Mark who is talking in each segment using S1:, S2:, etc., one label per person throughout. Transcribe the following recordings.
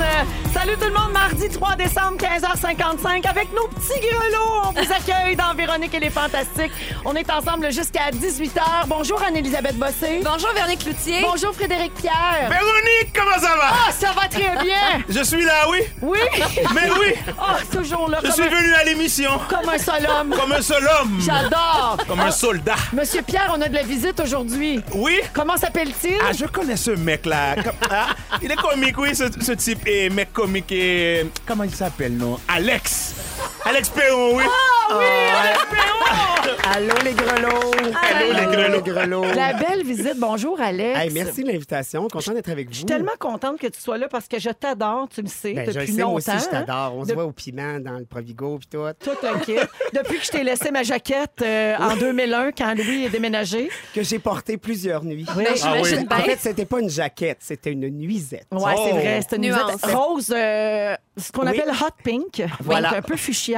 S1: Euh, samedi 3 décembre, 15h55. Avec nos petits grelots, on vous accueille dans Véronique et les Fantastiques. On est ensemble jusqu'à 18h. Bonjour Anne-Elisabeth Bossé.
S2: Bonjour Véronique Euh, Cloutier.
S1: Bonjour Frédéric Pierre.
S3: Ben
S4: Véronique, comment ça va?
S1: Ah, ça va très bien.
S4: Je suis là, oui.
S1: Oui.
S4: Mais oui,
S1: Ah, toujours là
S4: je
S1: comme,
S4: suis
S1: un,
S4: venu à l'émission
S1: comme un seul homme.
S4: comme un seul homme,
S1: J'adore.
S4: comme un soldat.
S1: Monsieur Pierre, on a de la visite aujourd'hui.
S4: Oui.
S1: Comment s'appelle-t-il?
S4: Ah, je connais ce mec-là. Comme- ah, il est comique, oui, ce, ce type. Et mec comique, et- comment il s'appelle, non? Alex. Alex Perron, oui.
S3: Ah, Allô les grelots!
S4: Allô, les grelots.
S1: La belle visite. Bonjour, Alex.
S3: Hey, merci de l'invitation, content d'être avec vous.
S1: Je suis tellement contente que tu sois là parce que je t'adore, tu le sais,
S3: ben, je
S1: depuis
S3: le sais,
S1: longtemps. hein.
S3: moi aussi, je t'adore. On se
S1: De-
S3: voit au piment, dans le Provigo, puis tout.
S1: Tout le kit. Depuis que je t'ai laissé ma jaquette euh, en 2001, quand Louis est déménagé.
S3: Que j'ai porté plusieurs nuits.
S1: Oui.
S2: Ben,
S4: Ah oui.
S2: j'imagine
S3: En
S2: bien.
S3: fait, c'était pas une jaquette, c'était une nuisette.
S1: Ouais, c'est
S4: Oh.
S1: vrai, c'est une
S2: Nuance.
S1: nuisette. Rose, euh, ce qu'on
S3: Oui.
S1: appelle hot pink,
S3: Voilà.
S1: donc un peu fuchsia,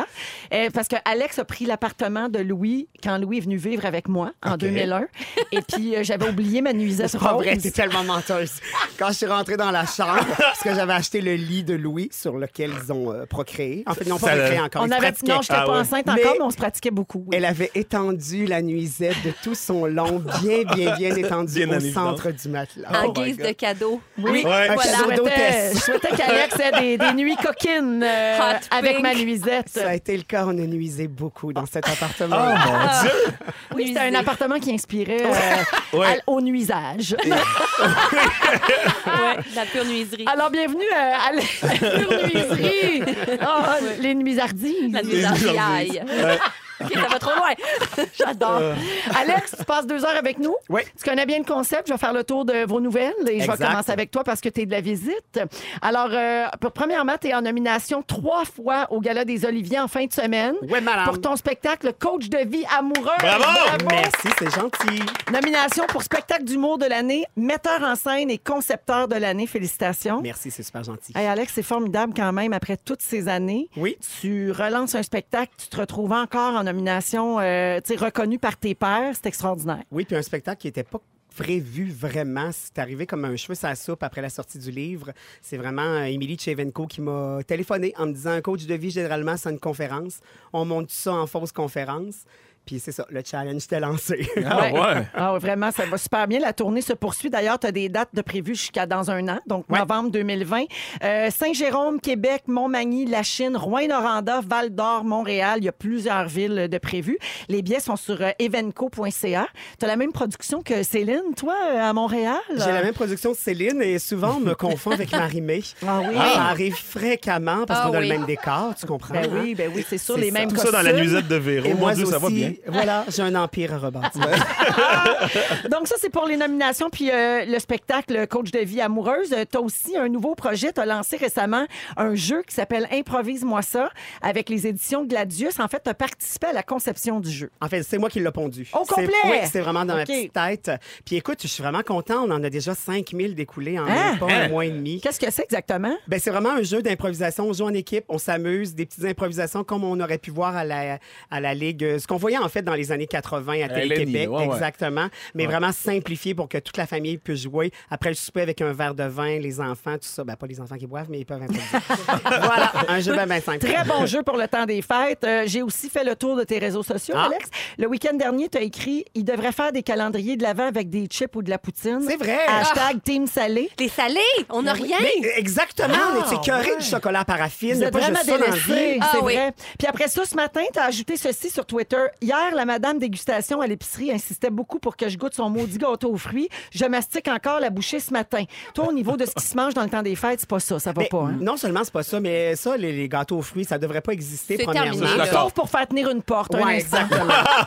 S1: Euh, parce que Alex a pris l'appartement de Louis quand Louis est venu vivre avec moi en 2001, et puis euh, j'avais oublié ma nuisette
S3: C'est pas
S1: rose.
S3: vrai, t'es tellement menteuse. Quand je suis rentrée dans la chambre, parce que j'avais acheté le lit de Louis sur lequel ils ont euh, procréé. En fait, ils n'ont pas
S4: Ça,
S3: procréé
S4: euh,
S3: encore,
S1: on
S3: ils se
S1: avait
S3: pratiquaient.
S1: non, j'étais
S4: Ah
S1: pas
S4: ouais.
S1: enceinte
S3: Mais-
S1: encore, mais on se pratiquait beaucoup. oui.
S3: Elle avait étendu la nuisette de tout son long, bien, bien, bien étendu
S4: Bien en
S3: au
S4: évidence.
S3: centre du matelas.
S2: En
S4: Oh my
S2: guise
S4: God.
S2: de cadeau.
S1: Oui,
S4: Ouais.
S3: un
S1: Voilà.
S3: château
S1: Je souhaitais,
S3: d'hôtesse.
S1: je souhaitais qu'Alex ait des, des nuits coquines euh,
S2: Hot
S1: avec
S2: pink.
S1: ma nuisette.
S3: Ça a été le cas, on a nuisé beaucoup dans cet appartement.
S4: Oh mon Dieu.
S1: Oui, c'était un
S2: Nuisé.
S1: appartement qui inspirait euh,
S4: Ouais.
S1: à- au nuisage.
S3: Ah.
S2: Ouais, de la pure nuiserie.
S1: Alors, bienvenue euh, à la pure nuiserie. Ah, Les nuisardises.
S2: la nuiserie. aïe. OK, ça va trop loin.
S1: J'adore. Alex, tu passes deux heures avec nous.
S3: Oui.
S1: Tu connais bien le concept. Je vais faire le tour de vos nouvelles et je vais
S3: Exact.
S1: commencer avec toi parce que tu es de la visite. Alors, euh, pour- premièrement, tu es en nomination trois fois au Gala des Oliviers en fin de semaine.
S3: Ouais, madame.
S1: Pour ton spectacle Coach de vie amoureuse.
S4: Bravo!
S3: Merci, c'est gentil.
S1: Nomination pour spectacle d'humour de l'année, metteur en scène et concepteur de l'année. Félicitations.
S3: Merci, c'est super gentil.
S1: Hey ah. Alex, c'est formidable quand même. Après toutes ces années,
S3: Oui.
S1: tu relances un spectacle, tu te retrouves encore en nomination, euh, tu sais, reconnue par tes pairs. C'est extraordinaire.
S3: Oui, puis un spectacle qui n'était pas prévu vraiment. C'est arrivé comme un cheveu sur la soupe après la sortie du livre. C'est vraiment euh, Émilie Chevenko qui m'a téléphoné en me disant un coach de vie, généralement, c'est une conférence. On monte ça en fausse conférence. Puis c'est ça, le challenge était lancé.
S4: Ah ouais.
S1: Ah ouais, vraiment, ça va super bien. La tournée se poursuit. D'ailleurs, tu as des dates de prévues jusqu'à dans un an, donc
S3: Ouais.
S1: novembre 2020. Euh, Saint-Jérôme, Québec, Montmagny, La Chine, Rouyn-Noranda, Val-d'Or, Montréal. Il y a plusieurs villes de prévues. Les billets sont sur euh, evenco.ca. Tu as la même production que Céline, toi, euh, à Montréal?
S3: J'ai la même production de Céline et souvent on me confond avec Marie-Mé.
S1: Ah oui.
S3: Ça arrive fréquemment parce
S2: Ah
S3: qu'on a
S2: oui.
S3: le même décor, tu comprends?
S1: Ben
S3: hein?
S1: oui, ben oui, c'est sûr,
S3: C'est
S1: les
S3: ça.
S1: mêmes
S4: Tout ça dans la
S1: costumes.
S4: nuisette de Véro.
S3: Et
S4: Mon
S3: moi
S4: Dieu,
S3: aussi,
S4: ça va bien.
S3: voilà, j'ai un empire à rebâtir.
S1: Donc ça, c'est pour les nominations. Puis euh, le spectacle Coach de vie amoureuse, tu as aussi un nouveau projet. Tu as lancé récemment un jeu qui s'appelle Improvise-moi ça avec les éditions Gladius. En fait, tu as participé à la conception du jeu.
S3: En fait, c'est moi qui l'ai pondu.
S1: Au
S3: C'est-
S1: complet?
S3: Oui, c'est vraiment dans
S1: OK.
S3: ma petite tête. Puis écoute, je suis vraiment content. On en a déjà 5000 découlés en
S1: Hein?
S3: même pas
S4: Hein?
S3: un mois et demi.
S1: Qu'est-ce que c'est exactement?
S3: Ben, c'est vraiment un jeu d'improvisation. On joue en équipe, on s'amuse, des petites improvisations comme on aurait pu voir à la, à la Ligue. euh, Ce qu'on voyait en fait dans les années 80 à Télé-Québec,
S4: LNI, Euh, ouais, ouais.
S3: exactement. Mais vraiment simplifié pour que toute la famille puisse jouer. Après le souper avec un verre de vin, les enfants, tout ça. Ben, pas les enfants qui boivent, mais ils peuvent improviser. voilà, un jeu bien ben simple.
S1: Très bon jeu pour le temps des fêtes. Euh, J'ai aussi fait le tour de tes réseaux sociaux,
S3: Ah.
S1: Alex. Le week-end dernier, tu as écrit « Il devrait faire des calendriers de l'avant avec des chips ou de la poutine. »
S3: C'est vrai. Ah.
S1: Hashtag Team Salé.
S2: Les salés, on n'a rien.
S3: Mais exactement, on est écœurés du chocolat à paraffine.
S1: Ah,
S3: Il
S1: Vous
S3: y a
S1: êtes
S3: pas
S1: vraiment
S3: juste ça dans la vie.
S1: délaissé,
S2: Ah
S1: c'est
S2: oui.
S1: vrai. Puis après ça, ce matin, tu as ajouté ceci sur Twitter. Hier, la madame dégustation à l'épicerie insistait beaucoup pour que je goûte son maudit gâteau aux fruits. Je mastique encore la bouchée ce matin. Toi, au niveau de ce qui se mange dans le temps des fêtes, c'est pas ça, ça va
S3: Mais
S1: pas. hein?
S3: Ben, Non seulement c'est pas ça, mais ça, les, les gâteaux aux fruits, ça devrait pas exister,
S2: C'est
S3: premièrement.
S2: terminé, là.
S1: Sauf pour faire tenir une porte. un
S3: Ouais, Ah,
S1: instant. Ah,
S3: exactement.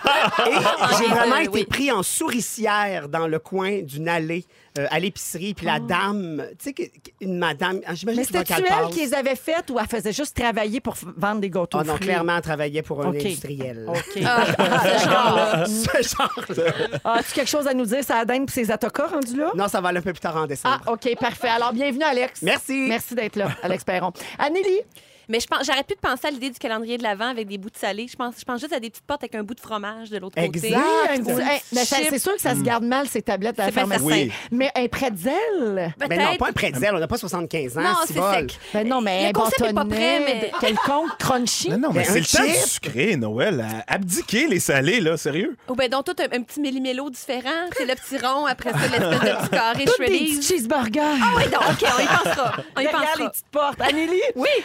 S3: Et j'ai vraiment
S2: Oui.
S3: été pris en souricière dans le coin d'une allée euh, à l'épicerie, puis la dame, tu sais, que- une madame, ah,
S1: Ah.
S3: j'imagine
S1: Mais
S3: qu'il va
S1: c'était-tu
S3: qu'elle
S1: elle
S3: passe.
S1: qui les avait faites ou elle faisait juste travailler pour f- vendre des gâteaux
S3: Ah
S1: aux
S3: non,
S1: fruits?
S3: clairement, elle travaillait pour un
S1: OK. Oh.
S3: industriel. Ah,
S1: OK. Ah,
S2: Ah, ce genre-là.
S3: Ce genre-là.
S1: As-tu quelque chose à nous dire, Sadine et ses atocas rendus là?
S3: Non, ça va aller un peu plus tard en
S1: Ah,
S3: décembre.
S1: OK, parfait. Alors, bienvenue, Alex.
S3: Merci.
S1: Merci d'être là, Alex Perron. Anneli,
S2: Mais je pense, j'arrête plus de penser à l'idée du calendrier de l'avant avec des bouts de salé. Je pense, je pense juste à des petites portes avec un bout de fromage de l'autre côté.
S3: Exact.
S1: un gros-
S2: Oui.
S1: Hey, mais ça-
S2: Chip.
S1: Ah, c'est sûr que ça se garde mal, ces tablettes à la
S2: C'est bien
S1: pharmacie.
S4: certain. Oui.
S1: Mais un pretzel?
S2: Peut-être.
S3: Mais non, pas un pretzel, on n'a pas 75 ans.
S2: Non,
S3: si
S2: c'est
S3: bol.
S2: sec.
S1: Ben non, mais un
S2: le concept est pas prêt,
S1: bâtonnet
S2: mais
S1: de quelconque, crunchy.
S4: Non, non, mais
S3: Mais un
S4: c'est le temps du
S3: chip.
S4: sucré, Noël. à Abdiquer les salés, là, sérieux.
S2: ou ben donc tout un, un petit millimélo différent, c'est le petit rond après ça l'espèce de petit carré
S1: Toutes des petits
S2: shreddies. Ah,
S1: cheeseburgers.
S2: Oui, donc OK, on y pensera. On y
S1: Derrière les
S2: pensera.
S1: petites portes. Anélie,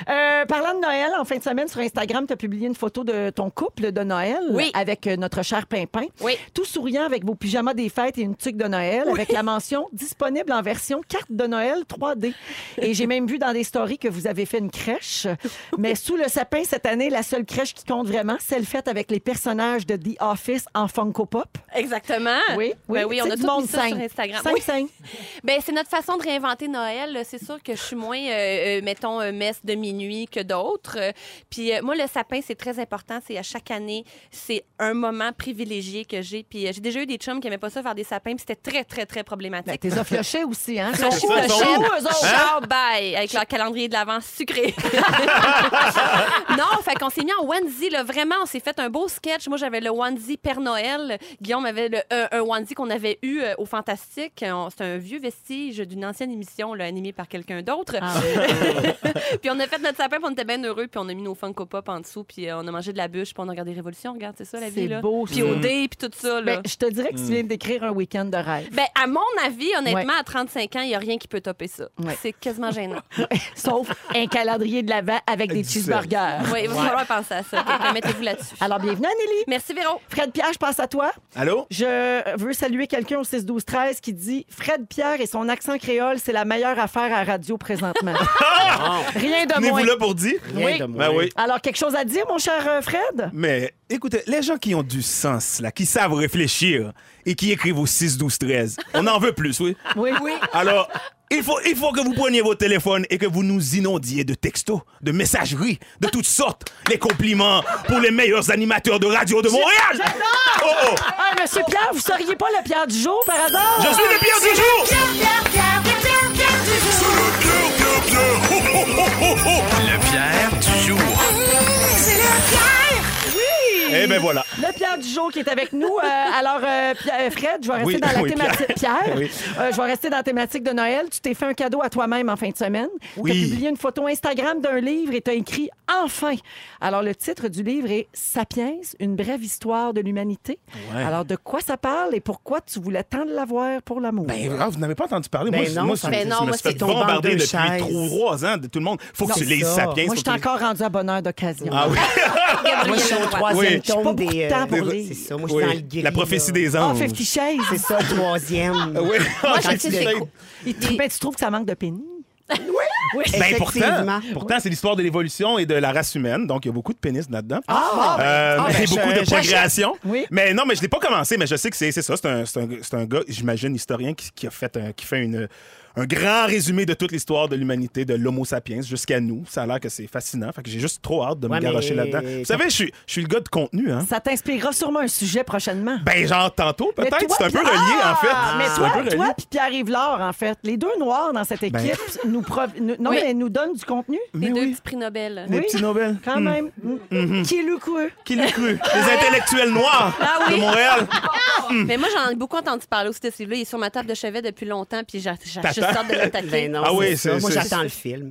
S1: euh, parlant de Noël, en fin de semaine, sur Instagram, tu as publié une photo de ton couple de Noël
S2: Oui.
S1: avec euh, notre cher Pimpin.
S2: Oui.
S1: Tout souriant avec vos pyjamas des fêtes et une tuque de Noël avec la mention disponible en version carte de Noël 3D. Et j'ai même vu dans des stories que vous avez fait une crèche. Mais sous le sapin, cette année, la seule crèche qui compte vraiment, celle faite avec les personnages de The Office en Funko Pop.
S2: Exactement.
S1: Oui, oui.
S2: Ben oui, on
S1: Tu
S2: a
S1: sais, du
S2: tout
S1: monde
S2: mis ça sur
S1: simple.
S2: Instagram.
S1: Simple,
S2: Oui.
S1: simple.
S2: Ben, c'est notre façon de réinventer Noël. là. C'est sûr que je suis moins, euh, euh, mettons, euh, messe de minuit que d'autres. Euh, Puis euh, moi, le sapin, c'est très important. C'est à chaque année, c'est un moment privilégié que j'ai. Puis euh, j'ai déjà eu des chums qui n'aimaient pas ça faire des sapins. Puis c'était très, très, très
S1: Ben,
S2: problématique.
S1: t'es offlochés aussi, hein?
S2: Ils sont
S1: où,
S2: où,
S1: eux
S2: le chef?
S1: autres? Eux autres?
S2: Ciao, bye, avec leur calendrier de l'avant sucré. non, fait qu'on s'est mis en onesie, là. Vraiment, on s'est fait un beau sketch. Moi, j'avais le onesie Père Noël. Guillaume avait le, euh, un- un onesie qu'on avait eu euh, au Fantastique. On- C'est un vieux vestige d'une ancienne émission, là, animée par quelqu'un d'autre.
S1: Ah,
S2: puis on a fait notre sapin, puis on était bien heureux, puis on a mis nos Funko Pop en dessous, puis euh, on a mangé de la bûche, puis on a regardé Révolution. Regarde, c'est ça, la
S1: C'est
S2: vie, là.
S1: beau,
S2: Puis
S1: ça.
S2: au dé, puis tout ça, là.
S1: Ben, je te dirais que tu viens de décrire un week-end de rêve.
S2: Ben, à mon avis, honnêtement, à 35 ans, il n'y a rien qui peut topper ça.
S1: Ouais.
S2: C'est quasiment gênant.
S1: Sauf un calendrier de l'avant avec des cheeseburgers.
S2: Oui, il va falloir penser à ça. OK, Mettez-vous là-dessus.
S1: Alors, bienvenue, Anélie.
S2: Merci, Véro.
S1: Fred Pierre, je passe à toi.
S4: Allô?
S1: Je veux saluer quelqu'un au 6-12-13 qui dit Fred Pierre et son accent créole, c'est la meilleure affaire à radio présentement. Rien de moins.
S4: Venez-vous là pour dire?
S3: Rien
S1: Oui.
S3: de moins.
S4: Ben oui.
S1: Alors, quelque chose à dire, mon cher euh, Fred?
S4: Mais écoutez, les gens qui ont du sens, là, qui savent réfléchir et qui écrivent au 6, 12, 13, on en veut plus, oui?
S1: Oui.
S4: Alors, il faut, il faut que vous preniez vos téléphones et que vous nous inondiez de textos, de messageries, de toutes sortes. Les compliments pour les meilleurs animateurs de radio de Montréal. Oh, oh.
S1: Ah, Monsieur Pierre, vous seriez pas le Pierre du jour par
S4: Je
S1: hasard?
S4: suis le Pierre du jour.
S5: Le Pierre du jour.
S4: Eh ben voilà.
S1: Le Pierre du jour qui est avec nous. Euh, alors, euh, Pi- euh, Fred, je vais rester
S4: Oui,
S1: dans la
S4: oui,
S1: thématique. Pierre,
S4: Pierre. Oui.
S1: euh, je vais rester dans la thématique de Noël. Tu t'es fait un cadeau à toi-même en fin de semaine.
S4: Oui.
S1: Tu as publié une photo Instagram d'un livre et tu as écrit Enfin. Alors, le titre du livre est Sapiens, une brève histoire de l'humanité.
S4: Ouais.
S1: Alors, de quoi ça parle et pourquoi tu voulais tant de l'avoir pour l'amour?
S4: Ben, ah, vous n'avez pas entendu parler.
S3: Ben
S4: moi, je-
S3: non,
S4: moi, je-
S3: ben
S4: je
S2: non,
S4: me
S2: moi,
S4: suis fait
S3: c'est tombé en
S4: bombarder
S3: deux
S4: depuis
S3: chaises.
S4: trois ans de tout le monde. Faut que
S3: Non,
S4: tu
S3: c'est
S4: lises
S3: ça.
S4: Sapiens.
S1: Moi, je suis
S4: faut que tu-
S1: encore rendu à bonheur d'occasion.
S4: Ah oui.
S3: Moi, je suis au troisième
S4: Oui.
S1: Je suis pas
S3: tome
S1: beaucoup de
S3: des.
S1: temps
S3: euh,
S1: pour lire.
S3: C'est ça, moi, je suis
S4: Oui.
S3: dans le gris.
S4: La prophétie
S3: là.
S4: des
S1: Ah,
S4: anges. Ah,
S1: Fifty Shades.
S3: C'est ça, le troisième.
S2: Moi,
S4: Oui.
S3: Quand
S2: je
S3: tu
S2: sais c'est
S3: fais-
S2: quoi.
S1: Il te- ben, tu trouves que ça manque de pénis?
S4: Ben,
S3: Effectivement.
S4: pourtant, pourtant c'est l'histoire de l'évolution et de la race humaine, donc il y a beaucoup de pénis là-dedans.
S1: Ah!
S4: Euh,
S3: Ah, ben,
S4: et
S3: je-
S4: beaucoup de
S3: j'achète.
S4: progression.
S1: Oui.
S4: Mais non, mais je l'ai pas commencé, mais je sais que c'est c'est ça. C'est un, c'est un- c'est un gars, j'imagine, historien qui, qui a fait un, qui fait une, un grand résumé de toute l'histoire de l'humanité, de l'Homo sapiens jusqu'à nous. Ça a l'air que c'est fascinant. Fait que j'ai juste trop hâte de
S3: Ouais,
S4: me garocher
S3: mais-
S4: là-dedans. Vous savez, je suis, je suis le gars de contenu, hein?
S1: Ça t'inspirera sûrement un sujet prochainement.
S4: Ben, genre, tantôt,
S1: Mais
S4: peut-être.
S1: toi,
S4: C'est un peu
S1: puis-
S4: relié,
S1: Ah!
S4: en fait.
S1: Mais
S4: C'est
S1: toi,
S4: un peu
S1: toi
S4: relié.
S1: puis Pierre-Yves Lard, en fait, les deux noirs dans cette équipe
S4: Ben.
S1: nous, prov- nous- non,
S2: Oui.
S1: mais nous donnent du contenu.
S2: Les
S4: Mais
S2: deux
S4: oui,
S2: petits prix Nobel.
S4: les
S1: Oui.
S4: petits Nobel.
S1: Quand
S4: Hmm.
S1: même. Qui est lucreux.
S4: Qui l'a cru? Les intellectuels noirs
S2: Ah oui.
S4: de Montréal.
S2: Mais moi, j'en ai beaucoup entendu parler aussi de ce livre-là. Il est sur ma table de chevet depuis longtemps, puis j'ai j'ai juste
S4: T'attends.
S2: hâte de l'attaquer.
S3: Ben non,
S4: Ah oui,
S3: c'est ça.
S4: c'est-
S3: Moi,
S4: c'est-
S3: j'attends le film.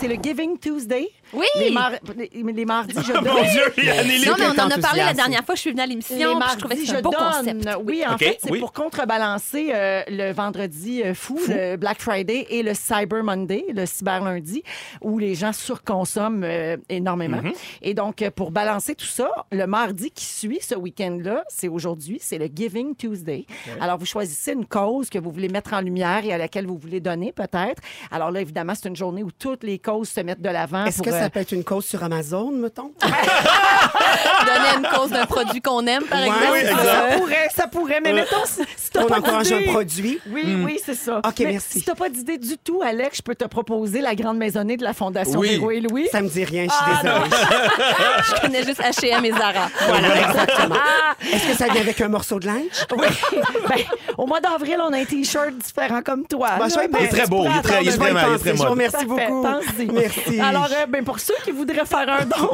S1: C'est le Giving Tuesday.
S2: Oui!
S1: Les, mar- les- les mardis, je
S4: Mon
S1: donne.
S4: Dieu, il y a Anneli.
S2: non, mais on en a parlé la
S3: enthousiaste.
S2: dernière fois. Je suis venue à l'émission,
S1: Les
S2: puis je
S1: mardis,
S2: trouvais que
S1: je
S2: c'était un beau
S1: donne.
S2: concept.
S1: Oui, en
S4: Ok,
S1: fait, c'est
S4: oui.
S1: pour contrebalancer euh, le vendredi euh, fou, le Black Friday et le Cyber Monday, le Cyber Lundi, où les gens surconsomment euh, énormément. Et donc, euh, pour balancer tout ça, le mardi qui suit ce week-end-là, c'est aujourd'hui, c'est le Giving Tuesday. Alors, vous choisissez une cause que vous voulez mettre en lumière et à laquelle vous voulez donner, peut-être. Alors là, évidemment, c'est une journée où toutes les causes se mettent de l'avant.
S3: Est-ce
S1: Ah, pour, euh, Ah,
S3: que ça Ça peut être une cause sur Amazon, mettons.
S2: Donner une cause d'un produit qu'on aime, par
S3: Ouais,
S2: exemple.
S4: oui,
S1: Ah,
S4: exact.
S1: ça pourrait, ça pourrait. Mais mettons, si, si t'as
S3: On
S1: pas
S3: encourage un
S1: d'idée-
S3: produit.
S1: Oui, oui, c'est ça.
S3: Hmm. OK,
S1: Mais
S3: merci.
S1: Si t'as pas d'idée du tout, Alex, je peux te proposer la grande maisonnée de la Fondation
S4: Oui.
S1: Véro et Louis.
S3: Ça me dit rien, je suis
S1: Ah,
S3: désolée.
S2: Je connais juste H&M et Zara.
S3: Voilà, exactement.
S1: Ah.
S3: Est-ce que ça vient avec un morceau de linge?
S1: Oui. Ben, au mois d'avril, on a un T-shirt différent comme toi. là,
S3: Bah, je vais
S1: Ah, mais
S3: penser.
S1: tu
S4: très beau,
S1: pourrais
S4: il est très- il
S1: attendre
S4: est
S3: Je vais y
S4: vraiment- il est
S3: penser.
S4: très
S3: Je vous
S4: mode.
S3: remercie
S1: Parfait,
S3: beaucoup.
S1: pense-y.
S3: Merci.
S1: Alors, euh, ben, pour ceux qui voudraient faire un don,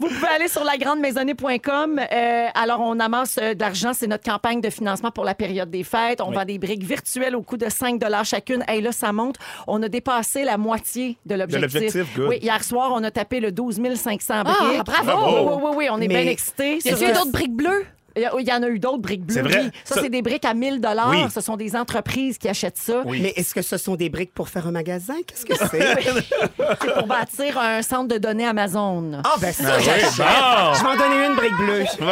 S1: Vous pouvez aller sur lagrandemaisonnée.com. Euh, alors, on amasse euh, de l'argent. C'est notre campagne de financement pour la période des fêtes. On vend des briques virtuelles au coût de 5 chacune. Et là, ça monte. On a dépassé la moitié de l'objectif.
S4: l'objectif, good.
S1: Oui, hier soir, on a tapé le 12 500 briques.
S2: Ah, bravo!
S1: Oui, oui, oui, oui, on est
S3: Mais
S1: bien excités.
S2: Y a-tu
S1: Sur-
S2: eu d'autres briques bleues?
S1: il y a- il y en a eu d'autres, briques bleues.
S4: C'est vrai.
S1: oui. Ça,
S4: Ça-
S1: c'est des briques à 1000
S4: Oui.
S1: Ce sont des entreprises qui achètent ça.
S4: Oui.
S3: Mais est-ce que ce sont des briques pour faire un magasin? Qu'est-ce que c'est?
S1: C'est pour bâtir un centre de données Amazon.
S3: Ah, ben ça,
S4: Ah oui,
S3: j'achète.
S4: bon.
S3: Je vais en donner une brique bleue.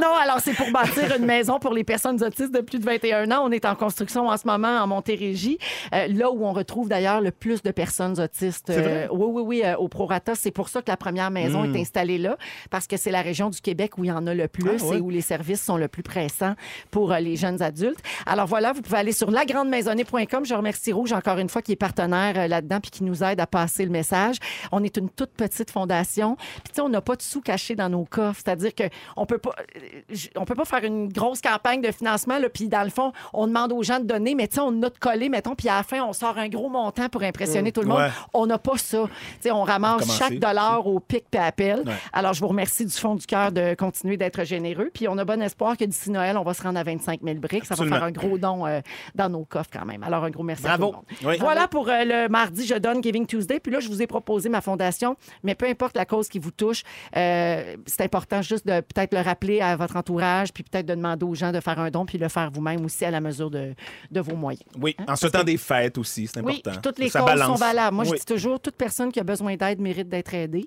S1: Non, alors c'est pour bâtir une maison pour les personnes autistes de plus de 21 ans. On est en construction en ce moment en Montérégie, euh, là où on retrouve d'ailleurs le plus de personnes autistes.
S4: C'est vrai?
S1: Euh,
S4: Hmm.
S1: oui, oui, oui, euh, au Prorata. C'est pour ça que la première maison est installée là, parce que c'est la région du Québec où il y en a le plus
S4: Ah, ouais.
S1: et où les services sont le plus pressants pour euh, les jeunes adultes. Alors voilà, vous pouvez aller sur lagrandemaisonnée.com. Je remercie Rouge encore une fois qui est partenaire euh, là-dedans puis qui nous aide à passer le message. On est une toute petite fondation. Puis tu sais, on n'a pas de sous cachés dans nos coffres, c'est-à-dire que on peut pas euh, j- on peut pas faire une grosse campagne de financement là puis dans le fond, on demande aux gens de donner mais tu sais on note collé mettons puis à la fin on sort un gros montant pour impressionner tout le monde.
S4: Ouais.
S1: On n'a pas ça. Tu sais, on ramasse
S4: Commencer.
S1: chaque dollar au pic et appel.
S4: Ouais.
S1: Alors, je vous remercie du fond du cœur de continuer d'être généreux. Puis, on a bon espoir que d'ici Noël, on va se rendre à 25 000 briques. Ça
S4: Absolument.
S1: va faire un gros don euh, dans nos coffres quand même. Alors, un gros merci à
S3: Bravo.
S1: tout le monde.
S4: Oui.
S1: Voilà pour euh, le mardi, je donne Giving Tuesday. Puis là, je vous ai proposé ma fondation. Mais peu importe la cause qui vous touche, euh, c'est important juste de peut-être le rappeler à votre entourage, puis peut-être de demander aux gens de faire un don, puis le faire vous-même aussi à la mesure de, de vos moyens.
S4: Oui, en ce temps des fêtes aussi, c'est
S1: Oui,
S4: important.
S1: puis toutes les
S4: Ça
S1: causes sont
S4: balance.
S1: valables. Moi, je
S4: Oui.
S1: dis toujours, toute personne qui a besoin d'aide mérite d'être aidée.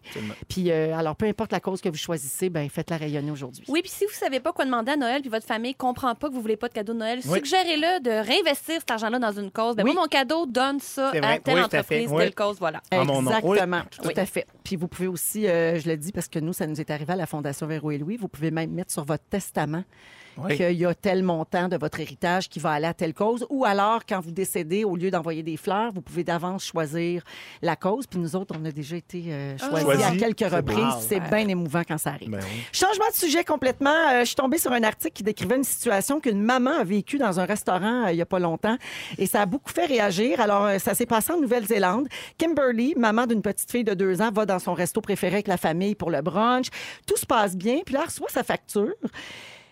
S1: Puis, euh, alors, peu importe la cause que vous choisissez, ben, faites-la rayonner aujourd'hui.
S2: Oui, puis si vous savez pas quoi demander à Noël, puis votre famille comprend pas que vous voulez pas de cadeau de Noël,
S4: Oui.
S2: suggérez-le de réinvestir cet argent-là dans une cause. Ben,
S1: Oui.
S2: moi, mon cadeau donne ça
S3: C'est vrai.
S2: à telle
S3: Oui, tout à fait.
S2: entreprise,
S3: Oui.
S2: telle cause, voilà.
S4: En mon nom. Oui,
S1: Exactement, tout
S2: oui.
S1: à fait. Puis vous pouvez aussi, euh, je le dis parce que nous, ça nous est arrivé à la Fondation Véro et Louis, vous pouvez même mettre sur votre testament
S4: Oui.
S1: qu'il y a tel montant de votre héritage qui va aller à telle cause. Ou alors, quand vous décédez, au lieu d'envoyer des fleurs, vous pouvez d'avance choisir la cause. Puis nous autres, on a déjà été euh, choisis
S4: Choisis.
S1: à quelques
S4: C'est
S1: reprises.
S3: bon.
S1: C'est bien émouvant quand ça arrive.
S4: Ben oui.
S1: Changement de sujet complètement. Euh, je suis tombée sur un article qui décrivait une situation qu'une maman a vécue dans un restaurant euh, il n'y a pas longtemps. Et ça a beaucoup fait réagir. Alors, euh, ça s'est passé en Nouvelle-Zélande. Kimberly, maman d'une petite fille de deux ans, va dans son resto préféré avec la famille pour le brunch. Tout se passe bien. Puis là, elle reçoit sa facture.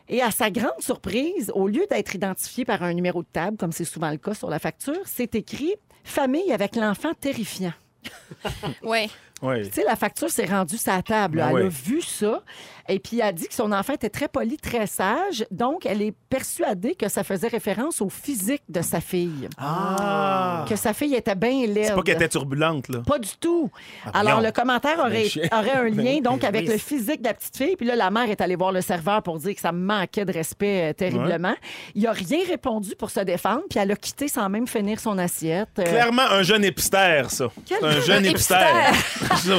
S1: Et à sa grande surprise, au lieu d'être identifiée par un numéro de table, comme c'est souvent le cas sur la facture, c'est écrit Famille avec l'enfant terrifiant.
S2: Oui.
S4: Oui.
S1: Tu sais, la facture s'est rendue sa table. là.
S4: Ben
S1: elle
S4: oui.
S1: a vu ça. Et puis, elle a dit que son enfant était très poli, très sage. Donc, elle est persuadée que ça faisait référence au physique de sa fille.
S3: Ah!
S1: Que sa fille était bien laide.
S4: C'est pas qu'elle était turbulente, là.
S1: Pas du tout.
S4: Ah,
S1: Alors,
S4: voyons.
S1: le commentaire aurait,
S4: Ben, je-
S1: aurait un lien donc avec
S3: oui.
S1: le physique de la petite fille. Puis là, la mère est allée voir le serveur pour dire que ça manquait de respect euh, terriblement. Il a rien répondu pour se défendre, puis elle a quitté sans même finir son assiette. Euh,
S4: Clairement, un jeune hipster, ça.
S1: Quel-
S4: Un jeune
S2: Un
S4: hipster. Ça,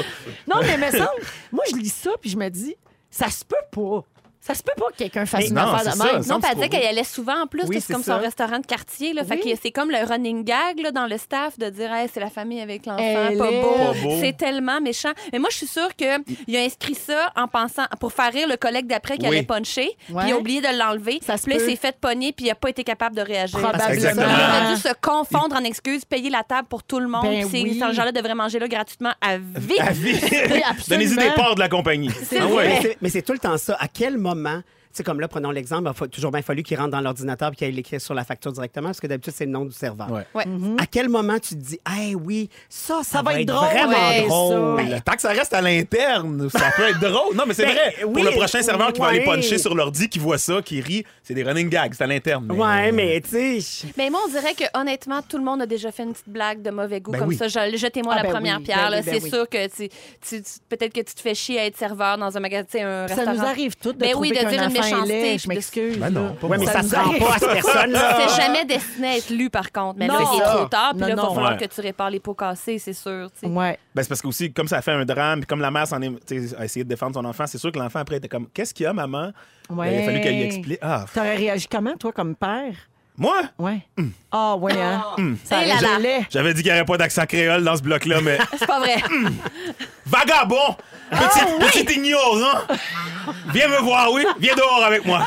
S1: Non, mais me semble, moi, je lis ça, puis je me dis, ça se peut pas. Ça se peut pas que quelqu'un fasse
S4: Mais
S1: une
S4: non,
S1: affaire
S4: c'est
S1: de
S4: ça.
S1: même.
S2: Non,
S4: semble
S2: puis elle disait
S4: trouver.
S2: qu'elle y allait souvent en plus,
S3: Oui,
S2: là, c'est
S3: c'est
S2: comme
S3: ça.
S2: son restaurant de quartier. Là, Fait
S1: Oui.
S2: que c'est comme le running gag là, dans le staff de dire hey, c'est la famille avec l'enfant,
S1: Elle
S2: pas,
S1: est-
S2: beau.
S4: Pas beau.
S2: C'est tellement méchant. Mais moi, je suis sûre qu'il a inscrit ça en pensant pour faire rire le collègue d'après qui
S4: Oui.
S2: allait puncher,
S1: Ouais.
S2: puis il a oublié de l'enlever.
S1: Ça se
S2: Puis là, il
S1: peut.
S2: s'est fait pogner, puis il n'a pas été capable de réagir.
S1: Probablement.
S4: Exactement.
S2: Il aurait dû se confondre en excuses, payer la table pour tout le monde.
S1: Ben
S2: puis c'est
S1: oui.
S2: ce genre-là devrait manger là gratuitement à vie.
S4: à vie.
S1: absolument.
S4: Donnez-y des parts de la compagnie. Ah ouais.
S3: Mais c'est- Mais c'est tout le temps ça. À quel moment, tu sais, comme là, prenons l'exemple, il a fa- toujours bien fallu qu'il rentre dans l'ordinateur et qu'il aille l'écrire sur la facture directement, parce que d'habitude, c'est le nom du serveur.
S4: Ouais.
S2: Ouais.
S3: À quel moment tu te dis, hey, oui, ça, ça,
S1: va
S3: va,
S1: être
S3: être
S1: drôle,
S3: vraiment
S1: ouais,
S3: drôle.
S1: ça.
S4: Ben, tant que ça reste à l'interne, ça peut être drôle. Non, mais c'est
S3: Ben,
S4: vrai.
S3: oui,
S4: Pour le prochain serveur qui va aller
S3: ouais.
S4: puncher sur l'ordi, qui voit ça, qui rit, c'est des running gags, c'est à l'interne.
S3: Ouais, mais tu sais,
S2: Mais moi, on dirait que honnêtement, tout le monde a déjà fait une petite blague de mauvais goût
S4: Ben
S2: comme
S4: oui.
S2: ça. Je- Jetez-moi
S1: Ah,
S2: la
S1: ben
S2: première
S1: oui,
S2: pierre.
S1: ben
S2: là.
S1: oui, ben
S2: c'est
S1: oui.
S2: sûr que tu, tu- tu- peut-être que tu te fais chier à être serveur dans un magasin, un
S1: Ça
S2: restaurant.
S1: nous arrive toutes de
S2: Ben oui,
S1: trouver
S2: de
S1: qu'un
S2: dire une
S1: enfant
S2: méchanceté.
S1: Je
S2: puis de-
S1: m'excuse.
S4: Ben non, pas
S3: Ouais, mais
S4: moi.
S3: ça
S1: nous
S3: se rend
S1: arrive.
S3: pas à cette personne-là.
S2: C'est jamais destiné à être lu, par contre. Mais
S1: Non.
S2: là, il est
S1: C'est ça.
S2: trop tard. Puis
S1: Non,
S2: là, il va
S1: non.
S2: falloir
S4: Ouais.
S2: que tu répares les pots cassés, c'est sûr. tu sais.
S1: Ouais.
S4: Ben, c'est parce que aussi, comme ça a fait un drame, puis comme la mère s'en est, tu sais, a essayé de défendre son enfant, c'est sûr que l'enfant après était comme Qu'est-ce qu'il y a, maman? Ben, il a fallu qu'elle lui
S1: Ouais.
S4: explique. Ah, f-
S1: T'aurais réagi comment, toi, comme père?
S4: moi?
S1: Ouais.
S4: Mm.
S1: Ah, ouais, hein? Ça
S2: Eh là
S1: aurait
S2: là.
S1: gelé.
S4: J'avais dit qu'il n'y aurait pas d'accent créole dans ce bloc-là, mais
S2: C'est pas vrai.
S4: vagabond! Petit, petit ignorant! Viens me voir, oui? Viens dehors avec moi!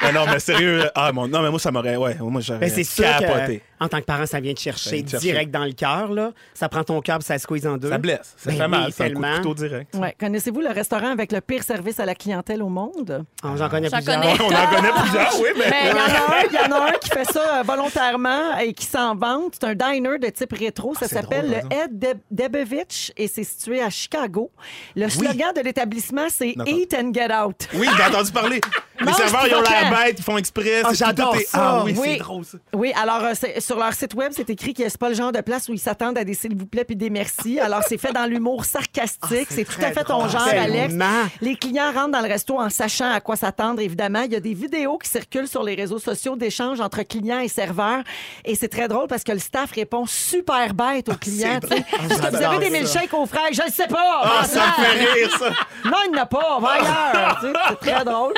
S4: Ben non, mais sérieux, ah, mon, non, mais moi, ça m'aurait. Ouais, moi, j'aurais
S3: Ben, c'est sûr
S4: capoté.
S3: que, en tant que parent, ça vient te chercher
S4: vient te chercher.
S3: direct dans le cœur. là. Ça prend ton cœur puis ça squeeze en deux.
S4: Ça blesse, ça
S3: Ben
S4: fait mal,
S3: oui,
S4: c'est un coup de
S3: tellement.
S4: couteau direct.
S1: Ouais. Connaissez-vous le restaurant avec le pire service à la clientèle au monde?
S3: Ah, J'en connais
S2: J'en
S3: plusieurs.
S2: connais.
S4: On en connaît plusieurs, oui, mais.
S1: Mais il y en a un, il y en a un qui fait ça euh, volontairement et qui s'en vante. C'est un diner de type rétro. Ça
S4: Ah, c'est
S1: s'appelle
S4: drôle, hein.
S1: le Ed Deb- Debevich et c'est situé à Chicago. Le slogan de l'établissement, c'est
S4: D'accord.
S1: Eat and Get Out.
S4: Oui, j'ai entendu parler. Les
S1: Mange
S4: serveurs,
S1: puis
S4: ils ont
S1: va-t'en.
S4: l'air bêtes, ils font exprès.
S3: Ah,
S4: c'est tout
S3: j'adore
S4: est-
S3: ça.
S4: Ah oui,
S1: Oui.
S4: c'est drôle, ça.
S1: Oui, alors euh, c'est- sur leur site web, c'est écrit que c'est pas le genre de place où ils s'attendent à des s'il vous plaît puis des merci. Alors c'est fait dans l'humour
S4: Ah,
S1: sarcastique, c'est tout à fait ton
S3: drôle.
S1: genre Alex.
S3: Tellement.
S1: Les clients rentrent dans le resto en sachant à quoi s'attendre évidemment, il y a des vidéos qui circulent sur les réseaux sociaux d'échanges entre clients et serveurs et c'est très drôle parce que le staff répond super bête
S4: Ah,
S1: aux clients. tu sais. Est-ce que vous
S3: j'adore
S1: avez des
S3: ça.
S1: milkshakes aux fraises Je ne sais pas.
S4: Ah,
S1: Maintenant.
S4: ça me fait rire, ça.
S1: Non, il n'a pas. Va ailleurs. Tu sais, c'est très drôle.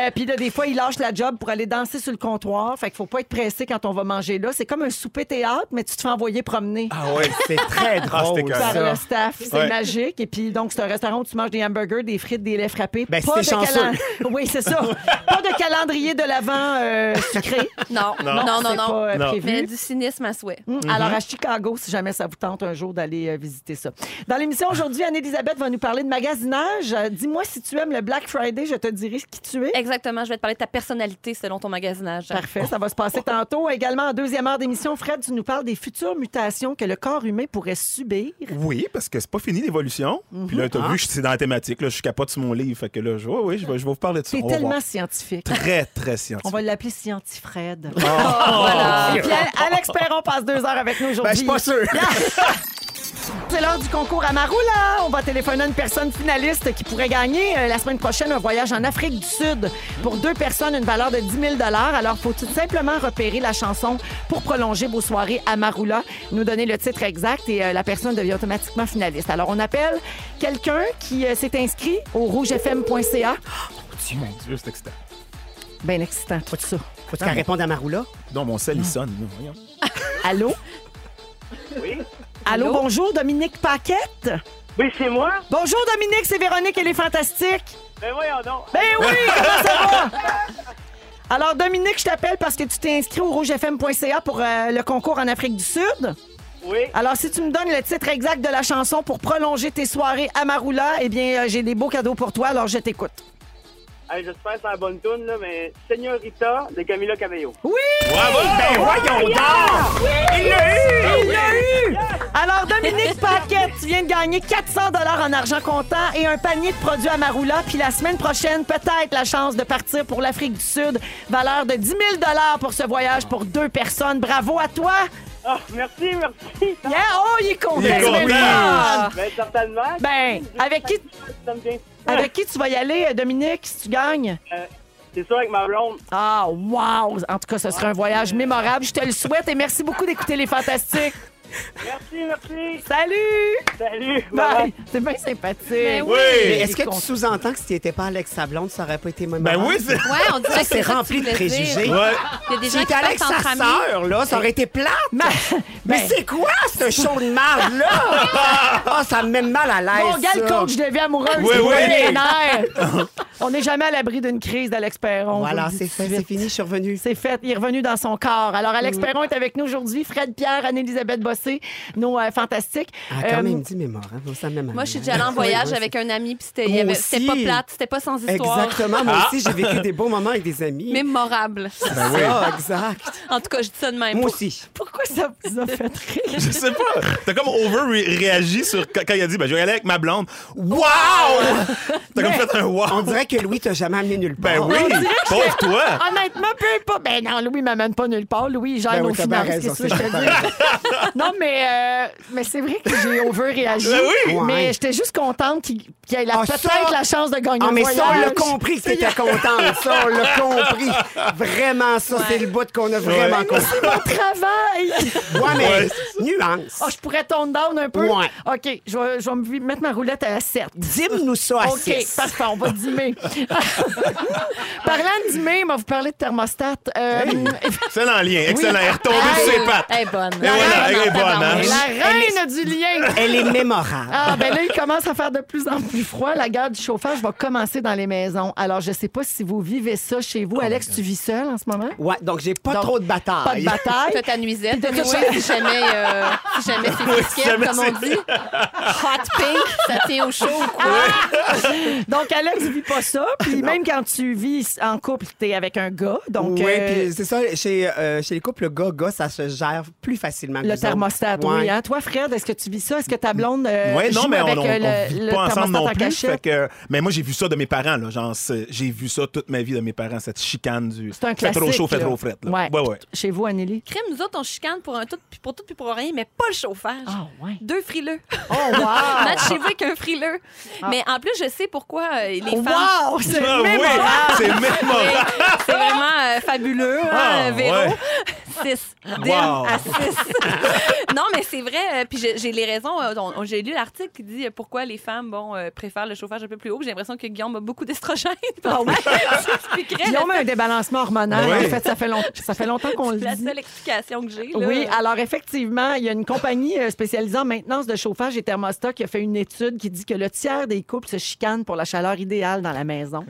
S1: Euh, Puis là, des fois, il lâche la job pour aller danser sur le comptoir. Fait qu'il faut pas être pressé quand on va manger là. C'est comme un souper théâtre, mais tu te fais envoyer promener.
S3: Ah ouais, c'est très drôle.
S4: c'était
S1: par
S3: ça.
S1: le staff, c'est
S4: Ouais.
S1: magique. Et puis donc c'est un restaurant où tu manges des hamburgers, des frites, des laits frappés.
S3: Ben, si
S1: pas
S3: t'es
S1: de
S3: chanceux.
S1: Oui, c'est ça. pas de calendrier de l'avant euh, sucré.
S2: Non, non, non, non.
S1: c'est pas, euh,
S4: Non.
S1: prévu.
S2: Mais du cynisme à souhait.
S1: Mm. Alors, à Chicago, si jamais ça vous tente un jour d'aller euh, visiter ça. Dans l'émission aujourd'hui, Anne-Elisabeth va nous parler de magasinage. Euh, Dis-moi si tu aimes le Black Friday, je te dirai qui tu es.
S2: Exactement, je vais te parler de ta personnalité selon ton magasinage.
S1: Parfait, ça va se passer tantôt. Également, en deuxième heure d'émission, Fred, tu nous parles des futures mutations que le corps humain pourrait subir.
S4: Oui, parce que c'est pas fini l'évolution. Puis là, t'as vu, je- c'est dans la thématique. Là, je capote sur mon livre. Fait que là, je, oui, oui, je, vais, je vais vous parler de ça.
S1: C'est
S4: On va voir.
S1: tellement scientifique.
S4: Très, très scientifique.
S1: On va l'appeler Scientifred.
S2: Voilà.
S1: Puis Alex Perron passe deux heures avec nous
S3: Ben,
S1: aujourd'hui.
S3: je suis pas sûr.
S1: C'est l'heure du concours à Maroula. On va téléphoner à une personne finaliste qui pourrait gagner euh, la semaine prochaine un voyage en Afrique du Sud pour deux personnes, une valeur de 10 000 Alors, faut tout simplement repérer la chanson pour prolonger vos soirées à Maroula, nous donner le titre exact et euh, la personne devient automatiquement finaliste. Alors, on appelle quelqu'un qui euh, s'est inscrit au rougefm.ca.
S4: Dieu, mon Dieu, c'est excitant.
S1: Ben excitant, tout ça.
S3: Faut qu'elle réponde à Maroula.
S4: Non, mon sel, il sonne. là, voyons.
S1: Allô? Oui? Allô,
S2: Allô?
S1: bonjour, Dominique Paquette.
S6: Oui, c'est moi.
S1: Bonjour, Dominique, c'est Véronique, elle est fantastique.
S6: Ben voyons donc.
S1: Ben oui, comment ça va? Alors, Dominique, je t'appelle parce que tu t'es inscrit au rougefm.ca pour euh, le concours en Afrique du Sud.
S6: Oui.
S1: Alors, si tu me donnes le titre exact de la chanson pour prolonger tes soirées à Maroula, eh bien, euh, j'ai des beaux cadeaux pour toi, alors je t'écoute.
S6: Hey, J'espère que c'est la bonne tune, là, mais Señorita de Camila Cabello.
S1: Oui!
S4: Bravo! Ben, voyons donc!
S1: Il l'a eu! Ah Alors, Dominique Paquette, tu viens de gagner 400 dollars en argent comptant et un panier de produits à Maroula. Puis la semaine prochaine, peut-être la chance de partir pour l'Afrique du Sud. Valeur de 10 000 dollars pour ce voyage pour deux personnes. Bravo à toi!
S6: Ah, merci, merci.
S1: Yeah! Oh, il est content!
S4: Il est
S1: c'est
S4: content.
S1: bien.
S6: Ben, certainement.
S1: Ben, avec qui,
S6: Ça me vient.
S1: avec qui tu vas y aller, euh, Dominique, si tu gagnes?
S6: Euh, c'est ça avec ma blonde.
S1: Ah, wow! En tout cas, ce sera un voyage mémorable. Je te le souhaite et merci beaucoup d'écouter Les Fantastiques.
S6: Merci, merci.
S1: Salut!
S6: Salut.
S1: Bye! C'est bien sympathique.
S2: Mais oui.
S3: Mais
S4: Oui!
S3: Est-ce que tu sous-entends que si tu n'étais pas Alex Sablonde, ça aurait pas été même
S4: Ben oui, c'est.
S2: Ouais, on dirait que
S3: c'est
S2: ça que
S3: rempli
S2: tu
S3: de
S2: voulais dire.
S3: préjugés.
S4: Ouais.
S2: Il y a des
S3: Si
S2: gens qui
S3: t'étais avec
S2: partent entre
S3: sa
S2: amis.
S3: sœur, là, ça aurait été plate.
S1: Ma-
S3: Mais
S1: ben,
S3: c'est quoi ce show de marde là Ah, ça me met mal à l'aise.
S1: Mon gars, le
S3: ça.
S1: coach, je deviens amoureuse.
S4: Oui,
S1: c'est
S4: oui.
S1: pas les nerfs. On n'est jamais à l'abri d'une crise d'Alex Perron.
S3: Voilà,
S1: je vous le
S3: c'est
S1: dis
S3: fait,
S1: tout de
S3: c'est
S1: suite.
S3: fini, je suis revenu.
S1: C'est fait, il est revenu dans son corps. Alors, Alex Perron est avec nous aujourd'hui. Fred Pierre, Anne-Elisabeth Bossé, nos euh, fantastiques.
S3: Ah, quand
S1: Euh,
S3: même dit mémoire, hein. Bon, ça me met mal
S2: Moi,
S3: à
S2: je suis
S3: l'aise.
S2: déjà allée en voyage
S3: Ouais,
S2: avec un ami, puis c'était il y
S3: Moi
S2: avait- c'était pas
S3: aussi.
S2: plate, c'était pas sans histoire.
S3: Exactement, moi aussi, j'ai vécu des beaux moments avec des amis.
S2: Mémorable.
S4: Ben oui.
S3: Ah, exact.
S2: En tout cas, je dis ça de même.
S3: Moi aussi.
S1: Pourquoi ça vous a fait rire?
S4: Je sais pas. T'as comme over-réagi sur quand, quand il a dit, ben, je vais y aller avec ma blonde. Wow! T'as comme fait un
S3: On
S4: wow.
S3: dirait que Louis t'a jamais amené nulle part. Ah,
S4: Ben oui! Pauvre toi!
S1: Ah, Honnêtement, peu pas. Ben non, Louis m'amène pas nulle part. Louis, il gère
S3: Ben
S1: nos
S3: oui, t'as bien
S1: finances.
S3: raison,
S1: Qu'est-ce que je
S3: c'est
S1: te dis? non, Non, mais, euh, mais c'est vrai que j'ai over-réagi.
S4: Ben oui!
S1: Mais
S3: Ouais.
S1: j'étais juste contente qu'il qu'il ait la-
S3: Ah, ça-
S1: peut-être la chance de gagner
S3: Ah,
S1: le
S3: mais ça, on l'a
S1: voyage.
S3: compris que t'étais contente. Ça, on l'a compris. Vraiment, ça, c'est le bout qu'on a vraiment compris.
S1: C'est mon travail!
S3: Ouais, mais
S4: Ouais,
S3: nuance.
S1: Oh, je pourrais tone down un peu?
S3: Ouais.
S1: OK, je vais, je vais me mettre ma roulette à 7.
S3: Dîme-nous ça à
S1: OK,
S3: six.
S1: parfait, on va dîmer. Parlant de dîmer, on va vous parler de thermostat. Euh,
S4: Excellent lien, excellent. Elle est retombée sur ses pattes.
S7: Elle est bonne.
S4: Et voilà, elle est bonne. hein?
S1: La reine du lien.
S3: Elle est mémorable.
S1: Ah, ben là, il commence à faire de plus en plus froid. La guerre du chauffage va commencer dans les maisons. Alors, je sais pas si vous vivez ça chez
S3: Oh
S1: vous. Alex, tu vis seul en ce moment?
S3: Ouais, donc j'ai pas
S1: Donc,
S3: trop de bataille.
S1: Pas de bataille.
S7: T'as ta nuisette,
S1: Puis de toute
S7: anyway, si jamais, euh, si jamais c'est
S4: si
S7: frisquette,
S4: jamais
S7: comme on
S4: c'est- Ah!
S7: dit. Hot pink, ça tient au chaud ou quoi?
S1: Donc, Alex vit pas ça. Puis même quand tu vis en couple, t'es avec un gars. Donc,
S3: oui,
S1: euh,
S3: puis c'est ça, chez, euh, chez les couples, le gars-gars, ça se gère plus facilement. que
S1: le
S3: nous
S1: thermostat,
S3: autres.
S1: oui.
S3: Ouais.
S1: hein. Toi, Fred, est-ce que tu vis ça? Est-ce que ta blonde euh,
S4: Ouais, non,
S1: joue
S4: mais on,
S1: avec
S4: on,
S1: euh, le,
S4: on vit
S1: le
S4: pas ensemble
S1: thermostat
S4: non
S1: en
S4: plus.
S1: cachette?
S4: Fait que, mais moi, j'ai vu ça de mes parents. Là, genre, c'est- j'ai vu ça toute ma vie de mes parents, cette chicane du
S1: C'est un
S4: fait
S1: classique.
S4: trop chaud, fait
S1: là.
S4: trop fret. là.
S1: Ouais.
S4: Ouais, ouais.
S1: Chez vous, Anneli?
S2: Crime, nous autres, on chicane pour, un tout, puis pour tout puis pour rien, mais pas le chauffage.
S1: Ah, ouais.
S2: Deux frileux.
S1: Oh,
S4: Ah!
S1: wow!
S2: Match chez vous avec un frileux. Mais en plus, je sais pourquoi euh, les femmes.
S1: wow! C'est
S4: Ah oui,
S1: mémorable.
S4: c'est mémorable.
S2: C'est vraiment euh, fabuleux, hein,
S4: Ah,
S2: euh, Véro.
S4: ouais.
S2: 6.
S4: Wow.
S2: à 6. non, mais c'est vrai. euh, Puis j'ai j'ai les raisons. euh, on- on- j'ai lu l'article qui dit euh, pourquoi les femmes bon, euh, préfèrent le chauffage un peu plus haut. J'ai l'impression que Guillaume a beaucoup d'estrogène. Ah oui. ça expliquerait la-
S1: Guillaume a un débalancement hormonal.
S4: Ouais.
S1: En fait, ça fait, long- ça fait longtemps qu'on le
S2: la,
S1: dit.
S2: seule explication que j'ai. là.
S1: Oui, ah, alors effectivement, il y a une compagnie euh, spécialisée en maintenance de chauffage et thermostat qui a fait une étude qui dit que le tiers des couples se chicanent pour la chaleur idéale dans la maison.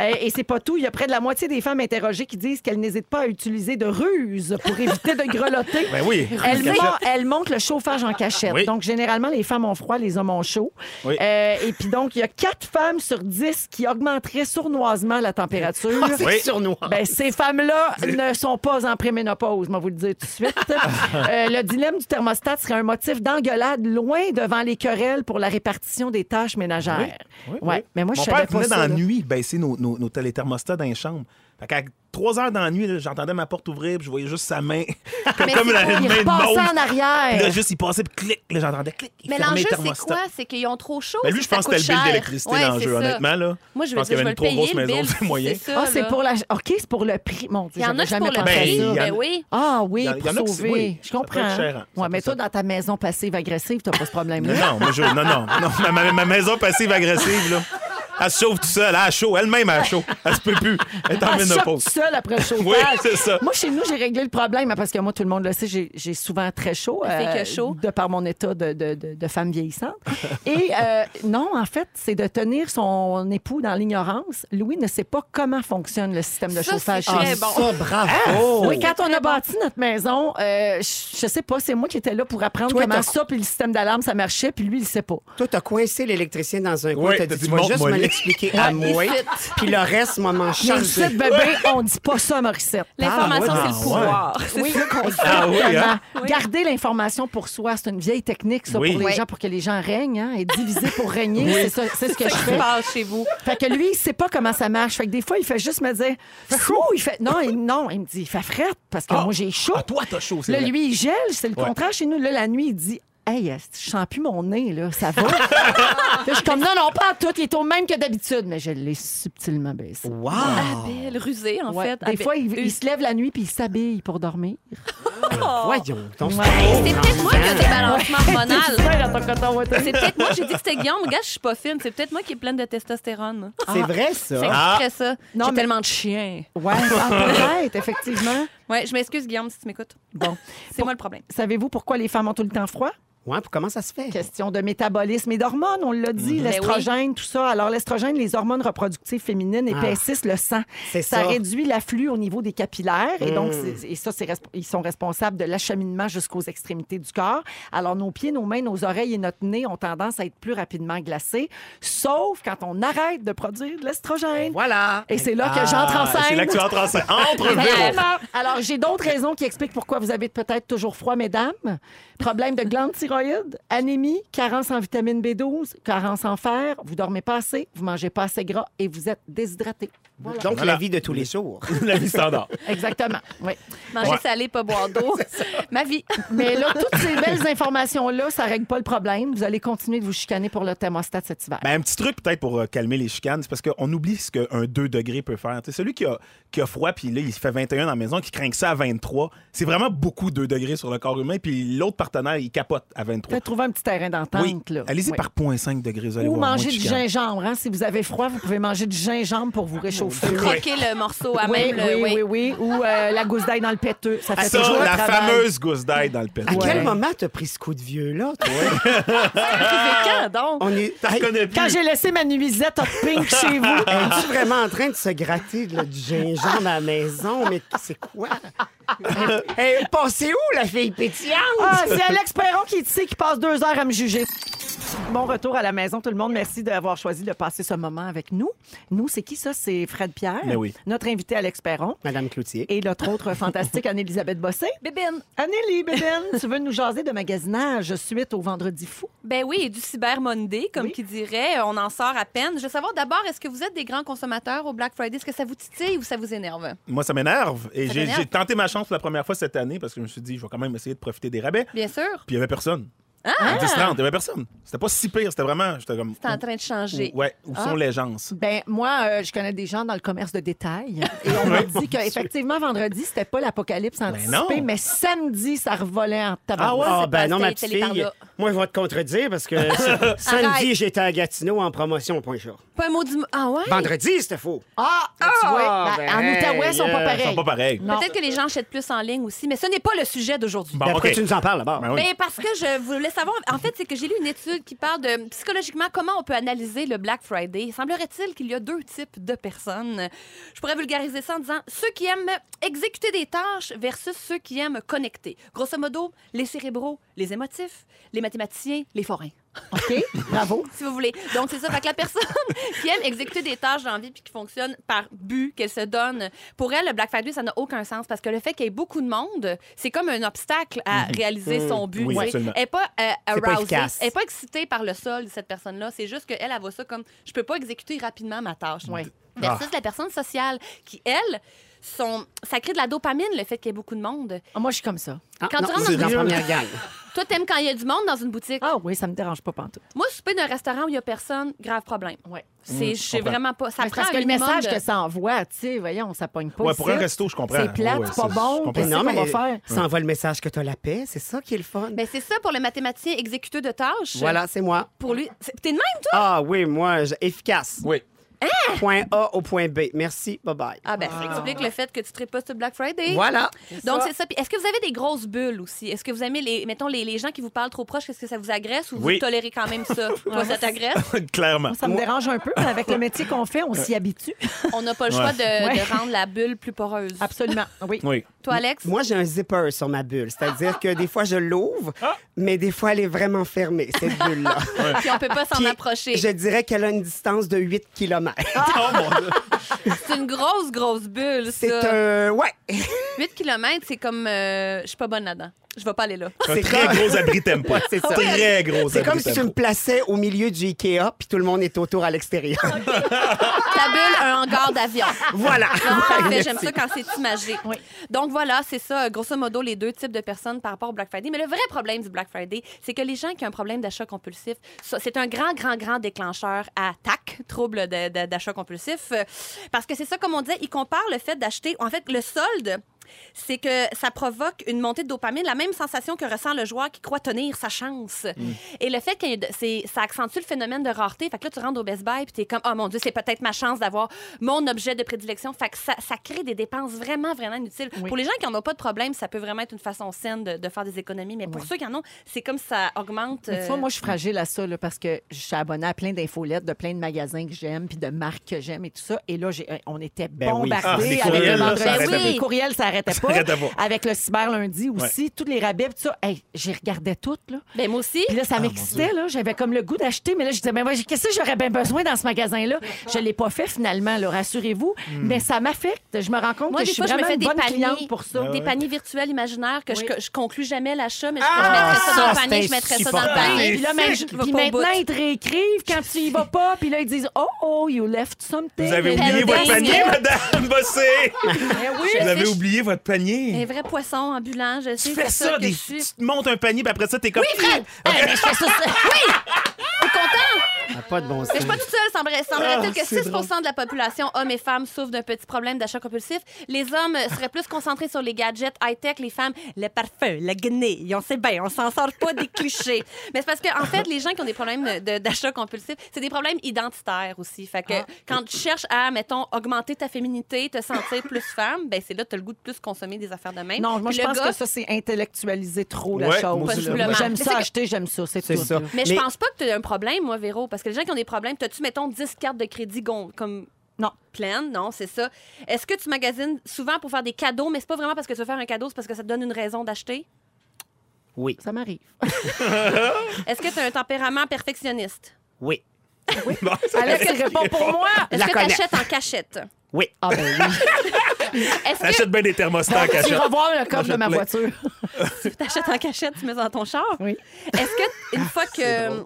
S1: Euh, et c'est pas tout. Il y a près de la moitié des femmes interrogées qui disent qu'elles n'hésitent pas à utiliser de ruses pour éviter de grelotter.
S4: Ben oui.
S1: Elles,
S4: Cachette.
S1: mon- elles montent le chauffage en cachette.
S4: Oui.
S1: Donc, généralement, les femmes ont froid, les hommes ont chaud.
S4: Oui.
S1: Euh, et puis, donc, il y a quatre femmes sur dix qui augmenteraient sournoisement la température.
S3: C'est
S4: Oui.
S3: sournois.
S1: Ben, ces femmes-là ne sont pas en préménopause, moi vous le dire tout de suite. Euh, le dilemme du thermostat serait un motif d'engueulade loin devant les querelles pour la répartition des tâches ménagères. ouais. Mais moi,
S4: Mon
S1: je
S4: père
S1: savais pas
S4: venait dans
S1: ça.
S4: la
S1: là.
S4: nuit baisser nos, nos, nos téléthermostats dans les chambres. Fait qu'à 3 heures dans la nuit, là, j'entendais ma porte ouvrir, puis je voyais juste sa main, comme, comme la
S1: Oh, Il
S4: main de
S1: repassait en
S4: mauve. Puis là,
S1: arrière.
S4: juste, il passait, puis clic, là, j'entendais clic, il
S7: Mais
S4: fermait
S7: l'enjeu,
S4: le
S7: c'est
S4: thermostat.
S7: quoi? C'est qu'ils ont trop chaud.
S4: Ben lui, je pense que
S7: que
S4: c'était le bill d'électricité, l'enjeu, honnêtement. Là.
S2: Moi, je, veux dire,
S4: pense qu'il y
S2: je vais
S4: avait
S2: le
S4: une trop
S2: payer,
S4: grosse
S2: le
S4: maison,
S2: bill,
S4: c'est moyen.
S2: ça,
S1: Ah, c'est
S2: là.
S1: pour la. OK, c'est pour le prix. Mon Dieu,
S7: Il y en a
S1: j'avais
S7: qui pour
S1: jamais
S7: le
S1: pensé à
S4: prix.
S1: ça.
S4: Ben, il y en a-
S7: Ben oui.
S1: Ah oui,
S4: Il y en- il y
S1: pour
S4: en a qui-
S1: sauver.
S4: oui,
S1: je
S4: ça peut
S1: comprends.
S4: être cher, hein. Ça
S1: ouais, mais
S4: peut
S1: toi,
S4: être-
S1: dans ta maison passive-agressive, t'as pas ce
S4: Non,
S1: problème-là.
S4: non, moi, je- non, non, non. Ma, ma- ma maison passive-agressive, là. Elle se chauffe tout seul, elle a chaud, elle-même a chaud. Elle se peut plus. Elle est en
S1: Elle choque
S4: ménopause.
S1: tout seul Ah, après le chauffage.
S4: Oui, c'est ça.
S1: Moi, chez nous, j'ai réglé le problème hein, parce que moi, tout le monde le sait, j'ai j'ai souvent très chaud. euh,
S2: fait que chaud.
S1: De par mon état de, de- de- de femme vieillissante. Et euh, non, en fait, c'est de tenir son époux dans l'ignorance. Louis ne sait pas comment fonctionne le système de
S2: Ça,
S1: chauffage.
S2: c'est
S1: chez
S2: très
S1: nous.
S2: bon.
S3: Ah, Ça, bravo.
S1: Ah, Oui, quand on a bâti notre maison, euh, je je sais pas, c'est moi qui étais là pour apprendre
S3: Toi,
S1: comment
S3: t'as-
S1: ça, puis le système d'alarme, ça marchait, puis lui, il sait pas.
S3: Toi, t'as coincé l'électricien dans un coin.
S4: Ouais,
S3: t'as
S4: t'as
S3: dit,
S4: dit,
S3: tu vas juste
S4: montre-moi
S3: me
S4: les.
S3: l'expliquer à moi. Puis le reste, maman,
S1: Mais
S3: chargé.
S1: Morissette, bébé, on dit pas ça, Morissette.
S2: L'information,
S4: Ah,
S2: c'est
S4: ouais.
S2: le pouvoir.
S1: Oui,
S4: Ah oui, hein?
S1: Exactement. Garder l'information pour soi, c'est une vieille technique, ça,
S4: Oui.
S1: pour les
S4: Oui.
S1: gens, pour que les gens règnent, hein, et diviser pour régner, c'est ça- c'est ce que je
S2: C'est ce qui se
S1: fais.
S2: passe chez vous.
S1: Fait que lui, il sait pas comment ça marche. Fait que des fois, il fait juste me dire, fou, il fait, non, il, non, il me dit, il fait frette, parce que
S4: Ah.
S1: moi, j'ai chaud.
S4: Ah, toi, t'as chaud, c'est
S1: Là,
S4: vrai.
S1: lui, il gèle, c'est le
S4: Ouais.
S1: contraire chez nous. Là, la nuit, il dit, hey, est-ce que je sens plus mon nez, là, ça va. Là, je suis comme, non, non, pas à tout, il est au même que d'habitude, mais je l'ai subtilement baissé.
S3: Wow.
S2: Abel, rusé, en
S1: Ouais.
S2: fait.
S1: Des
S2: Abel-
S1: fois, il,
S2: Euh,
S1: il se lève la nuit puis il s'habille pour dormir. Ah.
S3: Voyons. donc.
S2: C'est peut-être moi qui ai des balancements hormonaux.
S1: Putain, dans ton coton ouaté.
S2: C'est peut-être moi, j'ai dit que c'était Guillaume, gars, je suis pas fine. C'est peut-être moi qui est pleine de testostérone.
S3: C'est vrai,
S2: C'est
S3: ça.
S2: exprès ça.
S1: Ah. Non,
S2: J'ai
S1: mais-
S2: tellement de chiens.
S1: Ouais, ah, peut-être, effectivement.
S2: Ouais, je m'excuse, Guillaume, si tu m'écoutes.
S1: Bon,
S2: C'est moi le problème.
S1: savez-vous pourquoi les femmes ont tout le temps froid?
S3: Ouais, puis comment ça se fait?
S1: Question de métabolisme et d'hormones, on l'a
S2: Ben
S1: dit, l'estrogène, tout ça. Alors, l'estrogène, les hormones reproductives féminines épaississent le sang.
S3: C'est
S1: Ah. Ça, Hmm.
S3: ça.
S1: réduit l'afflux au niveau des capillaires et donc, c'est- et ça, c'est resp- ils sont responsables de l'acheminement jusqu'aux extrémités du corps. Alors, nos pieds, nos mains, nos oreilles et notre nez ont tendance à être plus rapidement glacés, sauf quand on arrête de produire de l'estrogène.
S3: Voilà.
S1: Et c'est là que j'entre en
S4: Ah, C'est
S1: scène.
S4: là que tu entres en scène. Entre Véro.
S1: Vraiment. Alors, j'ai d'autres raisons qui expliquent pourquoi vous avez peut-être toujours froid, mesdames. Problème de glandes thyroïde, anémie, carence en vitamine B12, carence en fer, vous dormez pas assez, vous mangez pas assez gras et vous êtes déshydraté. Voilà.
S3: Donc,
S4: Voilà.
S3: la vie de tous les jours.
S4: La vie standard.
S1: Exactement. Oui.
S2: Manger
S4: Ouais.
S2: salé, pas boire d'eau. Ma vie.
S1: Mais là, toutes ces belles informations-là, ça règle pas le problème. Vous allez continuer de vous chicaner pour le thermostat cet hiver.
S4: Ben, un petit truc peut-être pour euh, calmer les chicanes, c'est parce qu'on oublie ce qu'un 2 degrés peut faire. Tu sais, celui qui a, qui a froid, puis là, il fait 21 dans la maison, qui craint que ça à 23, c'est vraiment beaucoup 2 degrés sur le corps humain, puis l'autre partenaire, il capote à 23.
S1: Peut-être trouver un petit terrain d'entente.
S4: Oui,
S1: là.
S4: allez-y
S1: Oui.
S4: par 0.5 degrés, vous allez
S1: Ou
S4: voir, moins
S1: manger
S4: de
S1: du
S4: chicanes.
S1: gingembre. hein. Si vous avez froid, vous pouvez manger du gingembre pour
S4: Ah,
S1: vous réchauffer.
S2: Croquer le morceau à
S1: Oui,
S2: même le.
S1: oui,
S2: oui.
S1: oui, oui. Ou euh, la gousse d'ail dans le péteux. Ça fait toujours le
S4: Ah, Ça, la
S1: travail.
S4: fameuse gousse d'ail dans le pétrole.
S3: À quel
S1: Ouais.
S3: moment t'as pris ce coup de vieux-là, toi?
S1: Ah.
S2: Mais quand, donc?
S3: On est...
S4: Je connais plus.
S1: Quand j'ai laissé ma nuisette hot pink chez vous,
S4: Ah,
S3: Es-tu vraiment en train de se gratter là, du gingembre à la maison? Mais c'est quoi? hey, passez où, la fille pétillante?
S1: Ah, c'est Alex Perron qui sait qui passe deux heures à me juger. Bon retour à la maison, tout le monde. Merci d'avoir choisi de passer ce moment avec nous. Nous, c'est qui ça? C'est Fred Pierre,
S4: Mais oui.
S1: notre invité Alex Perron,
S3: Madame Cloutier.
S1: et notre autre fantastique Anne-Élisabeth Bossé.
S2: Bébine.
S1: Annélie, Bébène, tu veux nous jaser de magasinage suite au Vendredi fou?
S2: Ben oui, et du Cyber Monday, comme
S1: Oui.
S2: qui dirait. On en sort à peine. Je veux savoir d'abord, est-ce que vous êtes des grands consommateurs au Black Friday? Est-ce que ça vous titille ou ça vous énerve?
S4: Moi, ça m'énerve. Et
S2: Ça
S4: j'ai
S2: t'énerve?
S4: j'ai tenté ma chance pour la première fois cette année parce que je me suis dit, je vais quand même essayer de profiter des rabais.
S2: Bien sûr.
S4: Puis il n'y avait personne. Ah! 10 30, il n'y avait personne. C'était pas si pire, c'était vraiment. J'étais comme.
S2: C'est en train de changer.
S4: Ouais, où sont les gens?
S1: Ben moi, euh, je connais des gens dans le commerce de détail et on m'a dit qu'effectivement, vendredi, c'était pas l'apocalypse anticipé,
S4: Ben non.
S1: mais samedi, ça revolait en tabac.
S4: Ah ouais?
S3: Ah,
S2: c'est
S3: ben
S2: passé,
S3: non, ma
S2: t'es
S3: petite
S2: allé par
S3: fille,
S2: là.
S3: moi, je vais te contredire parce que samedi,
S2: Arrête.
S3: j'étais à Gatineau en promotion, point chaud.
S2: Pas un mot du. Ah ouais?
S3: Vendredi, c'était faux.
S1: Ah, tu vois, ben,
S3: ben,
S1: en Outaouais, ils sont pas
S3: euh,
S1: pareils.
S4: Ils sont pas pareils.
S1: Non.
S2: Peut-être que les gens achètent plus en ligne aussi, mais ce n'est pas le sujet d'aujourd'hui.
S4: Bon,
S3: Après,
S4: OK.
S3: tu nous en parles d'abord.
S4: Ben oui.
S2: Ben, parce que je voulais savoir, en fait, c'est que j'ai lu une étude qui parle de psychologiquement comment on peut analyser le Black Friday. Semblerait-il qu'il y a deux types de personnes. Je pourrais vulgariser ça en disant ceux qui aiment exécuter des tâches versus ceux qui aiment connecter. Grosso modo, les cérébraux, les émotifs, les mathématiciens, les forains.
S1: OK, bravo.
S2: si vous voulez. Donc, c'est ça. Fait que la personne qui aime exécuter des tâches dans la vie puis qui fonctionne par but qu'elle se donne, pour elle, le Black Friday, ça n'a aucun sens parce que le fait qu'il y ait beaucoup de monde, c'est comme un obstacle à
S3: Mhm.
S2: réaliser son but.
S4: Oui,
S2: tu sais.
S4: absolument.
S2: Elle n'est pas euh,
S3: C'est pas
S2: arousée.
S3: efficace.
S2: elle n'est pas excitée par le sol, cette personne-là. C'est juste qu'elle, elle voit ça comme je peux pas exécuter rapidement ma tâche. Versus la personne sociale qui, elle, son... ça crée de la dopamine, le fait qu'il y ait beaucoup de monde.
S1: Ah, moi, je suis comme ça.
S3: Ah,
S2: Quand
S3: non,
S2: tu rentres
S3: c'est
S2: dans Ben,
S3: la
S2: une-
S3: première gang.
S2: Toi, t'aimes quand il y a du monde dans une boutique.
S1: Ah oui, ça me dérange pas pantoute.
S2: Moi, souper d'un restaurant où il n'y a personne, grave problème.
S1: Ouais.
S2: C'est, je sais
S4: comprends.
S2: vraiment pas. Ça
S1: Mais c'est parce
S2: prend
S1: que
S2: un
S1: le
S2: minimum
S1: message
S2: de-
S1: que ça envoie, tu sais, voyons, ça pogne pas.
S4: Ouais, pour
S1: ici.
S4: un resto, je comprends.
S1: C'est plate,
S4: Ouais,
S1: c'est pas
S4: c'est- je
S1: bon.
S4: comprends.
S1: Qu'est-ce
S3: Ben Non,
S1: qu'on va
S3: mais
S1: faire?
S3: ça envoie le message que t'as la paix, c'est ça qui est le fun.
S2: Mais c'est ça pour le mathématicien exécuteur de tâches.
S3: Voilà, c'est moi.
S2: Pour lui, c'est- t'es de même toi
S3: Ah oui, moi, je- efficace.
S4: Oui.
S3: Point A au point B. Merci, bye-bye.
S2: Ah ben, ça explique le fait que tu ne pas sur Black Friday.
S3: Voilà.
S2: Donc c'est ça. Puis est-ce que vous avez des grosses bulles aussi Est-ce que vous aimez les, mettons les, les gens qui vous parlent trop proche Est-ce que ça vous agresse ou
S4: Oui.
S2: vous tolérez quand même ça Toi, ça t'agresse
S4: Clairement.
S1: Ça me dérange un peu, mais avec le métier qu'on fait, on s'y habitue.
S2: On n'a pas le choix de,
S1: Ouais.
S2: de rendre la bulle plus poreuse.
S1: Absolument. Oui.
S4: Oui.
S2: Toi, Alex
S3: Moi, j'ai un zipper sur ma bulle. C'est-à-dire que des fois, je l'ouvre, mais des fois, elle est vraiment fermée, cette bulle-là.
S2: Puis on peut pas s'en
S3: Puis,
S2: approcher. Ah.
S3: Je dirais qu'elle a une distance de 8 km.
S4: Oh, mon Dieu.
S2: C'est une grosse, grosse bulle.
S3: C'est
S2: ça.
S3: un. Ouais!
S2: 8 km, c'est comme. euh, je suis pas bonne là-dedans. Je vais pas aller là.
S4: Un
S3: C'est
S4: très
S3: comme-
S4: gros abri tempo.
S3: Ouais, c'est ça.
S4: Très gros abri
S3: C'est comme si tu me
S4: tempo.
S3: plaçais au milieu du Ikea, puis tout le monde est autour à l'extérieur.
S2: Ta bulle, un hangar d'avion.
S3: voilà.
S2: Ah, parfait,
S3: Ouais,
S2: j'aime ça quand c'est imagé. Donc voilà, c'est ça, euh, grosso modo, les deux types de personnes par rapport au Black Friday. Mais le vrai problème du Black Friday, c'est que les gens qui ont un problème d'achat compulsif, ça, c'est un grand, grand, grand déclencheur à TAC, trouble de- de- d'achat compulsif. Euh, Parce que c'est ça, comme on disait, ils comparent le fait d'acheter. En fait, le solde, c'est que ça provoque une montée de dopamine, la même sensation que ressent le joueur qui croit tenir sa chance. Et le fait que c'est- ça accentue le phénomène de rareté, fait que là, tu rentres au Best Buy, puis t'es comme, oh mon Dieu, c'est peut-être ma chance d'avoir mon objet de prédilection. Fait que ça, ça crée des dépenses vraiment, vraiment inutiles. Pour les gens qui n'en ont pas de problème, ça peut vraiment être une façon saine de, de faire des économies, mais pour ceux qui en ont, c'est comme ça augmente.
S1: Mais tu vois,
S2: euh,
S1: moi, je suis fragile à ça, là, parce que je suis abonnée à plein d'infolettes de plein de magasins que j'aime, puis de marques que j'aime et tout ça. Et là, j'ai- euh, on était
S3: Ben oui.
S1: bombardés avec
S4: Ah, des courriels,
S1: le
S4: là, ça
S1: vendredi.
S2: arrêtait
S1: Oui,
S2: plus.
S1: les courriels, ça s'arrêtait pas.
S4: s'arrêtait pas.
S1: Avec le cyber lundi aussi, tous les rabais, pis tout ça. Hey, j'y regardais toutes, là.
S2: Ben, moi aussi.
S1: Puis là,
S4: Ah,
S1: ça m'excitait, là. J'avais comme le goût d'acheter, mais là, je disais, ben, moi, qu'est-ce que j'aurais bien besoin dans ce magasin-là? Je ne l'ai pas fait finalement, là, rassurez-vous.
S4: Hmm.
S1: Mais ça m'affecte. Je me rends compte
S2: Moi,
S1: que je
S2: des
S1: suis
S2: fois, je me
S1: vraiment
S2: fais
S1: une
S2: des
S1: bonne
S2: paniers,
S1: cliente pour ça.
S2: des paniers virtuels imaginaires que je, je conclue jamais l'achat, mais je,
S3: Ah,
S2: je mettrais ça, dans le
S3: ça,
S2: panier,
S3: c'est
S2: je mettrais ça dans le
S3: insupportable.
S2: panier.
S1: Ben, Puis là, mais-
S2: Je vais
S1: puis
S2: pas au
S1: maintenant,
S2: bout.
S1: ils te réécrivent quand tu y vas pas. Puis là, ils disent Oh, oh, you left something.
S4: Vous avez
S1: Et
S4: oublié
S1: là,
S4: votre
S1: des-
S4: panier,
S2: Daniel.
S4: madame Bossé!
S2: Je
S4: Vous avez
S2: sais,
S4: oublié votre panier.
S2: Un vrai poisson ambulant, je sais.
S4: Tu
S2: c'est
S4: fais ça,
S2: que
S4: des-
S2: je suis.
S4: tu te montes un panier, puis après ça, t'es comme. Oui,
S2: Ah, mais je fais ça, ça. Oui! T'es content?
S3: Ah, pas de bon sens.
S2: Mais je suis pas toute seule. Semblerait- Semblerait-il
S4: Ah,
S2: que
S4: c'est
S2: 6 de la population, hommes et femmes, souffrent d'un petit problème d'achat compulsif. Les hommes euh, seraient plus concentrés sur les gadgets high-tech, les femmes, le parfum, la guenille. On sait bien, on s'en sort pas des clichés. Mais c'est parce que, en fait, les gens qui ont des problèmes de- d'achat compulsif, c'est des problèmes identitaires aussi. Fait
S4: Ah.
S2: que quand tu cherches à, mettons, augmenter ta féminité, te sentir plus femme, ben c'est là que tu as le goût de plus consommer des affaires de même.
S1: Non, moi,
S2: Puis
S1: je
S2: le
S1: pense
S2: gars,
S1: que ça, c'est intellectualiser trop la
S4: Ouais,
S1: chose.
S4: moi aussi,
S1: là.
S2: Possiblement.
S1: J'aime
S2: Mais c'est
S1: ça,
S2: que-
S1: acheter, j'aime ça, c'est
S3: C'est
S1: tout.
S3: ça.
S1: là.
S2: Mais, je pense pas que tu as un problème, moi, Véro, parce que les gens qui ont des problèmes, t'as-tu, mettons, 10 cartes de crédit gon- comme.
S1: Non.
S2: Pleine, non, c'est ça. Est-ce que tu magasines souvent pour faire des cadeaux, mais c'est pas vraiment parce que tu veux faire un cadeau, c'est parce que ça te donne une raison d'acheter?
S3: Oui,
S1: Ça m'arrive.
S2: Est-ce que tu as un tempérament perfectionniste?
S3: oui,
S1: Alex, il répond pour moi.
S2: Est-ce
S3: La
S2: que tu
S3: connais.
S2: achètes en cachette?
S3: oui.
S1: Ah, ben oui.
S2: Est-ce que
S4: Achète bien des thermostats,
S1: Tu
S4: cachette.
S1: revoir le coffre de ma
S4: plein.
S1: voiture.
S2: tu achètes en cachette, tu mets dans ton char?
S1: Oui.
S2: Est-ce que, une fois que,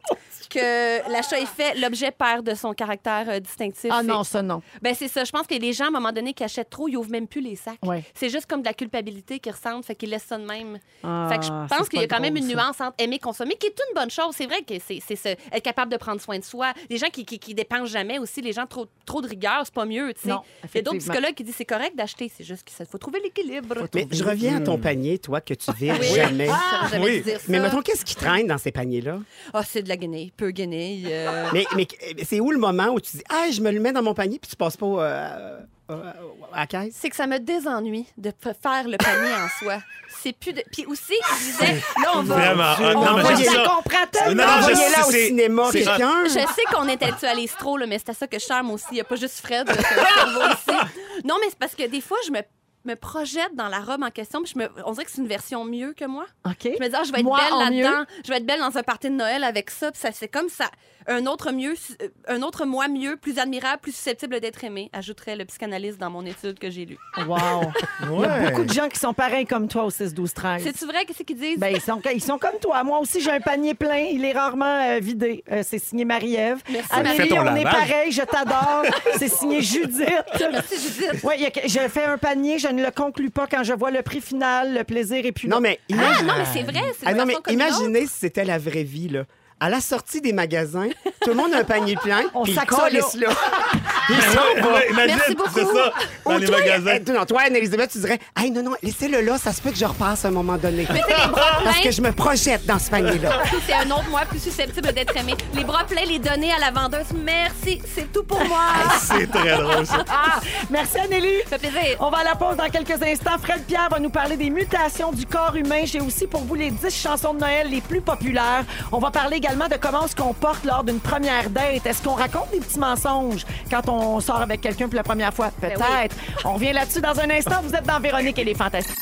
S2: que l'achat est fait, l'objet perd de son caractère euh, distinctif?
S1: Ah
S2: et-
S1: non, ça, non.
S2: Ben c'est ça. Je pense que les gens, à un moment donné, qui achètent trop, ils ouvrent même plus les sacs.
S1: Ouais.
S2: C'est juste comme de la culpabilité qui ressentent, fait qu'ils laissent ça de même.
S1: Ah,
S2: fait que
S1: ça,
S2: je
S1: c'est
S2: pense qu'il y a
S1: pas
S2: quand même
S1: drôle,
S2: une
S1: ça.
S2: nuance entre aimer consommer, qui est une bonne chose. C'est vrai que c'est c'est ce- être capable de prendre soin de soi. Les gens qui, qui, qui dépensent jamais aussi, les gens trop, trop de rigueur, c'est pas mieux. tu sais. Il y
S1: Non,
S2: a d'autres
S1: effectivement.
S2: psychologues qui disent c'est correct d'acheter, c'est juste qu'il faut trouver l'équilibre.
S3: Mais je reviens à ton
S2: Mm.
S3: panier, toi, que tu vires jamais.
S2: Ça, j'avais
S4: oui.
S2: dû dire Ah, ça.
S3: Mais mettons, qu'est-ce qui traîne dans ces paniers-là?
S2: Ah, c'est de la guenille, peu guenille. euh.
S3: Mais, mais c'est où le moment où tu dis, ah, je me le mets dans mon panier, puis tu passes pas euh, euh, à la caisse?
S2: c'est que ça me désennuie de p- faire le panier en soi. C'est plus de. Puis aussi, je disais, là, on va.
S4: Vraiment. Ah, non, mais
S3: Envoyez-
S4: j'aime
S1: Je
S4: ça.
S1: la comprends
S4: Non,
S1: tellement.
S4: non, Ah, je-
S3: Envoyez-la au
S4: c'est-
S3: cinéma,
S4: c'est-
S3: quelqu'un.
S2: Je sais qu'on intellectualise trop, là, mais c'est à ça que je charme aussi. Il n'y a pas juste Fred. là, c'est le cerveau ici. Non, mais c'est parce que des fois, je me, me projette dans la robe en question, puis je me, on dirait que c'est une version mieux que moi.
S1: OK.
S2: Je me dis, ah, je vais être
S1: Moi, en
S2: belle
S1: mieux.
S2: là-dedans. Je vais être belle dans un party de Noël avec ça. Puis ça, c'est comme ça. Un autre mieux, euh, un autre moi mieux, plus admirable, plus susceptible d'être aimé, ajouterait le psychanalyste dans mon étude que j'ai lue.
S1: Wow. Il y a beaucoup de gens qui sont pareils comme toi au 6-12-13.
S2: C'est-tu vrai? Qu'est-ce qu'ils disent?
S1: Ben, ils, sont, ils sont comme toi. Moi aussi, j'ai un panier plein. Il est rarement euh, vidé. Euh, c'est signé Marie-Ève.
S2: Merci,
S4: Fais
S1: Amélie,
S4: ton
S1: on
S4: lavage.
S1: est pareil. Je t'adore. c'est signé Judith.
S2: Merci, Judith.
S1: Oui, je fais un panier. Je ne le conclue pas quand je vois le prix final. Le plaisir est plus
S3: Non,
S1: là.
S3: mais
S2: Ah,
S3: imagine-
S2: non, mais c'est vrai. C'est
S3: Ah
S2: une
S3: non, mais
S2: version comme une autre.
S3: imaginez si c'était la vraie vie, là. À la sortie des magasins, tout le monde a un panier plein,
S1: On
S3: puis ils
S1: s'accole
S3: collent là.
S4: Ouais, Imagine,
S2: Merci
S4: c'est
S2: beaucoup.
S4: ça, dans
S3: Ou
S4: les
S3: toi,
S4: magasins.
S3: euh, non, toi, Anne-Elisabeth, tu dirais Hey, non, non, laissez-le là, ça se peut que je repasse à un moment donné. Parce que je me projette dans ce panier-là.
S2: Puis c'est un autre moi plus susceptible d'être aimé. Les bras pleins, les données à la vendeuse. Merci, c'est tout pour moi.
S4: C'est très drôle, ça.
S1: Ah! Merci, Amélie.
S2: Ça fait plaisir.
S1: On va à la pause dans quelques instants. Fred Pierre va nous parler des mutations du corps humain. J'ai aussi pour vous les 10 chansons de Noël les plus populaires. On va parler également de comment on se comporte lors d'une première date. Est-ce qu'on raconte des petits mensonges quand on sort avec quelqu'un pour la première fois? Peut-être. On revient là-dessus dans un instant. Vous êtes dans Véronique et les Fantastiques.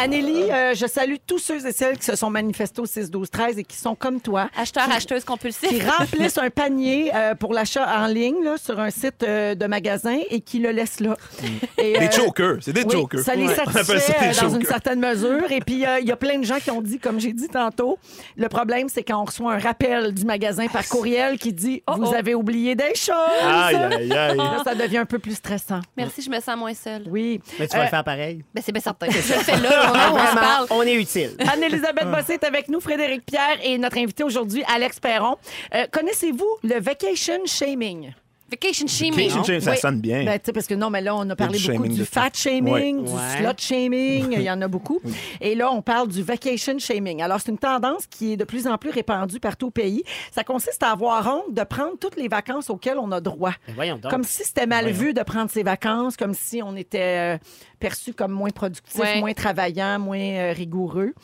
S1: Annélie, euh, je salue tous ceux et celles qui se sont manifestés au 6, 12, 13 et qui sont comme toi
S2: Acheteur, acheteuse
S1: qui
S2: compulsif.
S1: remplissent un panier euh, pour l'achat en ligne là, sur un site euh, de magasin et qui le laissent là. Et, euh,
S4: Des chokers, c'est des
S1: oui,
S4: jokers.
S1: Ça les
S4: Ouais. On appelle ça
S1: satisfait
S4: des
S1: euh, dans une
S4: jokers.
S1: certaine mesure. Et puis, euh, il y a plein de gens qui ont dit, comme j'ai dit tantôt, le problème, c'est quand on reçoit un rappel du magasin par courriel qui dit oh, Vous avez oublié des choses.
S4: Ah, Oh, Aïe, aïe, aïe.
S1: Là, ça Ah, devient un peu plus stressant.
S2: Merci, je me sens moins seule.
S1: Oui.
S3: Mais tu vas le faire pareil.
S2: Ben, c'est bien certain. Je le fais là, au moment où on se parle.
S3: Euh, on est utile.
S1: Anne-Elisabeth
S4: Ah.
S1: Bossé est avec nous, Frédéric Pierre et notre invité aujourd'hui, Alex Perron. Euh, Connaissez-vous le vacation shaming?
S2: Vacation shaming.
S4: King James, ça
S1: Oui.
S4: sonne bien.
S1: Ben, tu sais, parce que non, mais là, on a parlé
S4: du
S1: beaucoup
S4: shaming
S1: du
S4: de
S1: fat
S4: tout.
S1: shaming, du
S3: Ouais.
S1: slot shaming, il y en a beaucoup. Et là, on parle du vacation shaming. Alors, c'est une tendance qui est de plus en plus répandue partout au pays. Ça consiste à avoir honte de prendre toutes les vacances auxquelles on a droit.
S3: voyons donc.
S1: Comme si c'était mal vu de prendre ses vacances, comme si on était euh, perçu comme moins productif,
S2: Ouais.
S1: moins travaillant, moins euh, rigoureux.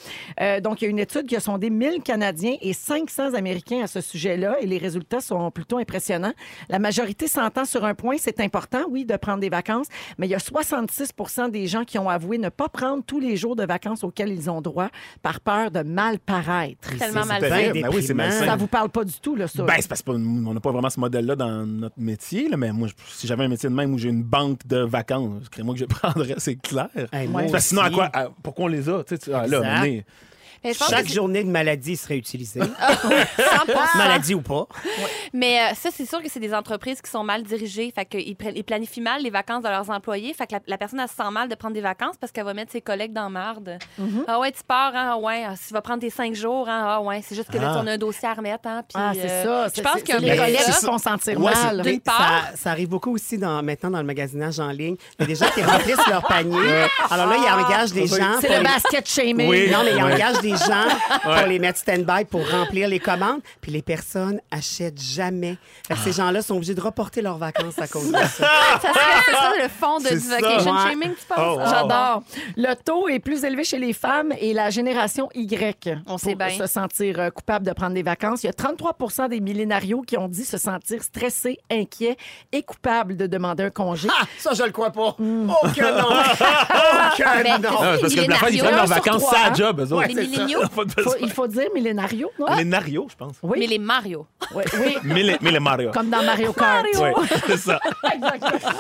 S1: Euh, donc, il y a une étude qui a sondé 1000 Canadiens et 500 Américains à ce sujet-là et les résultats sont plutôt impressionnants. La majorité majorité s'entend sur un point, c'est important, oui, de prendre des vacances, mais il y a 66 des gens qui ont avoué ne pas prendre tous les jours de vacances auxquels ils ont droit par peur de mal paraître.
S2: Tellement mal fait.
S4: terrible.
S3: fait.
S4: Ben oui, c'est malsain.
S1: Ça vous parle pas du tout, là, ça?
S4: Ben, c'est parce qu'on n'a pas vraiment ce modèle-là dans notre métier, là, mais moi, je- si j'avais un métier de même où j'ai une banque de vacances, crée-moi que je prendrais, c'est clair.
S3: Hey, moi
S4: Parce que sinon, à
S3: aussi.
S4: quoi, à- pourquoi on les a? Tu sais, tu- ah, là,
S3: Exact.
S4: on est-
S2: Mais je pense
S3: Chaque
S2: que Ah,
S3: journée de maladie serait utilisée.
S2: c'est 100%.
S3: maladie ou pas.
S2: Mais euh, ça, c'est sûr que c'est des entreprises qui sont mal dirigées. Fait qu'ils prennent- ils planifient mal les vacances de leurs employés. Fait que la, la personne, elle se sent mal de prendre des vacances parce qu'elle va mettre ses collègues dans la marde. Ah ouais, tu pars, hein? Ah ouais. Ah, tu vas prendre tes cinq jours, hein? Ah ouais. C'est juste que là,
S4: Ah.
S2: on a un dossier à remettre, hein? Puis,
S1: ah, c'est
S2: euh,
S1: ça.
S2: Je
S1: c'est-
S2: pense
S1: c'est-
S2: qu'il y a un
S1: les
S4: Mais
S2: collègue
S1: collègues
S4: c'est
S1: qui
S4: ça.
S1: se font sentir
S4: Ouais,
S1: mal.
S2: d'une part.
S3: Ça, ça arrive beaucoup aussi dans, maintenant dans le magasinage en ligne. Il y a des gens qui remplissent leur panier. Alors là, ils engagent des gens.
S1: C'est
S3: pour
S2: Hein,
S1: le
S3: les-
S1: basket shaming.
S4: Oui.
S3: Non, mais ils
S4: Ouais.
S3: engagent des gens pour les mettre stand-by pour remplir les commandes. Puis les personnes achètent jamais. Fait que ces gens-là sont obligés de reporter leurs vacances à cause de ça.
S2: Ça serait- c'est ça le fond de
S4: C'est
S2: du
S4: ça.
S2: vacation
S3: Ouais.
S2: shaming, tu penses?
S4: Oh, wow.
S1: J'adore. Le taux est plus élevé chez les femmes et la génération Y.
S2: On sait
S1: pour
S2: bien.
S1: se sentir euh, coupable de prendre des vacances. Il y a 33 des millénarios qui ont dit se sentir stressés, inquiets et coupables de demander un congé.
S3: Ah, ça, je le crois pas. Oh que
S2: Ben, c'est-
S3: non! Oh que non!
S4: Ah, parce que la femme, ils
S2: Millénario,
S4: prennent
S2: un
S4: leurs
S2: sur
S4: vacances,
S2: trois,
S4: ça
S2: hein.
S4: à job, eux autres.
S2: les milléniaux,
S4: Pas de
S1: Faut-
S4: besoin.
S1: il faut dire millénario, non?
S4: Les narios, je pense.
S1: Oui,
S2: mais les Mario.
S1: oui, oui.
S4: Mais les, mais les Mario.
S1: Comme dans Mario Kart.
S4: Oui, c'est ça.
S1: Exactement.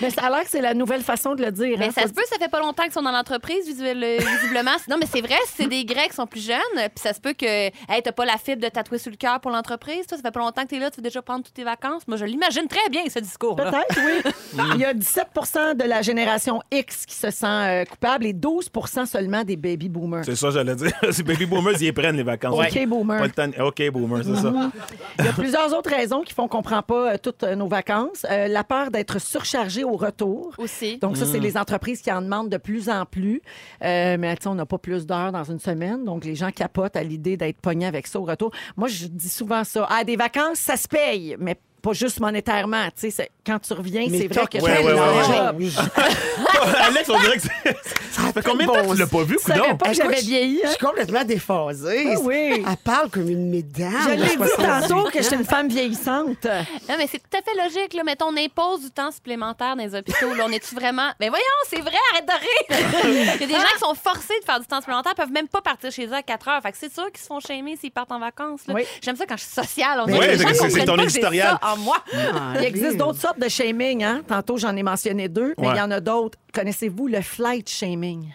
S1: Mais ça a l'air que c'est la nouvelle façon de le dire.
S2: Mais
S1: hein.
S2: ça
S1: Faut
S2: se peut, ça fait pas longtemps qu'ils sont dans l'entreprise, visuel- euh, visiblement. Non, mais c'est vrai, c'est des Grecs qui sont plus jeunes, puis ça se peut que hey, t'as pas la fibre de tatouer sur le cœur pour l'entreprise. Toi, ça fait pas longtemps que t'es là, tu veux déjà prendre toutes tes vacances. Moi, je l'imagine très bien, ce discours-là.
S1: Peut-être, oui. Il y a 17 de la génération X qui se sent euh, coupable et 12 seulement des baby boomers.
S4: C'est ça, j'allais dire. C'est Baby Boomers, ils les prennent les vacances.
S1: OK, boomer.
S4: Pas le temps- OK, Mhm. Boomers, c'est ça.
S1: Il y a plusieurs autres raisons qui font qu'on ne prend pas euh, toutes euh, nos vacances. Euh, la peur d'être surchargé au retour.
S2: Aussi.
S1: Donc, ça, c'est les entreprises qui en demandent de plus en plus. Euh, mais, tu sais, on n'a pas plus d'heures dans une semaine. Donc, les gens capotent à l'idée d'être pognés avec ça au retour. Moi, je dis souvent ça. Ah, des vacances, ça se paye, mais pas juste monétairement. Tu sais, c'est- quand tu reviens,
S3: Mais
S1: c'est vrai
S3: t'as
S1: que
S4: quel
S1: t'as
S4: ouais,
S1: un
S4: ouais, ouais.
S1: job.
S4: Alex, on dirait que c'est- ça fait combien de temps que tu l'as pas vu,
S1: Je savais
S4: coudon?
S1: pas que
S3: Ah, Écoute,
S1: j'avais
S3: je-
S1: vieilli.
S3: Je
S1: hein.
S3: suis complètement déphasée.
S1: Ah oui.
S3: Elle parle comme une médame.
S1: Je l'ai dit
S3: 78
S1: tantôt
S3: ans.
S1: que j'étais une femme vieillissante.
S2: Non, mais c'est tout à fait logique. Là. Mettons, on impose du temps supplémentaire dans les hôpitaux. Là, on est-tu vraiment. Mais voyons, c'est vrai, arrête de rire. Il y a des gens qui sont forcés de faire du temps supplémentaire, peuvent même pas partir chez eux à 4 heures. Fait que c'est sûr qu'ils se font shamer s'ils partent en vacances. là.
S1: Oui.
S2: J'aime ça quand je suis sociale. On
S4: Ben
S2: dirait que
S4: oui,
S2: les gens
S4: c'est- c'est
S2: comprennent
S4: ton
S2: pas que j'ai
S4: historial.
S2: ça en moi.
S3: Ah,
S1: Il existe
S3: oui.
S1: d'autres sortes de shaming, hein? Tantôt, j'en ai mentionné deux, mais il
S4: Ouais.
S1: y en a d'autres. Connaissez-vous le flight shaming?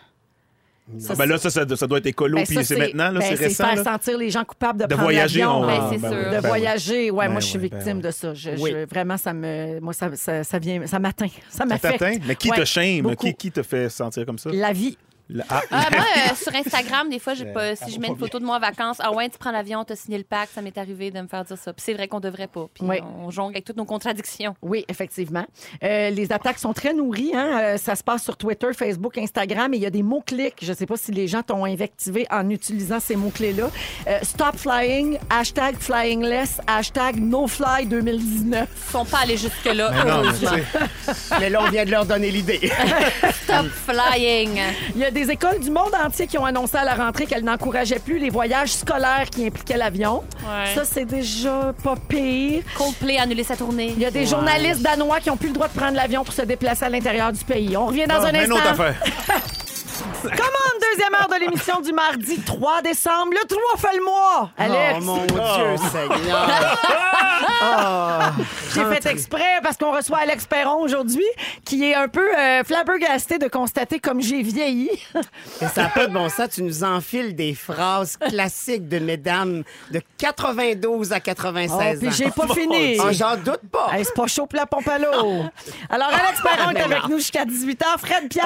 S1: Ça,
S4: Ah, ben là, ça, ça, ça doit être écolo,
S1: ben,
S4: puis
S1: ça,
S4: c'est maintenant, là,
S1: ben,
S4: c'est récent.
S1: faire
S4: là.
S1: sentir les gens coupables de,
S4: De
S1: prendre
S4: voyager,
S1: l'avion,
S4: on-
S1: hein.
S2: Ben, c'est
S4: ben
S2: sûr.
S4: oui,
S1: de
S4: ben oui.
S1: voyager, ouais,
S4: Ben
S1: moi je suis
S4: oui, ben
S1: victime
S4: oui.
S1: de ça. Je, je-
S3: Oui.
S1: vraiment ça me, moi ça, ça, ça vient, ça m'atteint, ça
S4: Ça
S1: m'affecte.
S4: t'atteint? Mais qui
S1: Ouais,
S4: te shame?
S1: beaucoup.
S4: Qui, qui te fait sentir comme ça?
S1: La vie.
S4: La- ah,
S2: Ah, moi, euh, sur Instagram, des fois, j'ai pas, si je mets une
S4: Euh, pas
S2: photo de moi en vacances, ah ouais, tu prends l'avion, t'as signé le pacte, ça m'est arrivé de me faire dire ça. Puis c'est vrai qu'on devrait pas. Puis
S1: Oui.
S2: on jongle avec toutes nos contradictions.
S1: Oui, effectivement. Euh, les attaques sont très nourries. Hein? Euh, ça se passe sur Twitter, Facebook, Instagram et il y a des mots-clics. Je ne sais pas si les gens t'ont invectivé en utilisant ces mots-clés-là. Euh, Stop flying, hashtag flyingless, hashtag nofly 2019.
S2: Ils sont pas allés jusque-là,
S4: mais non, mais tu
S2: heureusement.
S4: sais,
S3: Mais là, on vient de leur donner l'idée.
S2: Stop flying.
S1: Il y a des écoles du monde entier qui ont annoncé à la rentrée qu'elles n'encourageaient plus les voyages scolaires qui impliquaient l'avion.
S2: Ouais.
S1: Ça, c'est déjà pas pire.
S2: Coldplay a annulé sa tournée.
S1: Il y a des journalistes danois qui n'ont plus le droit de prendre l'avion pour se déplacer à l'intérieur du pays. On revient dans
S4: bon,
S1: un
S4: une autre
S1: instant.
S4: affaire.
S1: Commande deuxième heure de l'émission du mardi 3 décembre. Le 3 fait le mois. Alex,
S3: Oh mon Dieu, Seigneur.
S1: j'ai fait exprès parce qu'on reçoit Alex Perron aujourd'hui, qui est un peu euh, flabbergasté de constater comme j'ai vieilli.
S3: Mais ça n'a pas de bon sens. Tu nous enfiles des phrases classiques de mesdames de 92 à
S1: Oh,
S3: 96
S1: puis
S3: ans.
S1: j'ai pas fini.
S3: Ah, J'en doute pas.
S1: Hey, c'est pas chaud pour la pompe à l'eau. Alors, Alex
S3: Ah,
S1: Perron
S3: ben
S1: est avec nous jusqu'à 18h. Fred Pierre,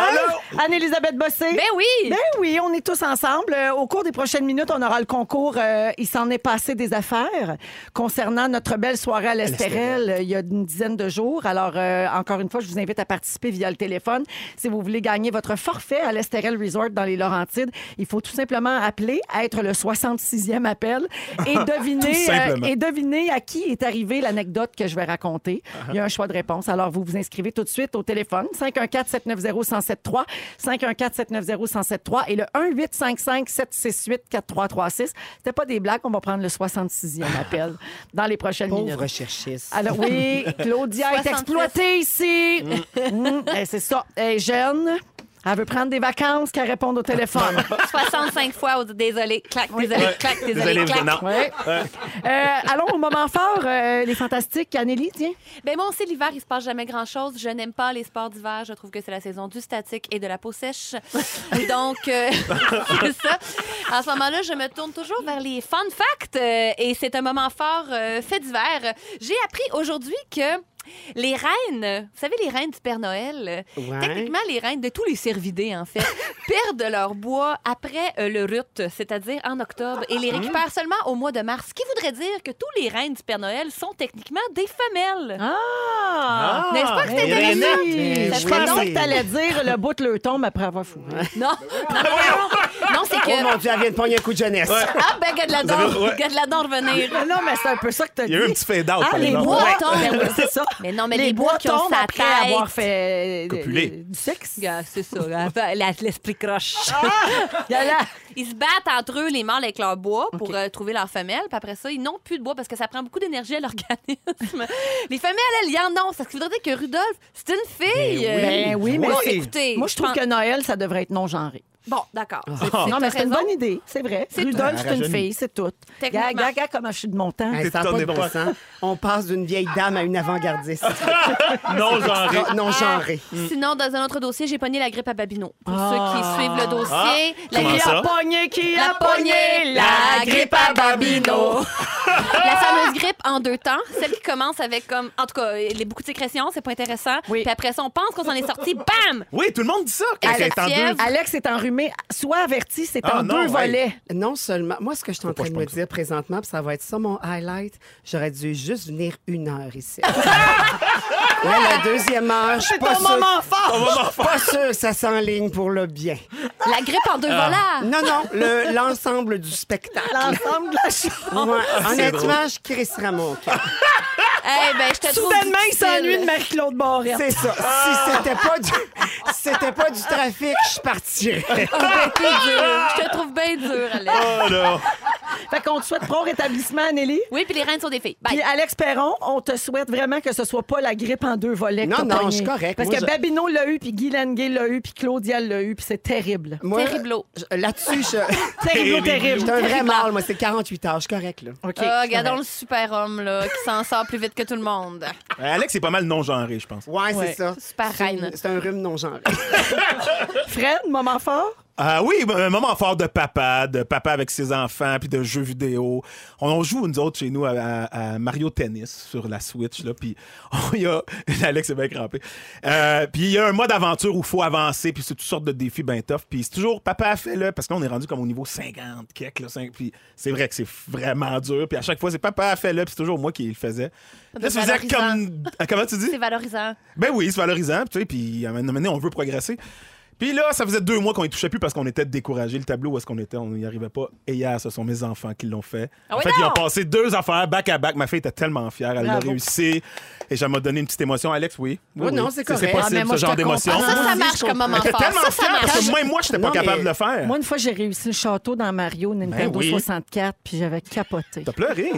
S1: Anne-Elisabeth Bossé.
S2: Ben oui!
S1: Ben oui, on est tous ensemble. Euh, au cours des prochaines minutes, on aura le concours euh, Il s'en est passé des affaires concernant notre belle soirée à l'Estérel euh, il y a une dizaine de jours. Alors, euh, encore une fois, je vous invite à participer via le téléphone. Si vous voulez gagner votre forfait à l'Estérel Resort dans les Laurentides, il faut tout simplement appeler, être le 66e appel et deviner, euh,
S4: simplement.
S1: et deviner à qui est arrivée l'anecdote que je vais raconter. Il y a un choix de réponse. Alors, vous vous inscrivez tout de suite au téléphone 514-790-1073, 514-790-1073 et le 1-855-768-4336. C'était pas des blagues, on va prendre le 66e appel dans les prochaines
S3: Pauvre
S1: minutes.
S3: recherchiste.
S1: Alors, oui, Oui, Claudia est
S2: 66.
S1: exploitée ici. Mm, eh, c'est ça. Elle est jeune. Elle veut prendre des vacances qu'elle réponde au téléphone.
S2: 65 fois, au désolé, clac, désolé, clac, désolé,
S4: Désolé,
S2: clac.
S4: non.
S1: Ouais. Euh, allons au moment fort, euh, les fantastiques. Anneli, tiens.
S2: Ben moi, on sait l'hiver, il se passe jamais grand-chose. Je n'aime pas les sports d'hiver. Je trouve que c'est la saison du statique et de la peau sèche. Donc, euh, c'est ça. À ce moment-là, je me tourne toujours vers les fun facts. euh, et c'est un moment fort euh, fait d'hiver. J'ai appris aujourd'hui que... Les reines, vous savez, les reines du Père Noël, euh,
S3: Ouais.
S2: techniquement, les reines de tous les cervidés, en fait, perdent leur bois après euh, le rut, c'est-à-dire en octobre, et les récupèrent seulement au mois de mars. Ce qui voudrait dire que tous les reines du Père Noël sont techniquement des femelles.
S1: Ah!
S2: N'est-ce pas que c'est
S1: Eh
S2: intéressant?
S1: oui!
S3: Mais
S1: Je
S3: oui.
S1: pensais que t'allais dire le bout de le tombe après avoir fourré.
S2: Non, non, non, non. Non, c'est
S3: Oh mon
S2: que...
S3: Dieu, elle vient de pogner un coup de jeunesse.
S2: Ah, ben, Gadladon,
S4: Vous avez- ouais.
S2: Gadladon revenir.
S1: Non, mais c'est un peu ça que t'as dit.
S4: Il y a eu un petit fade-out,
S1: Ah,
S4: par
S1: les
S4: exemple.
S1: bois
S2: Ouais.
S1: tombent.
S2: Ben oui,
S1: c'est ça.
S2: Mais non, mais
S1: les,
S2: les
S1: bois
S2: bois qui ont
S1: tombent
S2: sa
S1: après
S2: tête.
S1: avoir fait euh,
S4: Copulé.
S1: euh, du sexe.
S2: Gars, C'est ça, là, la- l'esprit croche.
S1: Il y a la-
S2: Ils se battent entre eux, les mâles, avec leur bois pour euh, trouver leur femelle. Puis après ça, ils n'ont plus de bois parce que ça prend beaucoup d'énergie à l'organisme. les femelles, elles, y en ont. Ça voudrait dire que Rudolph, c'est une fille.
S1: Ben oui, mais
S2: Bon,
S1: c'est-
S2: écoutez,
S1: Moi, je trouve
S2: pense- Ah.
S1: que Noël, ça devrait être non-genré.
S2: Bon, d'accord.
S1: Non, mais c'est une
S2: raison.
S1: bonne idée, c'est vrai.
S2: C'est
S1: Rudolph, c'est une
S4: rajeuni.
S1: fille, c'est tout.
S2: Techniquement.
S1: Gaga, gaga, comme je suis de mon temps.
S3: Hey, ça n'a pas de bon sens. On passe d'une vieille dame à une avant-gardiste.
S4: Non, genre.
S3: Ah, non genrée.
S2: Sinon, dans un autre dossier, j'ai pogné la grippe à Babineau. Pour
S1: Ah.
S2: ceux qui suivent le dossier, la
S4: Comment
S2: grippe
S4: ça?
S1: pogné qui
S2: La poignée, la grippe à Babino. la fameuse grippe en deux temps, celle qui commence avec comme en tout cas les beaucoup de sécrétions, c'est pas intéressant.
S1: Oui.
S2: Puis après ça, on pense qu'on s'en est sorti, bam.
S4: Oui, tout le monde dit ça. que
S2: À
S4: c'est
S2: la
S4: en
S2: fièvre.
S4: deux.
S1: Alex est enrhumé, soit averti, c'est
S4: Ah
S1: en
S4: non,
S1: deux
S4: ouais.
S1: volets.
S3: Non seulement, moi, ce que je suis en train de me dire présentement, puis ça va être ça mon highlight, j'aurais dû juste venir une heure ici. Là, la deuxième heure, je suis pas sûre-
S1: fort!
S3: je suis pas sûre que ça s'enligne pour le bien.
S2: La grippe en
S4: Ah.
S2: deux volets.
S3: Non, non, le- l'ensemble du spectacle.
S1: L'ensemble Ah, de la chose.
S3: Ouais, honnêtement, je crisserais mon cœur.
S2: Eh ben, je te trouve
S1: Soudainement, il
S2: difficile.
S1: s'ennuie de Marie-Claude Barrette.
S3: C'est ça. Si c'était pas du, si c'était pas du trafic, je partirais.
S2: Oh, ben, t'es dur. Je te trouve bien dur, Alex.
S4: Oh, là.
S1: Fait qu'on te souhaite prompt rétablissement, Anneli.
S2: Oui, puis les reines sont des filles. Bye.
S1: Puis Alex Perron, on te souhaite vraiment que ce soit pas la grippe en deux volets. que
S3: Non,
S1: t'as
S3: non,
S1: pognée.
S3: je suis correct.
S1: Parce
S3: Moi,
S1: que
S3: je-
S1: Babineau l'a eu, puis Guy Lenguet l'a eu, puis Claudia l'a eu, puis c'est terrible.
S3: Moi,
S2: Terriblo.
S3: je- Là-dessus, je.
S1: Terrible,
S3: J'étais
S1: terrible.
S3: un vrai mâle, moi, c'est 48 heures, je suis correct, là.
S1: OK.
S2: Ah, regardons le super-homme là, qui s'en sort plus vite que tout le monde.
S4: Euh, Alex est pas mal non-genré, je pense.
S3: Ouais,
S1: Ouais.
S3: c'est ça.
S2: Super
S3: C'est une-
S2: reine.
S3: C'est un rhume non genré.
S1: Fred, moment fort?
S4: Ah oui, ben, un moment fort de papa, de papa avec ses enfants, puis de jeux vidéo. On, on joue, nous autres, chez nous, à, à- à Mario Tennis sur la Switch, là, puis on y a... Alex est bien crampé. Euh, puis il y a un mode aventure où il faut avancer, puis c'est toutes sortes de défis bien tough, puis c'est toujours papa fait-le, parce que là, on est rendu comme au niveau 50, quelque, là, cinq- puis c'est vrai que c'est vraiment dur, puis à chaque fois, c'est papa fait-le, puis c'est toujours moi qui le faisais. Là, ça faisait comme...
S2: valorisant.
S4: Ah, Comment tu dis?
S2: C'est valorisant.
S4: Ben oui, c'est valorisant, tu sais, puis à un moment donné, on veut progresser. Puis là, ça faisait deux mois qu'on y touchait plus parce qu'on était découragés. Le tableau, où est-ce qu'on était, on n'y arrivait pas. Et hier, ce sont mes enfants qui l'ont fait.
S2: Ah
S4: en
S2: oui,
S4: fait, ils
S2: donc!
S4: ont passé deux affaires back à back. Ma fille était tellement fière, elle l'a
S1: Bravo.
S4: réussi. Et ça m'a donné une petite émotion. Alex, oui. Oui,
S3: Oh
S4: oui.
S3: non, c'est
S4: C'est
S3: correct. Ah,
S4: possible,
S1: mais moi, je
S4: ce genre
S1: te
S4: d'émotion.
S2: Ah, ça, ça
S3: Moi,
S2: marche
S3: je
S2: comme moment
S4: Elle était
S2: fort.
S4: tellement
S2: Ça, ça
S4: fière parce
S2: marche.
S4: que même moi, je n'étais pas
S3: Non, mais-
S4: capable de le
S3: Euh.
S4: faire.
S1: Moi, une fois, j'ai réussi le château dans Mario
S3: Ben
S1: Nintendo
S4: oui.
S1: 64, puis j'avais capoté.
S4: T'as pleuré.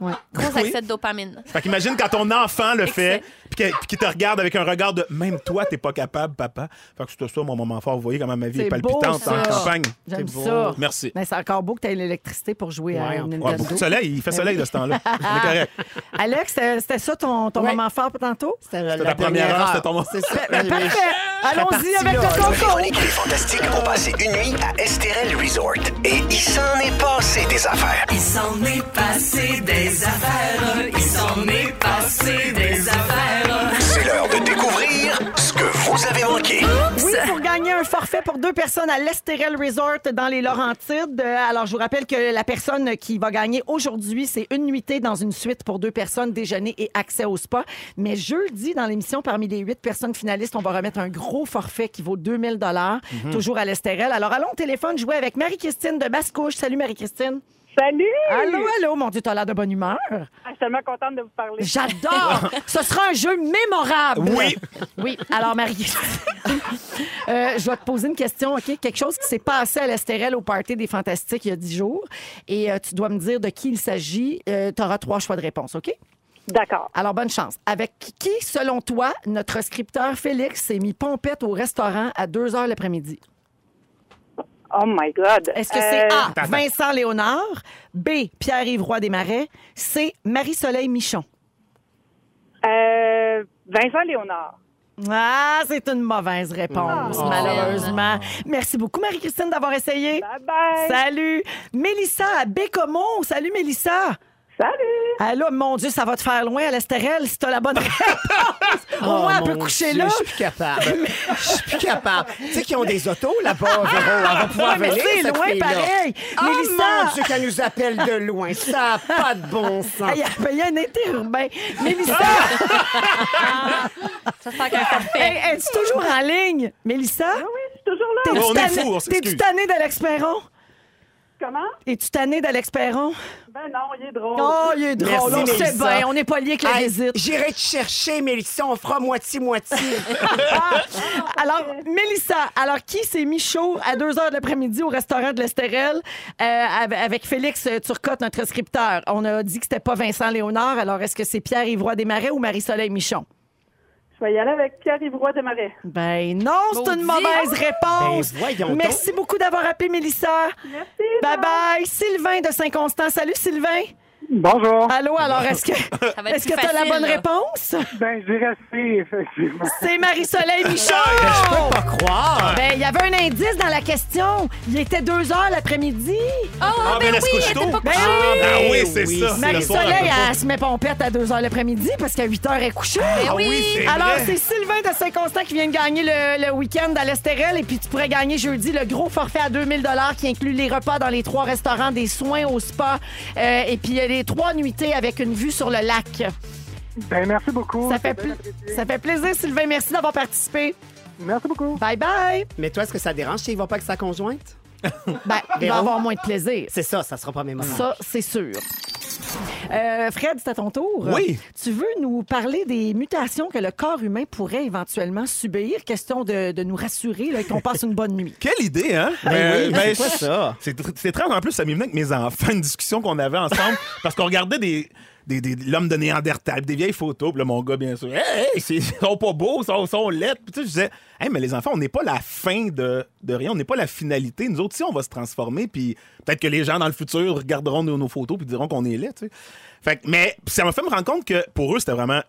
S1: Ouais.
S2: Gros accès de dopamine.
S4: Fait qu'imagine quand ton enfant le fait,
S2: Excellent.
S4: puis que- puis qu'il te regarde avec un regard de même toi, t'es pas capable, papa. Fait que c'était ça mon moment fort. Vous voyez comment ma vie est,
S1: C'est beau,
S4: palpitante
S1: ça.
S4: en campagne.
S1: J'aime
S3: C'est beau.
S1: ça.
S4: Merci.
S1: Mais c'est encore beau que tu aies l'électricité pour jouer à
S3: Ouais,
S1: Nintendo.
S4: Ouais, beaucoup de soleil, il fait
S1: Ben
S4: soleil
S1: oui.
S4: de ce temps-là. On est correct.
S1: Alex, c'était c'était ça ton, ton
S3: Ouais.
S1: moment fort pour tantôt?
S3: C'était la,
S4: ta première
S3: dernière
S4: heure, c'était ton moment.
S3: C'est ça.
S1: Parfait. Allons-y
S3: partie
S1: avec
S3: là,
S1: le concours.
S5: Véronique et les Fantastiques ont passé une nuit à Esterel Resort et il s'en est passé des affaires.
S8: Il s'en est passé des affaires. Il s'en est passé des affaires.
S5: C'est l'heure de découvrir ce que vous avez manqué.
S1: Oui, pour gagner un forfait pour deux personnes à l'Estérel Resort dans les Laurentides. Euh, Alors, je vous rappelle que la personne qui va gagner aujourd'hui, c'est une nuitée dans une suite pour deux personnes, déjeuner et accès au spa. Mais jeudi, dans l'émission, parmi les huit personnes finalistes, on va remettre un gros forfait qui vaut 2000 dollars, toujours à l'Estérel. Alors, allons au téléphone jouer avec Marie-Christine de Basse-Couche. Salut, Marie-Christine.
S6: Salut!
S1: Allô, allô, mon Dieu, t'as l'air de bonne humeur.
S6: Ah, je suis tellement contente de vous parler.
S1: J'adore! Ce sera un jeu mémorable.
S4: Oui.
S1: Oui. Alors, Marie, euh, je vais te poser une question, OK? Quelque chose qui s'est passé à l'Estérel au Party des Euh, Fantastiques il y a dix jours. Et euh, tu dois me dire de qui il s'agit. tu auras trois choix de réponse, OK?
S9: D'accord.
S1: Alors, bonne chance. Avec qui, selon toi, notre scripteur Félix s'est mis pompette au restaurant à 2 h l'après-midi?
S9: Oh my God.
S1: Est-ce que c'est
S9: Euh,
S1: A, Vincent Léonard, B, Pierre-Yves Roy Desmarais, C, Marie-Soleil Michon?
S9: euh, Vincent Léonard.
S1: Ah, c'est une mauvaise réponse, malheureusement. Merci beaucoup, Marie-Christine, d'avoir essayé.
S9: Bye bye.
S1: Salut. Mélissa à Bécomo. Salut, Mélissa.
S9: Salut.
S1: Ah là, mon Dieu, ça va te faire loin à l'Estérel si t'as la bonne réponse. Au
S3: Oh,
S1: moins, elle
S3: mon
S1: peut coucher
S3: Dieu,
S1: là.
S3: Je suis plus capable. Je suis plus capable. Tu sais qu'ils ont des autos là-bas, Véro. On va pouvoir
S1: Ah, Ouais, mais
S3: venir,
S1: c'est
S3: cette
S1: loin
S3: fille-là.
S1: pareil.
S3: Oh
S1: Mélissa!
S3: mon Dieu, qu'elle nous appelle de loin. Ça n'a pas de bon sens.
S1: Hey, elle a payé un été urbain. Mélissa,
S2: Ça sent qu'un
S1: hey,
S2: forfait.
S1: es-tu toujours en ligne? Mélissa?
S9: Ah Oui, je suis toujours là.
S1: T'es-tu
S4: On est
S1: tannée-
S4: fous, on s'excuse.
S1: T'es-tu tannée d'Alex Perron?
S9: Comment?
S1: Es-tu tannée d'Alex Perron?
S9: Ben non, il est drôle.
S1: Oh, il est drôle.
S3: Merci,
S1: on sait
S3: Mélissa.
S1: bien, on n'est pas liés avec la
S3: Hey,
S1: visite.
S3: J'irai te chercher, Mélissa. On fera moitié-moitié.
S2: Ah,
S1: Ah, Alors, Mélissa, alors qui s'est mis chaud à 2 h de l'après-midi au restaurant de l'Estérel euh, av- avec Félix Turcotte, notre scripteur? On a dit que c'était pas Vincent Léonard, alors est-ce que c'est Pierre-Yves Roy Desmarais ou Marie-Soleil Michon?
S9: Je vais y aller avec Pierre-Yves Roy Desmarais.
S1: Ben non, c'est une
S2: Maudit. hein?
S1: mauvaise réponse.
S3: Ben voyons donc.
S1: Merci beaucoup d'avoir appelé Mélissa.
S9: Merci.
S1: Bye bye. Sylvain de Saint-Constant. Salut Sylvain.
S6: Bonjour.
S1: Allô, alors est-ce que
S2: va être
S1: est-ce que
S2: plus
S1: tu as la
S2: facile,
S1: bonne
S2: là.
S1: réponse?
S6: Ben, je dirais C, effectivement. Ah,
S1: C'est Marie-Soleil Michon.
S4: Ah,
S3: pas croire.
S1: Ben, il y avait un indice dans la question. Il était 2 h l'après-midi.
S2: Oh,
S4: Ah, ben,
S2: ben oui,
S4: laisse-couche
S2: elle
S4: tôt.
S2: était pas
S1: Ben
S2: couchée.
S1: oui.
S4: Ah oui, c'est
S3: Oui,
S4: ça. c'est le
S3: c'est
S4: soir, elle
S1: Marie-Soleil,
S4: peut pas.
S1: elle se met pompette à 2 h l'après-midi parce qu'à 8 h, elle est couchée.
S2: Ben
S4: Ah oui,
S2: oui.
S4: c'est
S1: Alors,
S4: vrai.
S1: c'est Sylvain de Saint-Constant qui vient de gagner le, le week-end à l'Estérel. Et puis, tu pourrais gagner jeudi le gros forfait à 2000 qui inclut les repas dans les trois restaurants, des soins au spa. euh, et puis, il y a les trois nuitées avec une vue sur le lac.
S6: Ben, merci beaucoup.
S1: Ça fait,
S6: C'est bien
S1: pl-
S6: apprécié.
S1: ça fait plaisir, Sylvain. Merci d'avoir participé.
S6: Merci beaucoup.
S1: Bye bye.
S3: Mais toi, est-ce que ça dérange s'il va pas avec sa conjointe?
S1: Ben, il va
S3: Véro?
S1: avoir moins de plaisir.
S3: C'est ça, ça sera pas mémorable.
S1: Ça, c'est sûr. Euh, Fred, c'est à ton tour.
S4: Oui.
S1: Tu veux nous parler des mutations que le corps humain pourrait éventuellement subir, question de, de nous rassurer là, et qu'on passe une bonne nuit.
S4: Quelle idée, hein?
S3: Ben oui,
S4: Euh,
S3: c'est
S4: ben,
S3: quoi
S4: je-
S3: ça?
S4: C'est tr- c'est étrange. En plus, ça m'est venu avec mes enfants, une discussion qu'on avait ensemble, parce qu'on regardait des. Des, des- l'homme de Néandertal, des vieilles photos. Puis là, mon gars, bien sûr, hey, hey, c'est- ils sont pas beaux, ils sont, ils sont laids. Puis tu sais, je disais, hey, mais les enfants, on n'est pas la fin de, de rien, on n'est pas la finalité. Nous autres, si on va se transformer, puis peut-être que les gens dans le futur regarderont nos, nos photos puis diront qu'on est laid. tu sais. Fait que- mais ça m'a fait me rendre compte que pour eux, c'était vraiment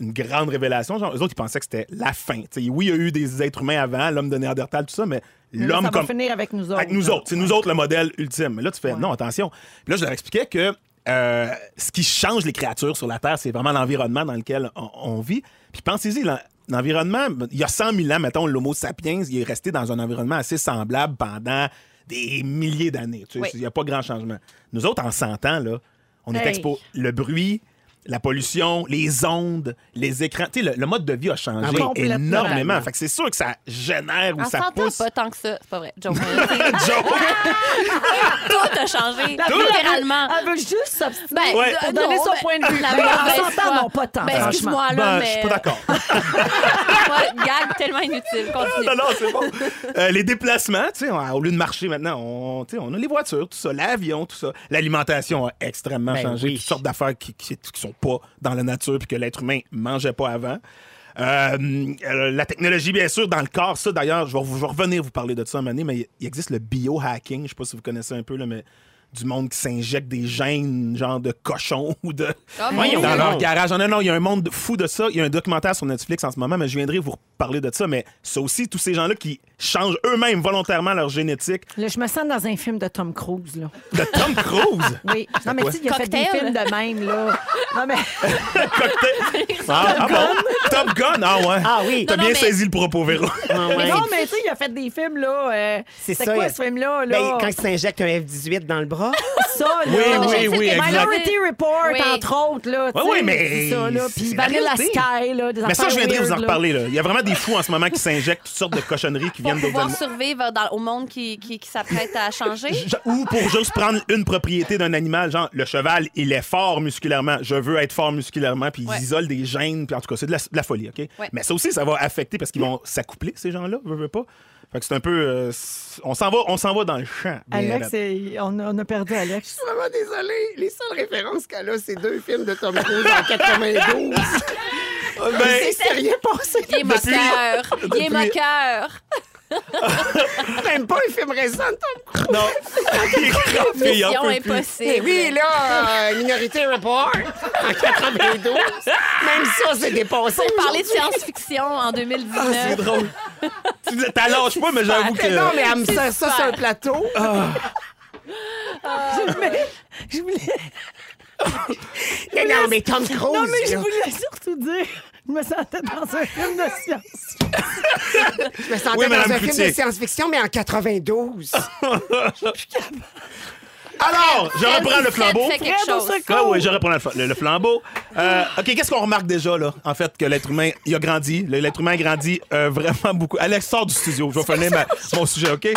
S4: une grande révélation. Genre, eux autres, ils pensaient que c'était la fin. tu sais. oui, il y a eu des êtres humains avant, l'homme de Néandertal, tout ça, mais
S1: Mais
S4: l'homme
S1: ça
S4: comme.
S1: va finir avec nous
S2: Ah,
S1: autres.
S4: Avec nous
S1: là.
S4: autres. C'est nous autres le modèle ultime. Mais là, tu fais non, attention. Puis là, je leur expliquais que euh, ce qui change les créatures sur la Terre, c'est vraiment l'environnement dans lequel on, on vit. Puis pensez-y, l'en- l'environnement, il y a 100 000 ans, mettons, l'Homo sapiens, il est resté dans un environnement assez semblable pendant des milliers d'années. Tu sais,
S2: Oui.
S4: Il n'y a pas grand changement. Nous autres, en 100 ans, là, on est
S1: Hey.
S4: expo. Le bruit, la pollution, les ondes, les écrans. Tu sais, le, le mode de vie a changé
S1: Ah oui. Complètement.
S4: énormément. Fait que c'est sûr que ça génère ou
S2: En
S4: ça
S2: 100 ans,
S4: pousse.
S2: pas tant que ça. C'est pas vrai. Joke. C'est-
S4: Joke.
S2: Tout a changé.
S1: La fille, elle veut-
S2: Littéralement.
S1: Elle veut juste s'obstiner.
S2: Ben,
S4: Ouais.
S2: euh,
S1: Pour donner
S2: non,
S1: son
S2: ben,
S1: point de vue.
S2: la
S1: Ben,
S2: mauvaise
S1: on s'entend,
S2: foi.
S1: non, pas tant,
S2: Ben,
S1: franchement.
S2: excuse-moi, là,
S4: Ben,
S2: mais... euh,
S4: Je suis pas d'accord.
S2: Ouais, gag tellement inutile. Continue.
S4: non, non, c'est bon. Euh, les déplacements, tu sais, on- au lieu de marcher maintenant, on, tu sais, on a les voitures, tout ça, l'avion, tout ça. L'alimentation a extrêmement
S3: Ben
S4: changé.
S3: oui.
S4: Toutes sortes d'affaires qui, qui, qui sont pas dans la nature puis que l'être humain mangeait pas avant. Euh, euh, la technologie, bien sûr, dans le corps, ça d'ailleurs, je vais, je vais revenir vous parler de ça un moment donné, mais il- il existe le biohacking, je sais pas si vous connaissez un peu, là, mais du monde qui s'injecte des gènes, genre de cochon ou de.
S2: Ah, mon
S4: dans
S3: Dieu.
S4: leur garage. Non, non, non, il y a un monde fou de ça. Il y a un documentaire sur Netflix en ce moment, mais je viendrai vous parler de ça. Mais ça aussi, tous ces gens-là qui changent eux-mêmes volontairement leur génétique.
S1: Là, je me sens dans un film de Tom Cruise, là.
S4: De Tom Cruise!
S1: Oui. Non, mais tu sais, il a fait des
S2: Cocktail.
S1: films de même, là. Non, mais
S4: Ah, ah bon? Top Gun! Ah ouais!
S3: Ah oui.
S4: T'as
S2: Non,
S4: bien
S2: non, mais-
S4: saisi le propos, Véro.
S3: Ah ouais.
S1: non, mais tu sais, il a fait des films, là. euh,
S3: C'est
S1: c'est
S3: ça,
S1: quoi
S3: il-
S1: ce film-là, là?
S3: Ben, quand il s'injecte un F-18 dans le bras,
S1: ça, là.
S4: Oui, oui, oui, exact.
S1: Minority Report,
S2: Oui.
S1: entre autres, là. tu
S4: Oui, oui,
S1: sais,
S4: mais
S1: c'est ça, là.
S4: c'est
S1: Puis
S4: la
S1: Vanilla
S4: réalité.
S1: Sky, là. Des
S4: Mais ça,
S1: affaires
S4: je viendrai vous en
S1: weird, là.
S4: reparler. Là. Il y a vraiment des fous en ce moment qui s'injectent toutes sortes de cochonneries qui
S2: Pour
S4: viennent d'autres
S2: pouvoir
S4: animaux.
S2: survivre dans- au monde qui, qui, qui s'apprête à changer.
S4: Je- Ou pour juste prendre une propriété d'un animal, genre le cheval, il est fort musculairement, je veux être fort musculairement, puis ils
S2: Ouais.
S4: isolent des gènes, puis en tout cas, c'est de la, de la folie, OK?
S2: Ouais.
S4: Mais ça aussi, ça va affecter parce qu'ils vont s'accoupler, ces gens-là, veux, veux pas. Fait que c'est un peu. euh, c- on s'en va, on s'en va dans le champ. bien
S1: Alex,
S4: raide.
S1: est- on a, on a perdu Alex.
S3: suis vraiment désolée. Les seules références qu'elle a, c'est deux films de Tom Cruise en 92.
S4: Ben,
S3: Mais c'est rien passé.
S2: Il est moqueur. Il est
S4: depuis-
S2: moqueur.
S3: même pas un film récent de Tom Cruise.
S4: non. Il est crampé, il en
S2: Mission
S4: peut plus.
S3: Eh
S2: impossible.
S3: oui, là, euh, Minority Report en 92. Même ça, c'est dépassé.
S2: Parler de science-fiction en 2019.
S4: Ah, C'est drôle. Tu disais, t'as lâche pas, mais j'avoue que.
S3: Mais non, mais elle me sert ça
S2: super.
S3: sur un plateau.
S4: Ah.
S1: Je voulais...
S3: Non, non, mais Tom Cruise.
S1: Non, mais je
S3: là,
S1: voulais surtout dire, je me sentais dans un film de science.
S3: je me sentais
S4: Oui,
S3: dans
S4: Madame
S3: un film
S4: Cloutier. Ah,
S3: de science-fiction, mais en 92.
S4: Alors, je reprends le
S2: Fred
S4: flambeau.
S2: fait quelque
S1: Fred, au
S2: chose.
S1: secours.
S4: Ah oui, je reprends le, fla- le- le flambeau. Euh, OK, qu'est-ce qu'on remarque déjà, là? En fait, que l'être humain, il a grandi. Le- L'être humain a grandi euh, vraiment beaucoup. Alex, sors du studio. Je vais finir ma- mon sujet, OK?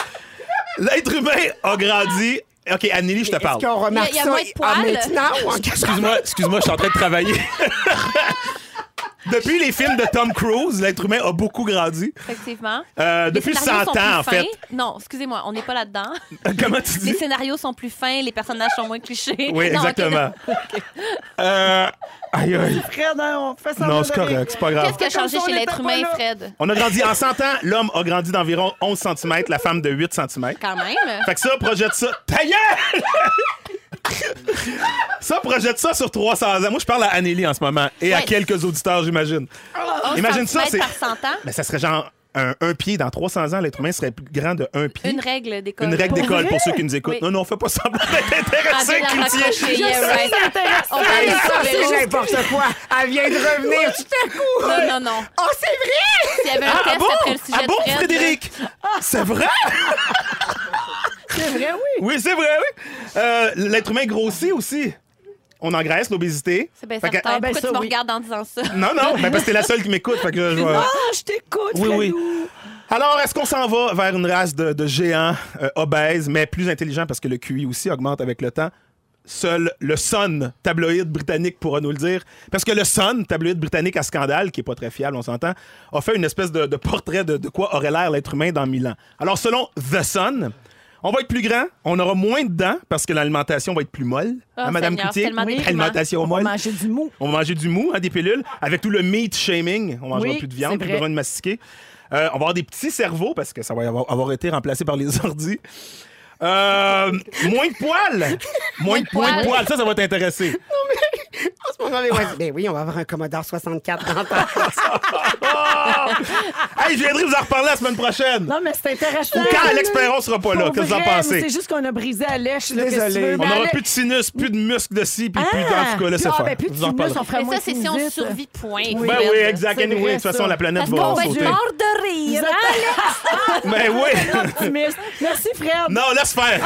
S4: L'être humain a grandi. OK, Anneli, je te parle.
S3: Est-ce qu'on remarque
S2: Il y a
S3: ça
S2: moins de
S3: en
S2: poils.
S3: maintenant ou en 92?
S10: Excuse-moi, excuse-moi, je suis en train de travailler.
S4: Depuis les films de Tom Cruise, l'être humain a beaucoup grandi.
S2: Effectivement.
S4: Euh,
S2: Les
S4: depuis
S2: scénarios
S4: 100
S2: sont
S4: ans, en
S2: plus fins.
S4: fait.
S2: Non, excusez-moi, on n'est pas là-dedans.
S4: Comment tu
S2: Les
S4: dis?
S2: scénarios sont plus fins, les personnages sont moins clichés.
S4: Oui,
S2: Non, ok,
S4: exactement.
S2: non.
S4: Euh, aïe, aïe.
S1: Fred, hein, on fait semblant
S4: Non, c'est
S1: de rire.
S4: correct, c'est pas grave.
S2: Qu'est-ce qui a
S1: Comme
S2: changé
S1: si on
S2: chez
S1: était
S2: l'être
S1: pas
S2: humain,
S1: là.
S2: Fred?
S4: On a grandi en 100 ans, l'homme a grandi d'environ 11 cm, la femme de 8 cm.
S2: Quand même.
S4: Fait que ça, projette ça. Ta gueule! ça, projette ça sur 300 ans. Moi, je parle à Anneli en ce moment et à
S2: Ouais. Oh,
S4: quelques auditeurs, j'imagine. Imagine ça, c'est.
S2: par 100 ans,
S4: Mais ça serait genre un, un pied. Dans 300 ans, l'être humain serait plus grand de un pied.
S2: une règle d'école.
S4: Une règle
S2: Pour
S4: d'école
S1: vrai?
S4: pour ceux qui nous écoutent.
S2: Oui.
S4: Non, non, on fait pas semblant d'être
S2: Ah, de
S4: intéressé,
S2: la
S4: Cloutier.
S2: raccrocher, yeah, right. On parle
S3: Hey, Ah, ça,
S2: de
S3: c'est
S2: vélo.
S3: n'importe quoi. Elle vient de revenir tout à coup.
S2: Non, non, non.
S3: Oh, c'est vrai!
S2: S'il y avait un
S4: Ah, ah
S2: test
S4: bon?
S2: après le sujet
S4: Ah
S2: de
S4: bon,
S2: Fred,
S4: Frédéric? Ah, C'est vrai?
S1: C'est vrai, oui.
S4: Oui, c'est vrai, oui. Euh, l'être humain grossit aussi. On engraisse l'obésité.
S2: C'est bien
S4: Fait que-
S2: certain.
S1: Ah, ben,
S2: Pourquoi
S1: ça,
S2: tu me
S1: oui.
S2: regardes en disant ça?
S4: Non, non, ben parce que t'es la seule qui m'écoute. Fait que je vais-
S1: Ah, je t'écoute,
S4: Oui, oui.
S1: Fredou.
S4: Alors, est-ce qu'on s'en va vers une race de, de géants euh, obèses, mais plus intelligents parce que le QI aussi augmente avec le temps? Seul le Sun, tabloïd britannique, pourra nous le dire. Parce que le Sun, tabloïd britannique à scandale, qui est pas très fiable, on s'entend, a fait une espèce de, de portrait de, de quoi aurait l'air l'être humain dans mille ans. Alors, selon The Sun, on va être plus grand, on aura moins de dents parce que l'alimentation va être plus molle. Hein,
S2: Oh, Seigneur,
S4: Cloutier?
S2: tellement déprimant.
S4: Alimentation
S1: On
S4: molle.
S1: mangeait du mou.
S4: On va manger du mou, hein, des pilules, avec tout le meat shaming. On mangera
S1: Oui,
S4: plus de
S1: c'est
S4: viande, plus
S1: vrai.
S4: besoin de mastiquer. Euh, on va avoir des petits cerveaux parce que ça va y avoir, avoir été remplacé par les ordis. Euh, moins de poils! Moins de
S2: poils.
S4: moins de poils, ça, ça va t'intéresser.
S3: En ce moment, les voisins- Ben oui, on va avoir un Commodore 64 dans ta-
S4: Oh! Hey, je viendrai vous en reparler la semaine prochaine!
S1: Non, mais c'est intéressant.
S4: Ou quand Alex Perron sera pas là,
S1: Pour
S4: qu'est-ce que vous en
S1: vrai,
S4: pensez?
S1: C'est juste qu'on a brisé à lèche. là,
S3: Désolé.
S1: qu'est-ce que tu veux,
S4: On
S1: mais
S4: n'aura
S1: Alex-
S4: plus de sinus, plus de muscles de scie, puis plus
S1: Ah!
S4: d'en tout cas, laissez
S1: Ah,
S4: faire.
S1: ben, plus de
S4: Vous en
S1: sinus,
S4: reparler.
S1: on ferait
S2: Mais
S1: moins
S2: ça, c'est si on survit, point.
S4: Ben
S2: Fred.
S4: oui, exact.
S1: C'est
S4: Anyway,
S1: vrai,
S4: de toute façon,
S1: ça.
S4: la planète
S2: Parce
S4: va
S2: qu'on va être
S4: sauter.
S2: mort de rire.
S4: Ben oui!
S1: Optimiste. Merci, Fred.
S4: Non, laisse faire!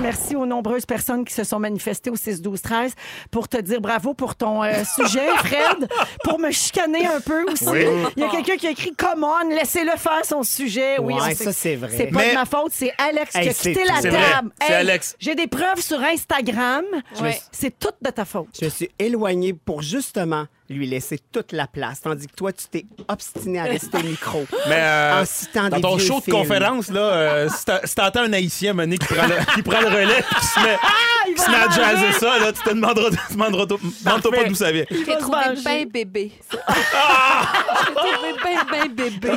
S1: Merci aux nombreuses personnes qui se sont manifestées au 6-12-13 pour te dire bravo pour ton euh, sujet, Fred, pour me chicaner un peu aussi.
S4: Oui.
S1: Il y a quelqu'un qui a écrit Come on, laissez-le faire son sujet. Oui,
S3: Ouais,
S1: on sait-
S3: ça, c'est vrai.
S1: C'est pas
S4: Mais-
S1: de ma faute, c'est Alex qui
S3: Hey,
S1: a
S3: c'est
S1: quitté
S3: tout.
S1: la
S4: C'est vrai,
S1: table.
S4: c'est Alex.
S1: J'ai des preuves sur Instagram.
S2: Ouais.
S1: C'est toute de ta faute.
S3: Je suis éloigné pour justement lui laisser toute la place, tandis que toi, tu t'es obstiné à rester au micro.
S4: Mais euh,
S3: En citant
S4: dans
S3: des
S4: ton
S3: vieux
S4: show de
S3: films.
S4: conférence, là, euh, si t'a- si t'entends un Haïtien mené qui prend le, qui prend le relais puis qui se met,
S3: Ah,
S1: il
S4: qui
S1: va
S4: se met à
S1: manger.
S4: jazzer ça, là, tu te demanderas, tu te demanderas- demande-toi pas d'où ça vient.
S2: Je t'ai
S1: va se
S2: trouvé
S1: venger.
S2: ben bébé. Je t'ai trouvé ben, ben bébé.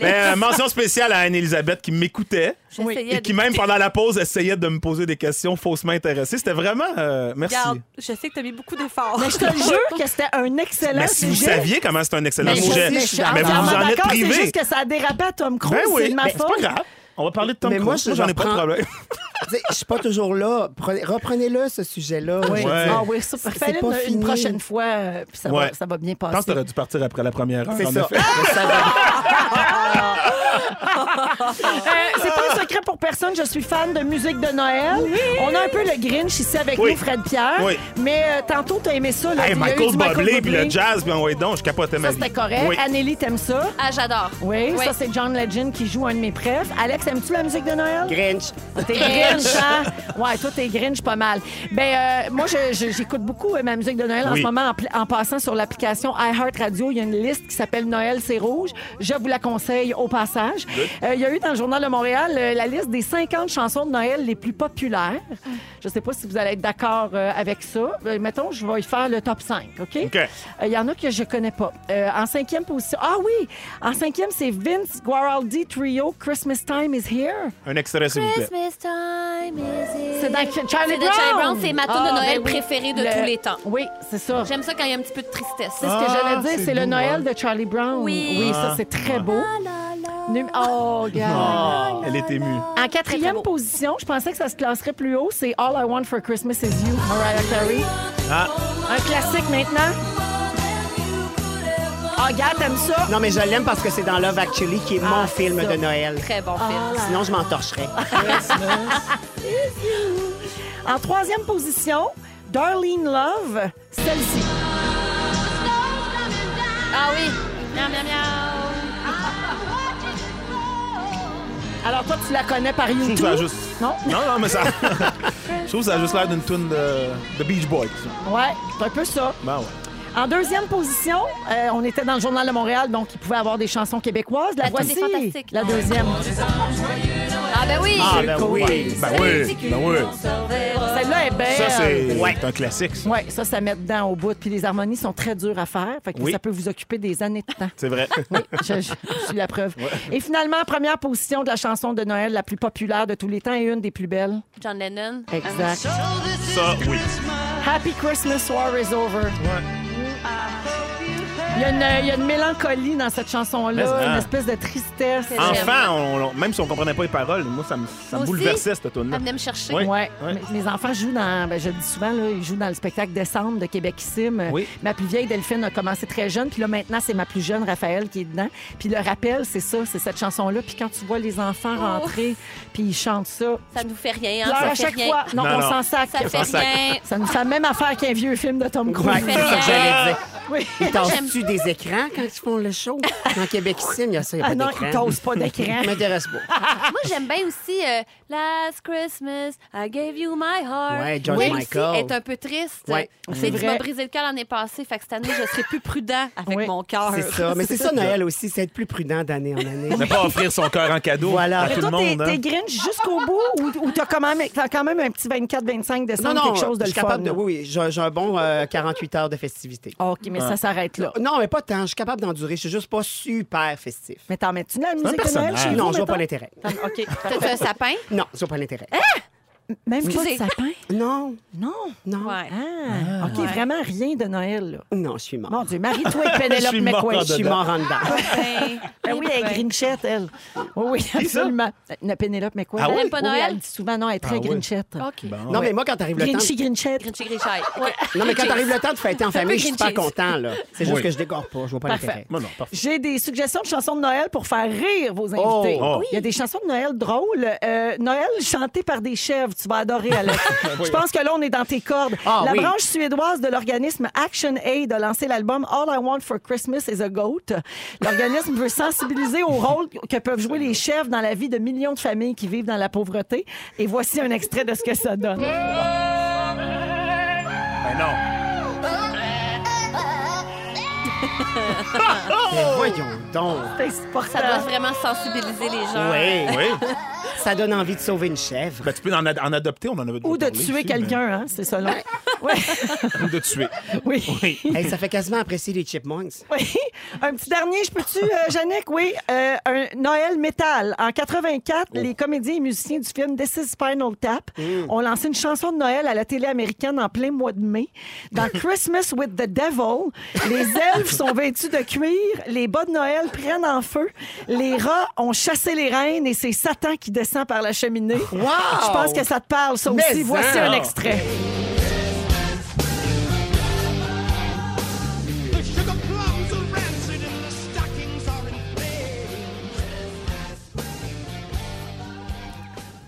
S4: Mais, euh,
S2: Alex,
S4: mention spéciale à Anne-Elisabeth qui m'écoutait
S2: j'essayais
S4: et qui,
S2: de-
S4: même pendant la pause, essayait de me poser des questions faussement intéressées. C'était vraiment. euh, merci.
S2: Regarde, je sais que t'as mis beaucoup d'efforts.
S1: Mais je te le jure que c'était un excellent
S4: Mais si vous
S1: sujet.
S4: saviez comment c'est un excellent
S3: Mais je
S4: sujet,
S3: sais, je suis
S4: mais vous
S1: entièrement
S4: vous en êtes
S1: d'accord, C'est
S4: privé.
S1: juste que ça a dérapé à Tom Cruise.
S4: Ben
S1: c'est
S4: oui,
S1: de ma
S4: ben, c'est
S1: faute.
S4: pas grave. On va parler de Tom
S3: Mais
S4: Cruise.
S3: moi,
S4: Moi,
S3: je
S4: j'en ai pas de
S3: reprends-
S4: problème.
S3: Tu sais, Je suis pas toujours là. Prenez- Reprenez-le, ce sujet-là. Je oh, veux dire,
S1: Ah oui, ça, fallait
S3: pas
S1: une, une
S3: fini.
S1: prochaine fois, euh, puis ça,
S4: Ouais.
S1: va, ça va bien
S4: Je pense
S1: passer.
S4: que t'aurais dû partir après la première heure.
S3: C'est
S4: en
S3: ça.
S4: effet.
S3: Ça va.
S1: Euh, c'est pas un secret pour personne, je suis fan de musique de Noël. On a un peu le Grinch ici avec
S4: Oui.
S1: nous, Fred Pierre.
S4: Oui.
S1: Mais euh, tantôt, t'as aimé ça. Là,
S4: Hey,
S1: Il y a eu
S4: Michael
S1: du Michael
S4: Bublé, puis
S1: Bublé.
S4: le jazz, puis ouais, donc, je capotais ma
S1: Ça,
S4: vie.
S1: c'était correct.
S4: Oui.
S1: Anneli, t'aimes ça?
S2: Ah, j'adore.
S1: Oui,
S2: Oui.
S1: ça, c'est John Legend qui joue un de mes prefs. Alex, aimes-tu la musique de Noël?
S3: Grinch.
S1: T'es Grinch, hein? Ouais, toi, t'es Grinch pas mal. Ben, euh, moi, je- je- j'écoute beaucoup euh, ma musique de Noël en
S4: Oui.
S1: ce moment en, pl- en passant sur l'application iHeartRadio. Il y a une liste qui s'appelle Noël, c'est rouge. Je vous la conseille au passage. Euh, il y a eu dans le Journal de Montréal euh, la liste des 50 chansons de Noël les plus populaires. Je sais pas si vous allez être d'accord euh, avec ça. Euh, mettons, je vais y faire le top 5, OK?
S4: OK.
S1: Euh, Il y en a que je connais pas. Euh, en cinquième position. Ah oui! En cinquième, c'est Vince Guaraldi Trio, Christmas Time is Here.
S4: Un extrait, s'il vous plaît.
S7: Christmas time is
S1: C'est
S7: it.
S1: dans Charlie
S2: C'est de
S1: Brown.
S2: Charlie Brown, c'est ma tune
S1: Ah,
S2: de Noël
S1: ben oui.
S2: préférée de
S1: Le-
S2: tous les temps.
S1: Oui, c'est ça.
S2: J'aime ça quand il y a un petit peu de tristesse.
S1: C'est ce que
S4: Ah,
S1: j'allais dire,
S4: c'est
S1: c'est le
S4: beau,
S1: Noël de Charlie Brown.
S2: Oui.
S1: ça, c'est très beau. Num- Oh, regarde.
S4: Ah, elle est émue.
S1: En quatrième
S2: beau.
S1: position, je pensais que ça se classerait plus haut, c'est All I Want for Christmas is You, Mariah Carey.
S4: Ah.
S1: Un classique maintenant. Ah, regarde, t'aimes ça?
S3: Non, mais je l'aime parce que c'est dans Love Actually qui est mon film
S1: ça.
S3: de Noël.
S2: Très bon
S1: Ah.
S2: film.
S3: Sinon, je m'entorcherais.
S1: En troisième position, Darlene Love, celle-ci.
S2: Ah oui. Miam, miam, miam.
S1: Alors toi, tu la connais par
S4: Je trouve que ça a
S1: YouTube?
S4: juste.
S1: Non?
S4: Non, non, mais ça. je trouve que ça a juste l'air d'une tune de... de Beach Boys.
S1: Ouais, c'est un peu ça.
S4: Ben ouais.
S1: En deuxième position, euh, on était dans le Journal de Montréal, donc il pouvait avoir des chansons québécoises. La
S2: La
S1: voici,
S2: tournée fantastique.
S1: la deuxième.
S2: Ah ben oui.
S3: Ah, ben oui.
S4: Ben oui. Ben oui.
S1: Celle-là est belle.
S4: Ça, c'est
S3: Ouais.
S4: c'est un classique. ça.
S1: Oui, ça, ça met dedans au bout. Puis les harmonies sont très dures à faire. Fait que
S4: Oui.
S1: ça peut vous occuper des années de temps.
S4: C'est vrai.
S1: Oui, je, je- je suis la preuve. Et finalement, première position de la chanson de Noël la plus populaire de tous les temps et une des plus belles.
S2: John Lennon.
S1: Exact.
S4: Ça, oui.
S1: Happy Christmas War is over. Il y, a une, il y a une mélancolie dans cette
S4: Mais
S1: chanson-là,
S4: ça.
S1: une espèce de tristesse.
S2: C'est vrai.
S4: Enfant, on- on- même si on comprenait pas les paroles, moi, ça me, ça me
S2: Moi aussi.
S4: bouleversait, cette tune là
S2: Elle venait me chercher.
S4: Oui.
S1: Ouais.
S4: Ouais.
S1: Mes- Mes enfants jouent dans, ben, je le dis souvent, là, ils jouent dans le spectacle décembre de Québec Sim.
S4: Oui.
S1: Ma plus vieille Delphine a commencé très jeune, puis là maintenant c'est ma plus jeune Raphaël qui est dedans. Puis le rappel, c'est ça, c'est cette chanson-là. Puis quand tu vois les enfants
S2: Oh.
S1: rentrer, puis ils chantent ça,
S2: Ça nous fait rien.
S1: pleure
S2: hein,
S1: à
S2: ça fait
S1: chaque
S2: rien.
S1: fois. Non,
S4: Non,
S1: on
S4: non.
S1: s'en sac.
S2: Ça fait
S4: Ça fait
S2: rien.
S1: Ça nous fait la même affaire qu'un vieux film de Tom Cruise.
S2: fait rien.
S3: J'allais dire.
S1: Oui.
S3: Ils tassent-tu des écrans quand ils font le show? En Québec ici, il y a ça, il n'y a
S1: Ah
S3: pas
S1: non, ils
S3: d'écran.
S1: t'osent pas d'écran.
S3: Ça m'intéresse pas.
S2: Moi, j'aime bien aussi euh, Last Christmas, I gave you my heart.
S3: Ouais, George
S2: Même
S3: Michael.
S2: si elle est un peu triste.
S3: Ouais.
S2: C'est
S1: Mm.
S2: tu
S1: vrai.
S2: m'as brisé le cœur l'année passée, fait que cette année, je serai plus prudent avec
S1: Oui.
S2: mon cœur.
S3: C'est ça. Mais c'est ça, Noël aussi, c'est être plus prudent d'année en année.
S4: Ne pas offrir son cœur en cadeau
S3: Voilà.
S4: à
S1: Mais
S4: tout
S1: toi,
S4: le
S1: t'es
S4: monde. hein.
S1: t'es Grinch jusqu'au bout ou, ou t'as quand, même- t'as quand même un petit 24-25 décembre, quelque chose de
S3: je suis
S1: le fun?
S3: capable de. Oui, Oh. oui, j'ai j'ai un bon euh, 48 heures de festivité.
S1: OK, mais ça s'arrête là.
S3: Non, mais pas tant. Je suis capable d'endurer. Je suis juste pas super festif.
S1: Mais t'en mets-tu de la musique de Noël
S4: personnage.
S1: chez
S3: Non,
S1: vous,
S3: je vois pas
S1: mettons?
S3: l'intérêt.
S1: T'en- OK.
S2: T'as un sapin?
S3: Non, je vois pas l'intérêt.
S1: Même pas de
S2: Excusez.
S1: sapin?
S3: Non,
S1: Non.
S3: non.
S2: Ouais.
S1: Ah, OK, vraiment rien de Noël, là.
S3: Non, je suis mort.
S1: Mon Dieu, marie-toi avec Penelope
S4: suis mort
S1: McQuaid.
S3: Je suis mort en
S4: Ah.
S3: dedans.
S2: Ben,
S1: Ben oui, elle est grinchette, elle. Oui, oui, absolument. Euh, Penelope McQuaid.
S4: Ah oui?
S1: Elle
S2: aime pas
S1: oui,
S2: Noël?
S1: Elle dit souvent, non, elle est très
S4: Ah oui.
S1: grinchette.
S2: OK.
S4: Bon.
S3: Non, mais moi, quand arrive le temps.
S1: Grinchy, grinchette.
S2: Grinchy Grinchay. Ouais.
S3: Non, mais quand arrive le temps de fêter en famille, je suis pas
S2: Grinchy.
S3: content, là. C'est juste
S4: Oui.
S3: que je dégore pas. Je vois pas
S1: Parfait.
S3: l'intérêt.
S4: Non, non, parfait.
S1: J'ai des suggestions de chansons de Noël pour faire rire vos
S3: Oh,
S1: invités.
S4: oh.
S1: Il y a des chansons de Noël drôles. Euh, Noël chanté par des chèvres, tu vas adorer, Alex. Je pense que là, on est dans tes cordes.
S3: Ah,
S1: la
S3: oui.
S1: branche suédoise de l'organisme Action Aid a lancé l'album All I Want for Christmas is a Goat. L'organisme veut sensibiliser au rôle que peuvent jouer les chèvres dans la vie de millions de familles qui vivent dans la pauvreté. Et voici un extrait de ce que ça donne.
S4: Ben non.
S3: Mais voyons donc.
S1: C'est
S2: Ça doit
S1: insupportable.
S2: vraiment sensibiliser les gens.
S3: Oui.
S4: Oui.
S3: Ça donne envie de sauver une chèvre.
S4: Ben, tu peux en, ad- en adopter, on en avait déjà
S1: Ou de
S4: parlé
S1: tuer
S4: ici, mais-
S1: quelqu'un, hein, c'est selon. Ouais.
S4: Ou de tuer.
S1: Oui.
S3: Hey, ça fait quasiment apprécier les chipmunks.
S1: Oui. Un petit dernier, je peux-tu, euh, Yannick? Oui. Euh, un Noël métal. En 84, les comédiens et musiciens du film This is Spinal Tap ont lancé une chanson de Noël à la télé américaine en plein mois de mai. Dans Christmas with the Devil, les elfes sont vêtus de cuir, les bas de Noël prennent en feu, les rats ont chassé les reines et c'est Satan qui descend par la cheminée.
S3: Wow!
S1: Je pense que ça te parle, ça
S3: Mais hein.
S1: aussi. Voici
S3: ça!
S1: un extrait.
S10: The sugar plums are rancid and the stockings are in flames.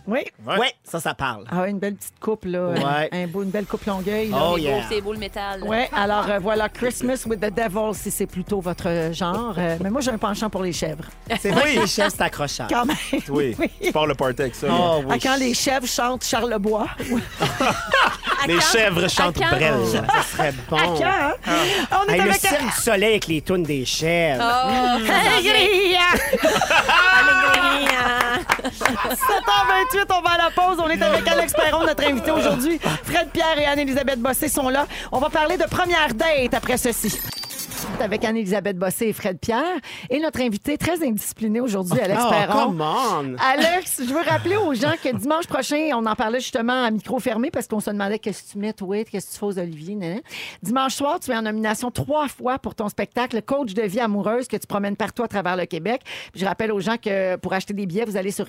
S1: Oui.
S4: Ouais.
S3: Ouais, ça, ça parle.
S1: Ah, une belle petite coupe, là.
S3: Ouais.
S1: Un beau, une belle coupe longueuil. là.
S3: Oh
S2: C'est beau,
S3: yeah.
S2: c'est beau le métal.
S1: Ouais, alors euh, voilà Christmas with the Devil si c'est plutôt votre euh, genre. Euh, mais moi j'ai un penchant pour les chèvres.
S3: C'est vrai que les chefs, c'est accrocheur.
S1: Quand même.
S4: Oui. Tu pars le party avec ça.
S3: Oh, oui.
S1: Ah, quand les chèvres chantent Charlebois.
S2: À
S4: Les
S2: quand-
S4: chèvres chantent
S2: quand-
S4: brel.
S3: Ça serait bon.
S1: Ah, Quand, hein? On est
S3: Ah. Hey, le
S1: avec Ah.
S3: cirque du soleil avec les tunes des chefs.
S2: Oh,
S1: Alegria! Alegria! 7h28, on va à la pause. On est avec Alex Perron, notre invité aujourd'hui. Fred Pierre et Anne-Elisabeth Bossé sont là. On va parler de première date après ceci. Avec Anne-Elisabeth Bossé et Fred Pierre. Et notre invité très indiscipliné aujourd'hui, Alex
S3: Oh,
S1: Perron.
S3: come on!
S1: Alex, je veux rappeler aux gens que dimanche prochain, on en parlait justement à micro fermé parce qu'on se demandait qu'est-ce que tu mets, toi, qu'est-ce que tu fais, Olivier. nan, nan. Dimanche soir, tu es en nomination trois fois pour ton spectacle Coach de vie amoureuse que tu promènes partout à travers le Québec. Puis je rappelle aux gens que pour acheter des billets, vous allez sur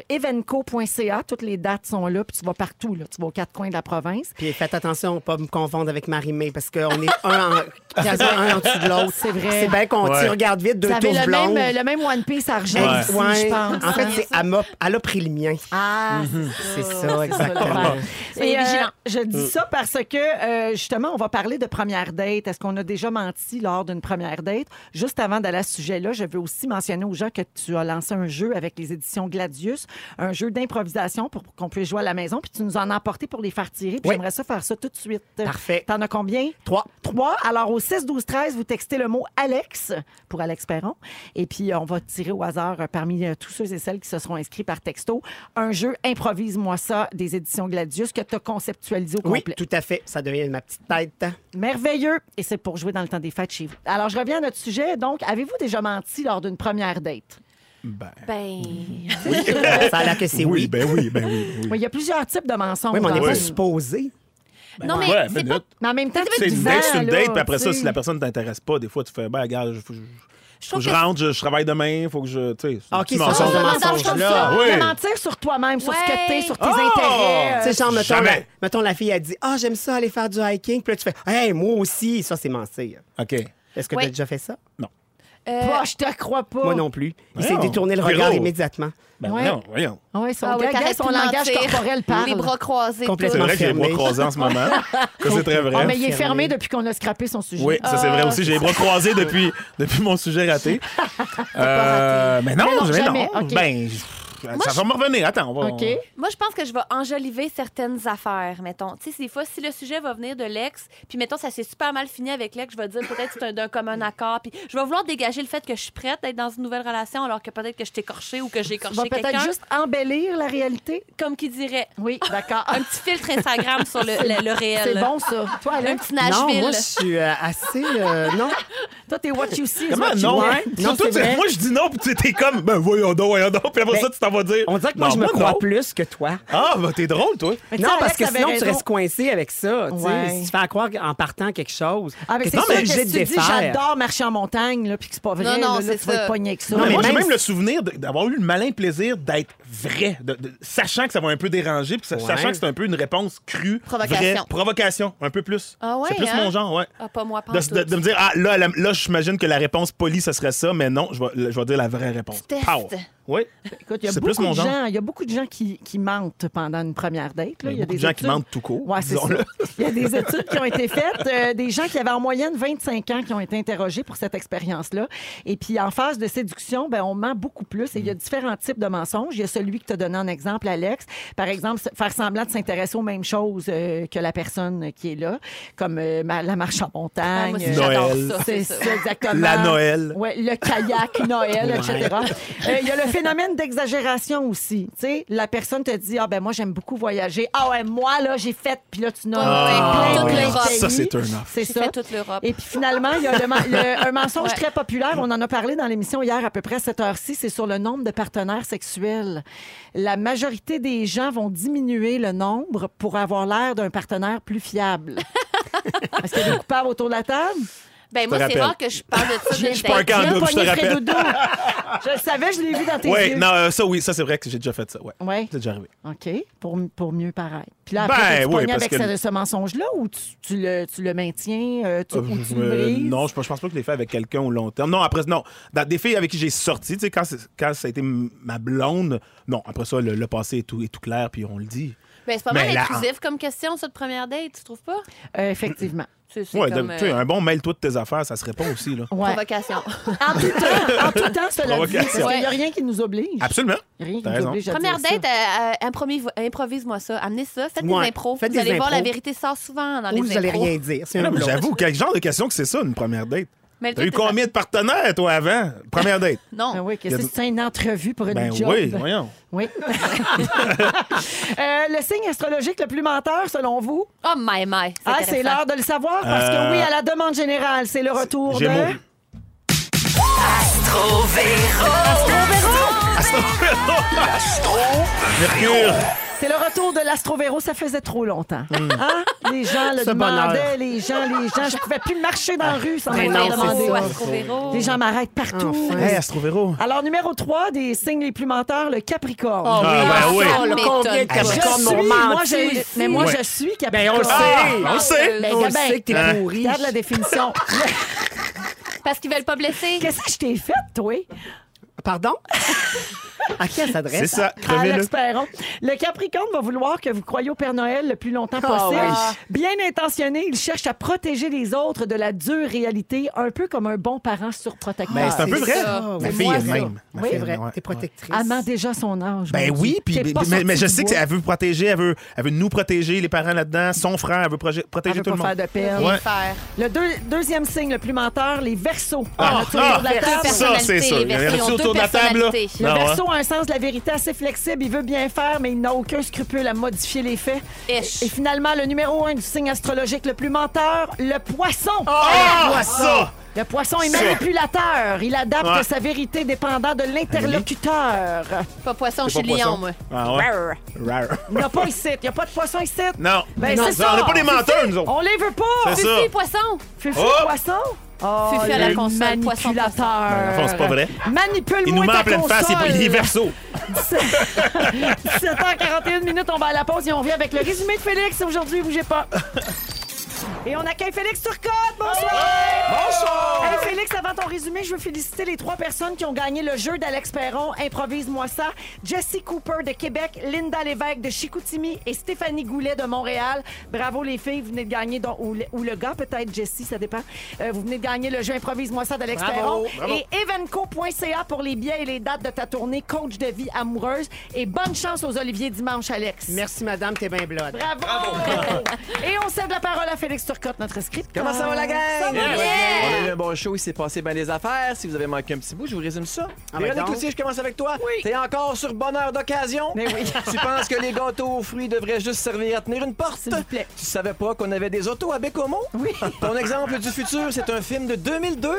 S1: evenco.ca. Toutes les dates sont là, puis tu vas partout. Là. Tu vas aux quatre coins de la province.
S3: Puis faites attention, pas me confondre avec Marie-Mé, parce qu'on est un en, quasiment un en dessous de l'autre.
S1: C'est vrai.
S3: C'est bien qu'on
S4: Ouais.
S3: t'y regarde vite, deux
S1: Vous avez
S3: tours
S1: le
S3: blondes.
S1: même, euh, le même One Piece argent
S3: Ex-
S1: ici,
S3: ouais.
S1: je pense.
S3: En fait,
S1: hein.
S3: c'est, elle, m'a- elle a pris le mien.
S1: Ah,
S3: C'est ça, exactement.
S1: l'affaire.
S2: Soyez
S1: Et, euh,
S2: vigilants.
S1: je dis ça parce que, euh, justement, on va parler de première date. Est-ce qu'on a déjà menti lors d'une première date? Juste avant d'aller à ce sujet-là, je veux aussi mentionner aux gens que tu as lancé un jeu avec les éditions Gladius, un jeu d'improvisation pour qu'on puisse jouer à la maison. Puis tu nous en as emporté pour les faire tirer. Puis
S3: Oui.
S1: j'aimerais ça faire ça tout de suite.
S3: Parfait.
S1: T'en as combien?
S3: Trois.
S1: Trois. Alors, au 6, 12, 13, vous textez le mot Alex pour Alex Perron. Et puis, on va tirer au hasard euh, parmi euh, tous ceux et celles qui se seront inscrits par texto un jeu Improvise-moi ça des éditions Gladius que tu as conceptualisé au
S3: Oui,
S1: complet.
S3: tout à fait. Ça devient ma petite tête.
S1: Merveilleux. Et c'est pour jouer dans le temps des fêtes chez vous. Alors, je reviens à notre sujet. Donc, avez-vous déjà menti lors d'une première date?
S4: Ben.
S2: ben,
S3: Ça a l'air que c'est oui.
S4: Oui, ben oui, ben oui. oui.
S1: Oui, il y a plusieurs types de mensonges.
S3: Oui, mais on n'est
S1: dans
S3: pas
S1: un-
S4: Oui.
S3: supposé.
S2: non, mais
S4: Ben Ouais,
S2: c'est
S4: minute.
S2: pas...
S1: Mais en même temps,
S4: C'est une date, c'est une date, puis après ça, si
S1: personne...
S4: la personne ne t'intéresse pas, des fois, tu fais, ben, regarde, je- faut que je-
S2: Je
S4: faut
S2: trouve
S4: que je
S2: que
S4: rentre, je, je travaille demain, faut que je. Tu sais, c'est un
S3: Ah, Ok,
S4: petit
S3: ça,
S4: mensonge. Ah,
S3: c'est un
S1: Dans le
S3: mensonge.
S1: sens
S3: là,
S1: ça,
S4: oui.
S1: de mentir sur toi-même, sur ce que
S2: Ouais.
S1: t'es, sur tes
S4: Oh!
S1: intérêts. euh,
S3: Tu sais, genre, mettons la,
S4: Jamais.
S3: mettons, la fille, elle dit Ah, j'aime ça aller faire du hiking. Puis là, tu fais Hey, moi aussi. Ça, c'est mentir.
S4: Ok. Ben,
S3: Est-ce que
S2: Oui.
S3: tu as déjà fait ça?
S1: Toi, je te crois pas.
S3: Moi non plus. Il s'est
S4: Voyons.
S3: détourné le regard
S4: Véro.
S3: immédiatement.
S4: Ben
S1: Ouais.
S4: voyons, voyons.
S1: Oui, son,
S7: Ah ouais,
S1: gars,
S7: date
S1: son
S7: pour
S1: langage
S7: mentir.
S1: corporel
S7: Les
S1: parle.
S7: bras croisés.
S4: C'est
S3: Complètement.
S7: tout.
S4: vrai que j'ai les bras
S3: fermé.
S4: croisés en ce moment. Ça, c'est très
S1: Ah,
S4: vrai.
S1: mais il est fermé
S3: Fermé.
S1: depuis qu'on a scrappé son sujet. Ah,
S4: Oui, ça c'est vrai aussi. J'ai les bras croisés depuis, depuis mon sujet raté. Euh, mais non,
S1: Mais non,
S4: mais
S1: jamais,
S4: non.
S1: ok.
S4: Ben, je- ça va me revenir. Attends, on va.
S1: OK.
S2: Moi, je pense que je vais enjoliver certaines affaires, mettons. Tu sais, des fois, si le sujet va venir de l'ex, puis mettons, ça s'est super mal fini avec l'ex, je vais dire peut-être que c'est un- d'un commun accord, puis je vais vouloir dégager le fait que je suis prête à être dans une nouvelle relation, alors que peut-être que je t'ai écorché ou que j'ai
S1: On va
S2: écorché quelqu'un.
S1: peut-être juste embellir la réalité.
S2: Comme qui dirait,
S1: Oui, d'accord.
S2: un petit filtre Instagram sur le, le- le réel.
S1: Ah. C'est bon, ça. Toi,
S2: Un
S1: Alex,
S2: petit
S3: Non,
S2: Nashville.
S3: moi, je suis euh, assez. euh, non.
S1: toi, t'es what you see. is
S4: Comment
S1: what you
S4: non?
S1: get.
S4: Toi, toi,
S3: Non, c'est
S4: tu-
S3: vrai.
S4: moi, je dis non, puis tu t'es comme, ben voyons donc, voyons donc, puis après
S3: Ben,
S4: ça, tu t'en vas dire.
S3: On dirait que moi,
S4: Non,
S3: je me crois
S4: non.
S3: plus que toi.
S4: Ah, ben t'es drôle, toi.
S1: Mais tu sais,
S3: Non, parce
S1: Alex
S3: que
S1: avait
S3: sinon, tu
S1: raison.
S3: restes coincé avec ça. tu sais.
S1: Ouais.
S3: Si tu fais à croire en partant quelque chose,
S1: Ah, mais
S3: que
S1: c'est
S3: t'es
S1: sûr que
S3: obligé
S1: si
S3: de
S1: tu dis
S3: défaire.
S1: j'adore marcher en montagne, là, puis que c'est pas vrai,
S7: Non, non,
S1: là, là,
S7: c'est
S1: tu vas
S7: ça.
S1: être pogné avec ça.
S4: Non, mais
S3: mais
S4: moi, j'ai
S3: même
S4: même
S3: si-
S4: le souvenir de- d'avoir eu le malin plaisir d'être vrai, de- de- sachant que ça va un peu déranger, puis sa-
S3: Ouais.
S4: sachant que c'est un peu une réponse crue,
S7: Provocation.
S4: vraie, provocation, un peu plus.
S2: Ah ouais,
S4: c'est plus
S2: hein?
S4: mon genre, ouais.
S2: Ah, pas moi, pas
S4: De, de- de me dire, ah, là, la- là j'imagine que la réponse polie, ce serait ça, mais non, je vais, je vais dire la vraie réponse.
S2: Tu testes.
S4: Pow. Oui.
S1: Écoute, il y a
S4: C'est
S1: beaucoup
S4: plus mon
S1: de
S4: genre.
S1: gens- il y a beaucoup de gens qui, qui mentent pendant une première date. là.
S4: Il y a Ben, beaucoup de gens qui
S1: études-
S4: mentent tout court,
S1: Ouais, c'est ça.
S4: disons-le.
S1: Il y a des études qui ont été faites, euh, des gens qui avaient en moyenne 25 ans qui ont été interrogés pour cette expérience-là. Et puis, en phase de séduction, ben, on ment beaucoup plus. Et il y a
S4: Mm.
S1: différents types de mensonges. Il y a celui que tu as donné en exemple, Alex. Par exemple, se- faire semblant de s'intéresser aux mêmes choses euh, que la personne qui est là, comme euh, ma- la marche en montagne.
S2: Ah, moi,
S1: euh,
S2: c'est- j'adore
S4: Noël.
S2: ça.
S1: c'est ça, exactement.
S4: La Noël.
S1: Ouais, le kayak, Noël, etc. Euh, Il y a le phénomène d'exagération aussi. Tu sais, la personne te dit Ah, ben moi, j'aime beaucoup voyager. Ah, ouais, moi, là, j'ai fait. Puis là, tu nommes
S4: Ah,
S1: plein,
S2: oui.
S1: plein,
S2: Toute
S1: plein de
S4: l'Europe. Ça,
S1: pays.
S4: c'est turn off.
S1: C'est
S2: J'ai
S1: ça.
S2: fait toute l'Europe.
S1: Et puis finalement, il y a le men- le- un mensonge
S2: Ouais.
S1: très populaire. On en a parlé dans l'émission hier à peu près à cette heure-ci. C'est sur le nombre de partenaires sexuels. La majorité des gens vont diminuer le nombre pour avoir l'air d'un partenaire plus fiable. Est-ce qu'il y a des coupables autour de la table?
S2: Ben, moi, c'est
S4: rappelle.
S2: rare que je parle de ça.
S4: Je
S2: dès
S4: suis pas un
S2: le date.
S4: camp double, je te
S1: Pogné Fred
S4: rappelle.
S1: Doudou. Je le savais, je l'ai vu dans tes
S4: Oui,
S1: yeux.
S4: non, euh, ça, oui, ça, c'est vrai que j'ai déjà fait ça. Ouais.
S2: Oh
S1: Ouais.
S4: C'est déjà arrivé.
S1: OK, pour, pour mieux paraître. Puis là,
S4: Ben,
S1: après, tu
S4: oui,
S1: pognes
S4: parce
S1: avec
S4: que-
S1: ce, ce mensonge-là ou tu, tu le, tu le maintiens euh, tu, ou tu le
S4: Euh,
S1: brises?
S4: non, je, pense- je pense pas que je l'ai fait avec quelqu'un au long terme. Non, après, non. Dans des filles avec qui j'ai sorti, tu sais, quand, c'est- quand ça a été m- ma blonde, non, après ça, le, le passé est tout, est tout clair, puis on le dit.
S2: Ben, c'est pas
S4: Mais
S2: mal
S4: là-
S2: intrusif comme question, ça, de première date, tu trouves pas?
S1: Euh, effectivement.
S2: C'est c'est
S4: Ouais,
S2: comme
S4: de-
S2: euh,
S4: tu sais, un bon mail-toi de tes affaires, ça se répond aussi, là.
S1: Ouais.
S2: provocation.
S1: En tout temps, en tout temps, cela dit, parce
S4: Provocation.
S1: qu'il n'y a rien qui nous oblige.
S4: Absolument.
S1: Il n'y a rien qui
S4: T'as
S1: nous
S4: raison.
S1: oblige à
S2: Première
S1: dire ça.
S2: date, euh, euh, improvi- improvise-moi ça. Amenez ça, faites
S3: Ouais,
S2: des impros.
S3: faites
S2: vous
S3: des
S2: allez voir,
S3: impros.
S2: la vérité sort souvent dans
S3: Ou
S2: les
S3: vous allez
S2: impros.
S3: rien dire. C'est
S4: Non,
S3: un
S4: mais
S3: blond.
S4: J'avoue, quel genre de question que c'est ça, une première date?
S2: Mais le
S4: T'as eu
S2: truc, c'est-
S4: combien de partenaires, toi, avant? Première date?
S2: Non.
S1: Ah oui,
S4: Il y
S1: qu'est-ce
S4: a
S1: que
S4: de-
S1: c'est une entrevue pour une
S4: ben
S1: job?
S4: oui, voyons.
S1: Oui. Euh, le signe astrologique le plus menteur, selon vous?
S2: Oh my my. c'est
S1: Ah, c'est
S2: intéressant.
S1: l'heure de le savoir parce
S4: Euh,
S1: que oui, à la demande générale, c'est le retour de...
S4: Gémeaux. Mercure.
S1: C'est le retour de l'astrovéro, ça faisait trop longtemps. Hein? Les gens le
S3: Ce bonheur.
S1: demandaient, les gens, les gens. Je pouvais plus marcher dans la rue sans me
S2: Mais
S1: faire
S2: non,
S1: demander.
S2: c'est Astro Véro.
S1: Les gens m'arrêtent partout.
S3: Enfin.
S4: Hey, Astrovero.
S1: Alors, numéro 3 des signes les plus menteurs, le Capricorne.
S2: Oh,
S4: Ah, ben oui.
S2: ça
S3: Le
S2: m'étonne
S3: combien de
S2: pas.
S1: Je
S3: Capricorne
S1: suis,
S3: m'ont
S1: moi,
S3: menti
S1: je,
S3: aussi.
S1: mais moi,
S4: Ouais.
S1: je suis
S3: Ben, on
S1: Capricorne.
S3: le sait.
S4: on le sait.
S1: Ben,
S3: on le
S1: Gabin,
S3: sait que t'es
S4: hein.
S3: pourri.
S1: Regarde la définition.
S2: Parce qu'ils veulent pas blesser.
S1: Qu'est-ce que je t'ai fait, toi?
S3: Pardon? à qui elle s'adresse?
S4: C'est ça, crevez-le.
S1: Alex Perron. Ah, Le Capricorne va vouloir que vous croyez au Père Noël le plus longtemps
S4: Ah,
S1: possible. Bien intentionné, il cherche à protéger les autres de la dure réalité, un peu comme un bon parent surprotecteur.
S4: Ben, c'est un peu
S3: C'est
S4: vrai.
S3: ça.
S4: Ma
S3: C'est
S4: fille
S3: moi,
S4: est de
S3: ça.
S4: même.
S1: Oui,
S4: Ma fille,
S3: C'est vrai,
S4: ouais,
S3: t'es
S4: ouais.
S3: protectrice.
S1: Amant déjà son âge.
S4: Ben
S1: mon
S4: oui,
S1: Dieu.
S4: puis,
S1: T'es pas
S4: mais, mais je
S1: sorti
S4: sais
S1: du bois.
S4: qu'elle veut protéger, elle veut, elle veut nous protéger, les parents là-dedans, son frère, elle veut proje-
S1: Elle
S4: protéger
S1: veut
S4: tout
S1: pas
S4: le monde.
S1: faire de peine.
S4: Ouais.
S2: Faire.
S1: Le deux- deuxième signe le plus menteur, les versos.
S4: Ah, ah, ça,
S2: personnalités,
S4: c'est sûr.
S2: les
S4: Il y en
S2: versions,
S4: a-tu
S2: deux
S4: autour de la table, là?
S2: personnalités.
S1: Le
S4: Non, hein?
S1: verso a un sens de la vérité assez flexible. Il veut bien faire, mais il n'a aucun scrupule à modifier les faits.
S2: Ish.
S1: Et finalement, le numéro un du signe astrologique le plus menteur, le poisson.
S4: Ah, ça!
S1: Le poisson est
S4: Ça.
S1: manipulateur. Il adapte
S4: Ouais.
S1: sa vérité dépendant de l'interlocuteur.
S2: Pas poisson, je
S4: C'est
S2: suis
S4: pas
S2: lion,
S4: poisson.
S2: moi.
S4: Ah ouais. Rare.
S1: Il n'y a pas ici. Il n'y a pas de poisson ici.
S4: Non.
S1: Ben,
S4: Non,
S1: c'est ça.
S4: On n'est pas des menteurs, nous autres.
S1: On les veut pas.
S4: C'est ça.
S2: Fufu, poisson.
S1: Fufu
S4: Oh.
S1: le poisson. Oh,
S2: Fufu à la
S1: le
S2: console, poisson,
S1: manipulateur.
S2: poisson.
S4: Ben, enfin, c'est pas vrai.
S1: Manipule
S4: Il nous met en pleine face, il est- il est verso.
S1: 17h41 minutes, on va à la pause et on revient avec le résumé de Félix. Aujourd'hui, bougez pas. Et on accueille Félix Turcotte. Bonsoir.
S4: Bonsoir!
S1: Hey, Félix, avant ton résumé, je veux féliciter les trois personnes qui ont gagné le jeu d'Alex Perron. Improvise-moi ça. Jessie Cooper de Québec, Linda Lévesque de Chicoutimi et Stéphanie Goulet de Montréal. Bravo les filles, vous venez de gagner, donc- ou, le, ou le gars peut-être, Jessie, ça dépend. Euh, vous venez de gagner le jeu Improvise-moi ça d'Alex Perron. Et evenco.ca pour les billets et les dates de ta tournée Coach de vie amoureuse. Et bonne chance aux Oliviers dimanche, Alex.
S3: Merci, madame, t'es bien blonde.
S1: Bravo! Et on cède la parole à Félix Turcotte, notre script.
S10: Comment ça va la gang?
S2: va
S10: On a eu un bon show, il s'est passé bien des affaires. Si vous avez manqué un petit bout, je vous résume ça.
S3: Ah, ben
S10: Véronique
S3: donc.
S10: Cloutier, je commence avec toi. T'es encore sur bonheur d'occasion.
S1: Mais Ben oui.
S10: tu penses que les gâteaux aux fruits devraient juste servir à tenir une porte?
S1: S'il vous plaît.
S10: Tu savais pas qu'on avait des autos à Bécomo?
S1: Oui.
S10: Ton exemple du futur, c'est un film de 2002.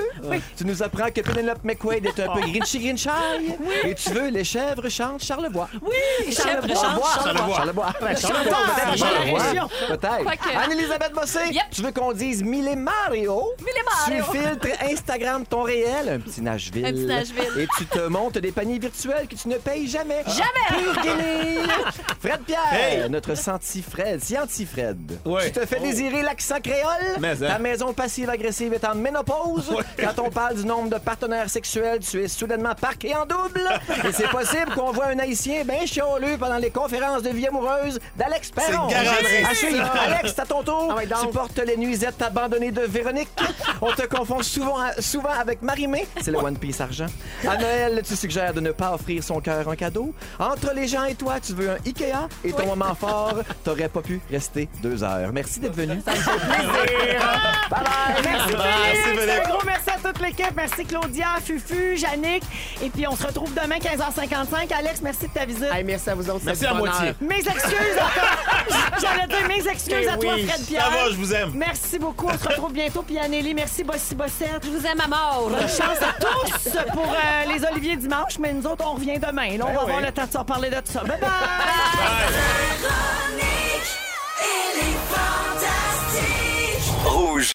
S10: Tu nous apprends que Penelope McQuaid est
S2: Oh.
S10: un peu grinchy grinchy Et tu veux Les chèvres chantent Charlevoix.
S1: Oui!
S10: Charlevoix. Charlevois. Charlevoix.
S1: Charlevoix,
S10: Peut-être.
S1: dans la
S10: Charlevoix.
S1: région.
S10: Peut-être.
S2: Quoique.
S10: Anne-Elisabeth Bossé,
S2: Yep.
S10: tu veux qu'on dise Mille Mario.
S2: Mille Mario.
S10: Tu filtres Instagram ton réel, un petit Nashville.
S2: Un petit Nashville. Ah.
S10: Et tu te montes des paniers virtuels que tu ne payes jamais.
S2: Jamais.
S10: Pur délire. Fred Pierre, notre senti Fred, scienti Fred.
S4: Ouais. Oh.
S10: Tu te fais désirer l'accent créole.
S4: Mais, hein.
S10: Ta maison passive-agressive est en ménopause. Quand on parle du nombre de partenaires sexuels, tu es soudainement parqué en double. Et c'est possible qu'on voit un haïtien bien chialeux pendant les conférences de vie amoureuse d'Alex Perron.
S4: C'est garanti.
S10: À suivre. Alex, c'est à ton tour.
S3: Ah ouais, donc.
S10: tu portes les nuisettes abandonnées de Véronique. On te confond souvent, souvent avec Marie-Mé. C'est le One Piece argent. À Noël, tu suggères de ne pas offrir son cœur en cadeau. Entre les gens et toi, tu veux un Ikea. Et ton moment fort, t'aurais pas pu rester deux heures. Merci d'être venu.
S1: Merci
S4: Merci,
S1: Félix.
S4: Félix.
S1: Un gros merci à toute l'équipe. Merci Claudia, Fufu, Yannick. Et puis on se retrouve demain 15h55. Alex, merci de ta visite.
S3: Hey, merci à vous autres.
S4: Merci
S3: c'est
S4: à
S3: du bonheur.
S4: moitié.
S1: Mes excuses à toi. J'allais dire mes excuses
S3: Mais
S1: à toi,
S3: oui.
S1: Fred
S4: Eh Ça
S1: Pierre.
S4: va, je vous aime.
S1: Merci beaucoup. On se retrouve bientôt. Puis Anneli, merci Bossy Bossette.
S2: Je vous aime à mort.
S1: Bonne chance à tous pour euh, les Oliviers dimanche. Mais nous autres, on revient demain. Là, on Ben va avoir le temps de s'en parler de tout ça. Bye bye!
S8: Véronique, elle est fantastique.
S5: Rouge.